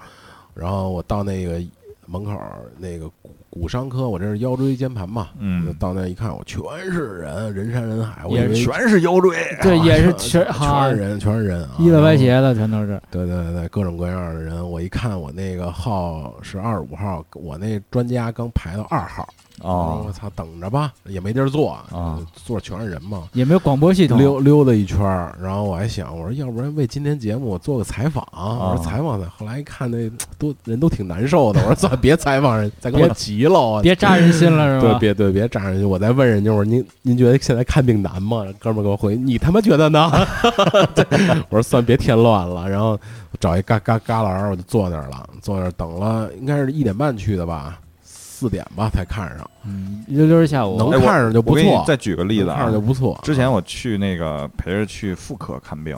然后我到那个门口儿那个骨骨伤科，我这是腰椎间盘嘛。我就
嗯，
到那一看，我全是人，人山人海，我以
也
为
全是腰椎，
(laughs) 对，
啊
也是
全
全哈
是人，全是人啊，
医了歪
然后
斜了，全都是
对对对对，各种各样的人，我一看我那个号是二十五号，我那专家刚排到二号，我说
哦
我操，等着吧，也没地儿坐，
啊
坐全是人嘛，
也没有广播哦系统，
溜溜达一圈儿，然后我还想，我说要不然为今天节目我做个采访，我
哦
说采访的，后来一看那都人都挺难受的，我说 (laughs) 算别采访人，再给我
别
急了，我
别扎人心了是吧
嗯对，？别对别扎人去！我再问人家，我说您您觉得现在看病难吗？哥们儿给我回，你他妈觉得呢？ (laughs) 对我说算别添乱了，然后找一旮旮旮旯，我就坐那儿了，坐那儿等了，应该是一点半去的吧，四点吧才看上，
嗯，溜溜下午
能
哎我
看上就不
我给你
错，
再举个例子
能看
啊
上，就不错。
之前我去那个陪着去妇科看病，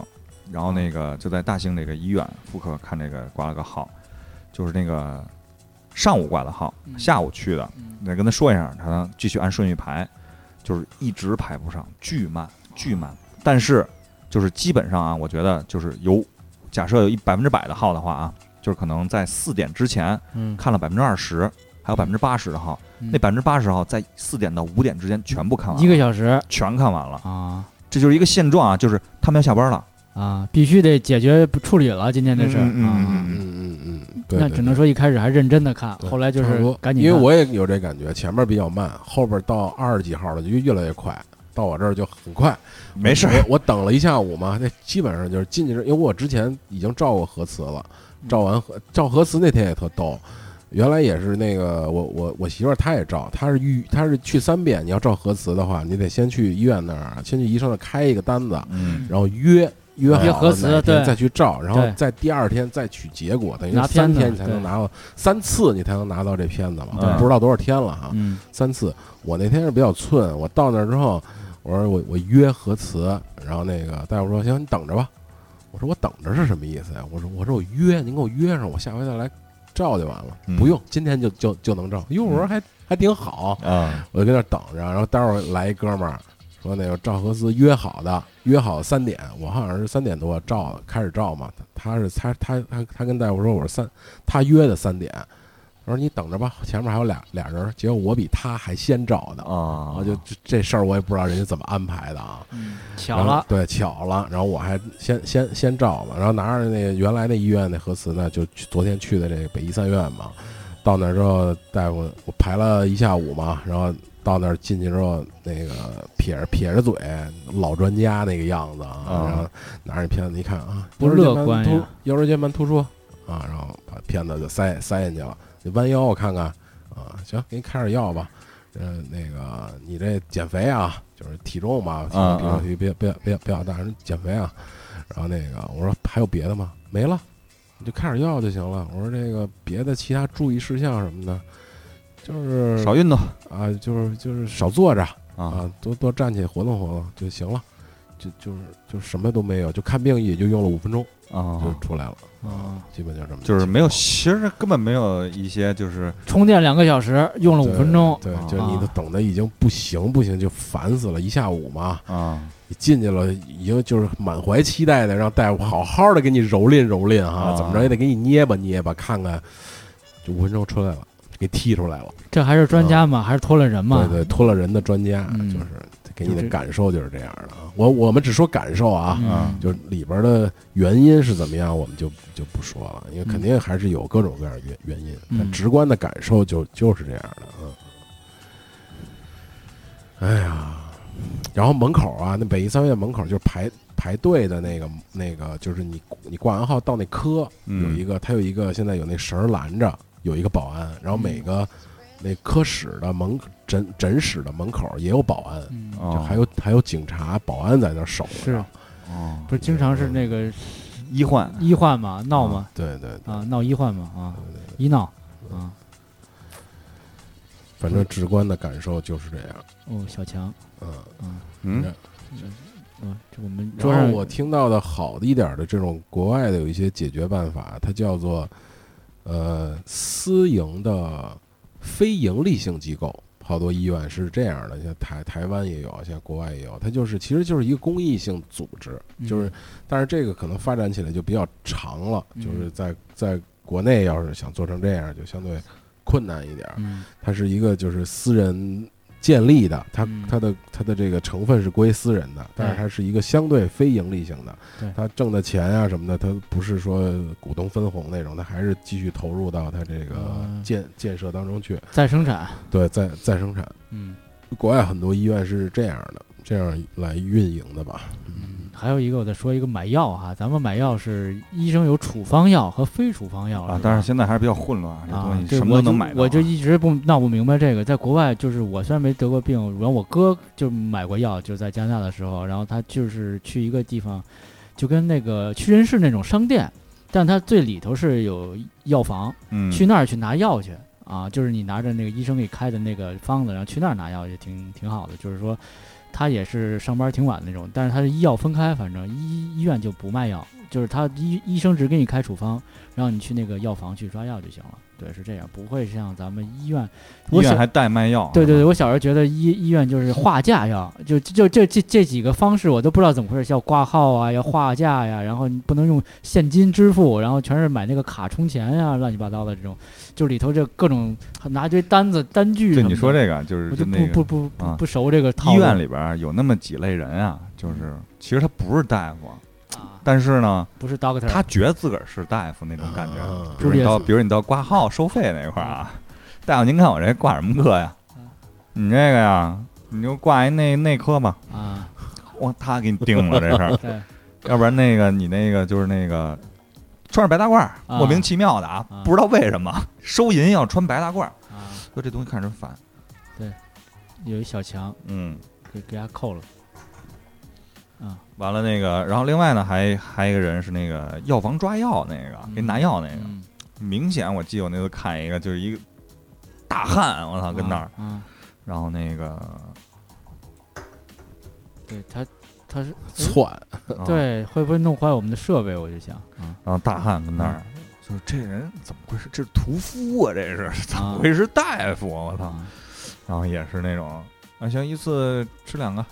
然后那个就在大兴那个医院妇科看那个挂了个号，就是那个上午挂的号，
嗯
下午去的，
嗯
得跟他说一下，他继续按顺序排，就是一直排不上，巨慢，巨慢。但是就是基本上啊，我觉得就是有，假设有一百分之百的号的话啊，就是可能在四点之前
嗯，
看了百分之二十，还有百分之八十的号，那百分之八十号在四点到五点之间全部看完
一
啊
了，
个小时
全看完了，
啊
这就是一个现状啊，就是他们要下班了，
啊，必须得解决处理了今天这事儿
嗯嗯嗯
啊
嗯。
嗯嗯嗯，对
那只能。说一开始还认真的看，
对
后来就
差不
是
多
赶紧
因
看，
为我也有这感觉，前面比较慢，后边到二十几号了就越来越快，到我这儿就很快。
嗯没事儿，
我我等了一下午嘛，那基本上就是进去之后，因为我之前已经照过核磁了，
嗯
照完核照核磁那天也特逗，原来也是那个我我我媳妇儿她也照，她是预她是去三遍，你要照核磁的话，你得先去医院那儿，啊先去医生那儿开一个单子，
嗯，
然后约。约
约
好
核
了
磁
哪天
对
再去照，然后
对
在第二天再取结果，等于
拿
三天
片子
你才能
对
拿到三次，你才能拿到这片子嘛，
对
不知道多少天了哈。
嗯
三次。我那天是比较寸，我到那儿之后，我说我我约核磁，然后那个大夫说行，你等着吧。我说我等着是什么意思呀？我说我说我约，您给我约上，我下回再来照就完了，
嗯
不用今天就就就能照。哟，我说还还挺好，
啊
嗯
我就跟那儿等着，然后待会儿来一哥们儿。说那个赵和思约好的，约好三点，我好像是三点多照开始照嘛，他是他他他他跟大夫说我是三，他约的三点，我说你等着吧，前面还有俩俩人，结果我比他还先照的，然
啊嗯
后就这这事儿我也不知道人家怎么安排的啊，
巧
然后
了，
对，巧了。然后我还先先先照了，然后拿着那个原来那医院那核磁呢，就去昨天去的这北医三院嘛。到那儿之后，大夫我排了一下午嘛，然后到那儿进去之后，那个撇着撇着嘴，老专家那个样子啊
啊，
然后拿着片子一看啊，
不
腰椎间
乐观
盘
呀
突腰椎间盘突出啊，然后把片子就塞塞进去了。你弯腰我看看啊，行，给你开点药吧。嗯，那个你这减肥啊，就是体重嘛，体
啊
重比别别别别老大，人减肥啊。然后那个我说还有别的吗？没了，你就开点药就行了。我说这个别的其他注意事项什么的，就是
少运动
啊，就是就是少坐着
啊
啊，多多站起来活动活动就行了。就就是就什么都没有，就看病也就用了五分钟就
啊，
出来了，
嗯，
基本就这么
就是没有，
情
其实根本没有一些就是
充电两个小时，用了
况
五分钟，
对，
啊
对就是你都等的已经不行不行，就烦死了，一下午嘛，
啊
你进去了，已经就是满怀期待的，让大夫好好的给你蹂躏蹂躏哈，
啊
怎么着也得给你捏吧捏吧，看看，就五分钟出来了，给踢出来了，
这还是专家嘛，还是托了人嘛
对？对，托了人的专家，
嗯
就是给你
就
的
这
感受就是这样的啊。我我们只说感受啊，
嗯，
就是里边的原因是怎么样，我们就就不说了，因为肯定还是有各种各样的原原因，
嗯
但直观的感受就就是这样的，嗯。哎呀，然后门口啊，那北医三院门口就是排排队的那个那个，就是你你挂完号到那科
嗯
有一个，它有一个现在有那绳儿拦着，有一个保安，然后每
嗯
个那科室的门诊诊室的门口也有保安，
嗯
啊，
就还有还有警察保安在那儿守着。
是
哦
不是经常是那个
医患
医患嘛，闹嘛
对对对
啊，闹医患嘛啊，医闹啊。
反正直观的感受就是这样。
哦，小强，
嗯，
嗯
嗯，这我们桌
然
上
后我听到的好的一点的这种国外的有一些解决办法，它叫做呃私营的非盈利性机构，好多医院是这样的，像台台湾也有，像国外也有，它就是其实就是一个公益性组织，
嗯
就是但是这个可能发展起来就比较长了，就是
嗯
在在国内要是想做成这样，就相对困难一点儿。
嗯
它是一个就是私人建立的，它
嗯
它的它的这个成分是归私人的，但是
对
它是一个相对非盈利性的
对，
它挣的钱啊什么的，它不是说股东分红那种，它还是继续投入到它这个
嗯
建建设当中去，
再生产，
对，再再生产。
嗯
国外很多医院是这样的，这样来运营的吧？
嗯，还有一个我再说一个买药哈，咱们买药是医生有处方药和非处方药
啊，
吧
但是现在还是比较混乱，这
啊
东，西
对，
什么
我
都
就
能买到啊。
我就一直不闹不明白这个。在国外，就是我虽然没得过病，然后我哥就买过药，就在加拿大的时候，然后他就是去一个地方，就跟那个屈臣氏那种商店，但他最里头是有药房，
嗯
去那儿去拿药去啊，就是你拿着那个医生给开的那个方子，然后去那儿拿药也挺挺好的。就是说，他也是上班挺晚那种，但是他是医药分开，反正医医院就不卖药，就是他医医生只给你开处方，然后你去那个药房去抓药就行了。对，是这样，不会像咱们医院，
医
我小
院还代卖药，
对对对，
是吧，
我小时候觉得医医院就是划价药，就就这这这几个方式我都不知道怎么回事，要挂号啊，要划价呀、然后你不能用现金支付，然后全是买那个卡充钱呀、乱七八糟的这种，就里头这各种拿一堆单子单据什
对
么的。
你说这个就是
我就
那个
不不不不
啊
不熟这个套
医
路嗯
院里边儿有那么几类人啊，就是其实他不是大夫，
啊，
但是呢，
不是 doctor，
他觉得自个儿是大夫那种感觉。
啊
比如你到，比如你到挂号收费那块儿啊，大夫您看我这挂什么科呀
嗯？
你这个呀，你就挂一内内科吧。
啊，，
哇，他给你定了这事儿
(laughs) 对，
要不然那个你那个就是那个穿着白大褂儿，
啊
莫名其妙的啊
啊，
不知道为什么收银要穿白大褂儿，
啊，
说这东西看着真烦。
有一小强
嗯，
给给他扣了，
完了那个，然后另外呢，还还一个人是那个药房抓药那个，给拿药那个，
嗯，
明显我记得我那次看一个，就是一个大汉，我操，跟那儿，
啊，啊
然后那个，
对他他是哎
窜，
啊，
对会不会弄坏我们的设备？我就想啊
然后大汉跟那儿，就是这人怎么回事？这是屠夫啊，这是怎
啊
么回事？ (laughs) 大夫啊，我操！
啊
然后也是那种，啊，行，一次吃两个，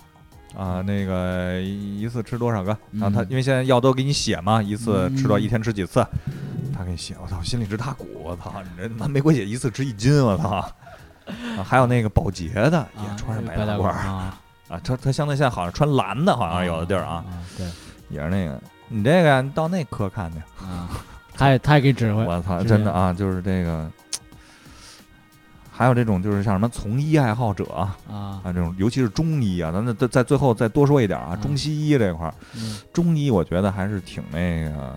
啊，那个一次吃多少个？
嗯
然后他因为现在药都给你写嘛，一次吃多
嗯
少一天吃几次，他给你写，我操，心里直打鼓，我操，你这他妈玫瑰姐一次吃一斤，我操。啊还有那个保洁的也
啊
穿上
白
白大褂
褂
儿
啊，
啊，他他相对现在好像穿蓝的，好像有的地儿 (laughs) 啊，
对
也是那个。你这个呀，你到那科看去。
啊，他也他也给指挥，
我操，
哎是
真的啊，就是这个，还有这种就是像什么从医爱好者啊，
啊，
这种尤其是中医啊，咱再再最后再多说一点啊，
嗯
中西医这块儿，
嗯
中医我觉得还是挺那个，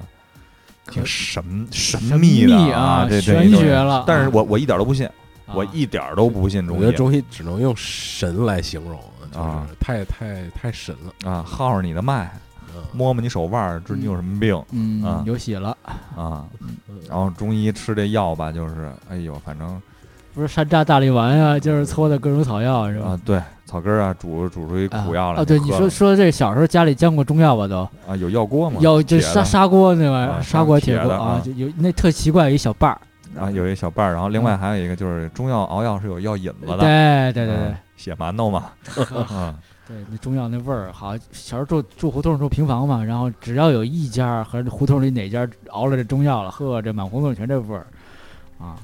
挺神
神
神
秘
的
啊，
这这
玄
一东西
学了。
但是
啊
我我一点都不信，我
啊
一点都不信
我
中
觉得
医
中医只能用神来形容，就
啊
是太太太神了。
啊，耗着你的脉，
嗯，
摸摸你手腕儿，知你有什么病啊
嗯有喜了，
啊。然后中医吃这药吧，就是哎呦，反正
不是山楂大力丸啊，就是搓的各种草药是吧
啊？，对，草根儿啊，煮煮出一
啊
苦药来
啊，对，
喝
你
了
说说这小时候家里煎过中药吧都？
啊，有药锅吗？
有这
铁的
砂砂锅那玩意
啊
儿，砂锅
铁
铁锅
的啊
就有那特奇怪有一小瓣儿，
啊，有一小瓣儿，然后另外还有一个就是中药熬药是有药引子的，
嗯对对对对
嗯，血馒头嘛，嗯
对，那中药那味儿好。小时候住住胡同住平房嘛，然后只要有一家儿和胡同里哪家儿熬了这中药了，呵，这满胡同全这味儿啊。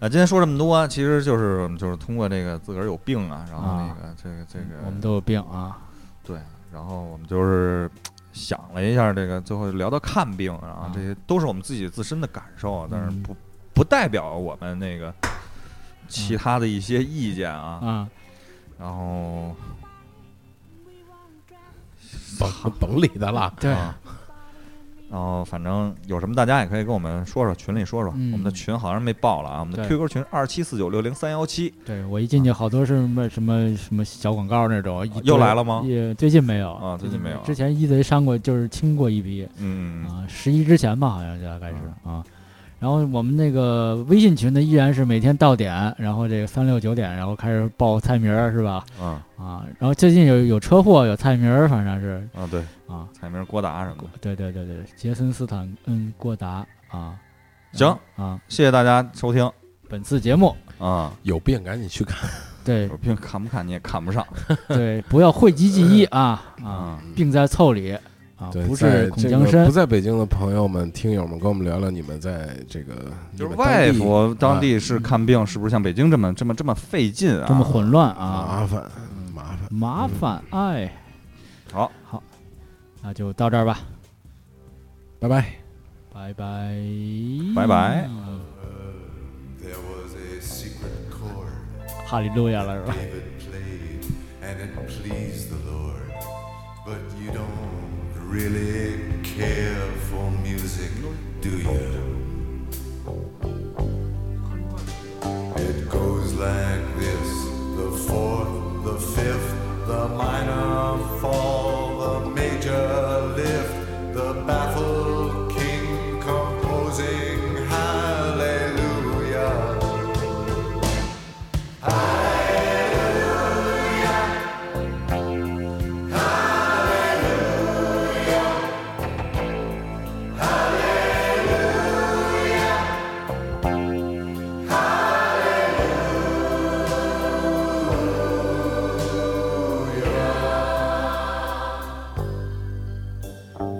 啊，今天说这么多，其实就是嗯就是通过这个自个儿有病啊，然后那
啊
个、这个这个
我们都有病啊，
对，然后我们就是想了一下这个，最后聊到看病，然后这些都是我们自己自身的感受，啊但是
啊嗯
不不代表我们那个其他的一些意见啊，
啊，
然后
甭甭理他了，
对，
啊然后反正有什么大家也可以跟我们说说，群里说说。
嗯
我们的群好像没报了啊，我们的
对
QQ 群二七四九六零三幺七
对我一进去好多是什么什么什么小广告那种，一
啊又来了吗
也最近没有嗯
啊最近没有啊
之前一贼删过，就是清过一批
嗯，嗯
啊，十一之前吧，好像就大概是啊。然后我们那个微信群呢，依然是每天到点，然后这个三六九点，然后开始报菜名儿是吧？
嗯啊
啊，然后最近有有车祸，有菜名儿，反正是
啊对，
啊，
彩名郭达什么
对对对对，杰森斯坦嗯郭达啊，
的。行，
啊，
谢谢大家收听
本次节目
啊！
有病赶紧去看。 (laughs)
对
有病看不看你也看不上嗯
对，不要讳疾忌医啊啊，！病在凑里啊，
嗯对，
不
在
是孔
这
江
个
山
不，在北京的朋友们、听友们，跟我们聊聊你们在这个
就是外
服
服当地是看病，是不是像北京这么这么这么费劲
啊
啊？
这么混乱啊，
嗯
麻烦嗯麻烦。
麻烦哎，
好，
那就到这儿吧，
拜拜。
拜拜，
拜拜。
There was a secret chord
哈利路亚了是吧？
David played, and it pleased the Lord. But you don't really care for music, do you? It goes like this the fourth, the fifth, the minor fall, the major lift, the baffled king composing hallelujah.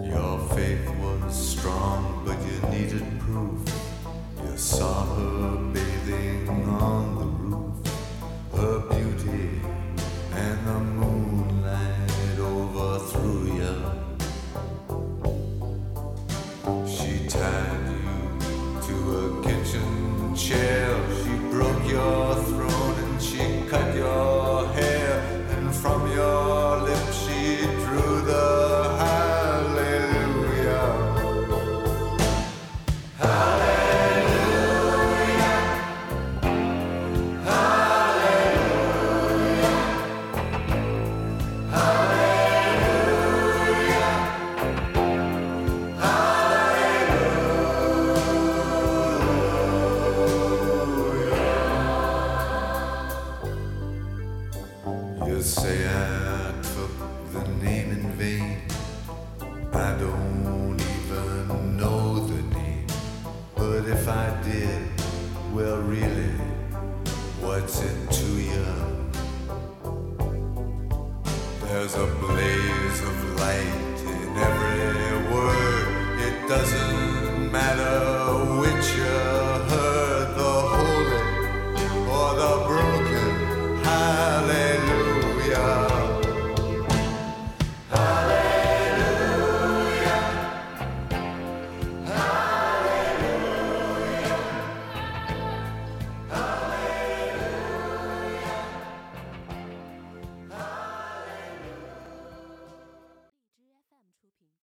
Your faith was strong, but you needed proof. You saw her bathing on the roof, her beauty and the moonlight overthrew you. She tied you to a kitchen chair, she broke your throne and she cut your hair, and from your lips she drew the hallelujah. You say I took the name in vain. I don't even know the name. But if I did, well, really, what's it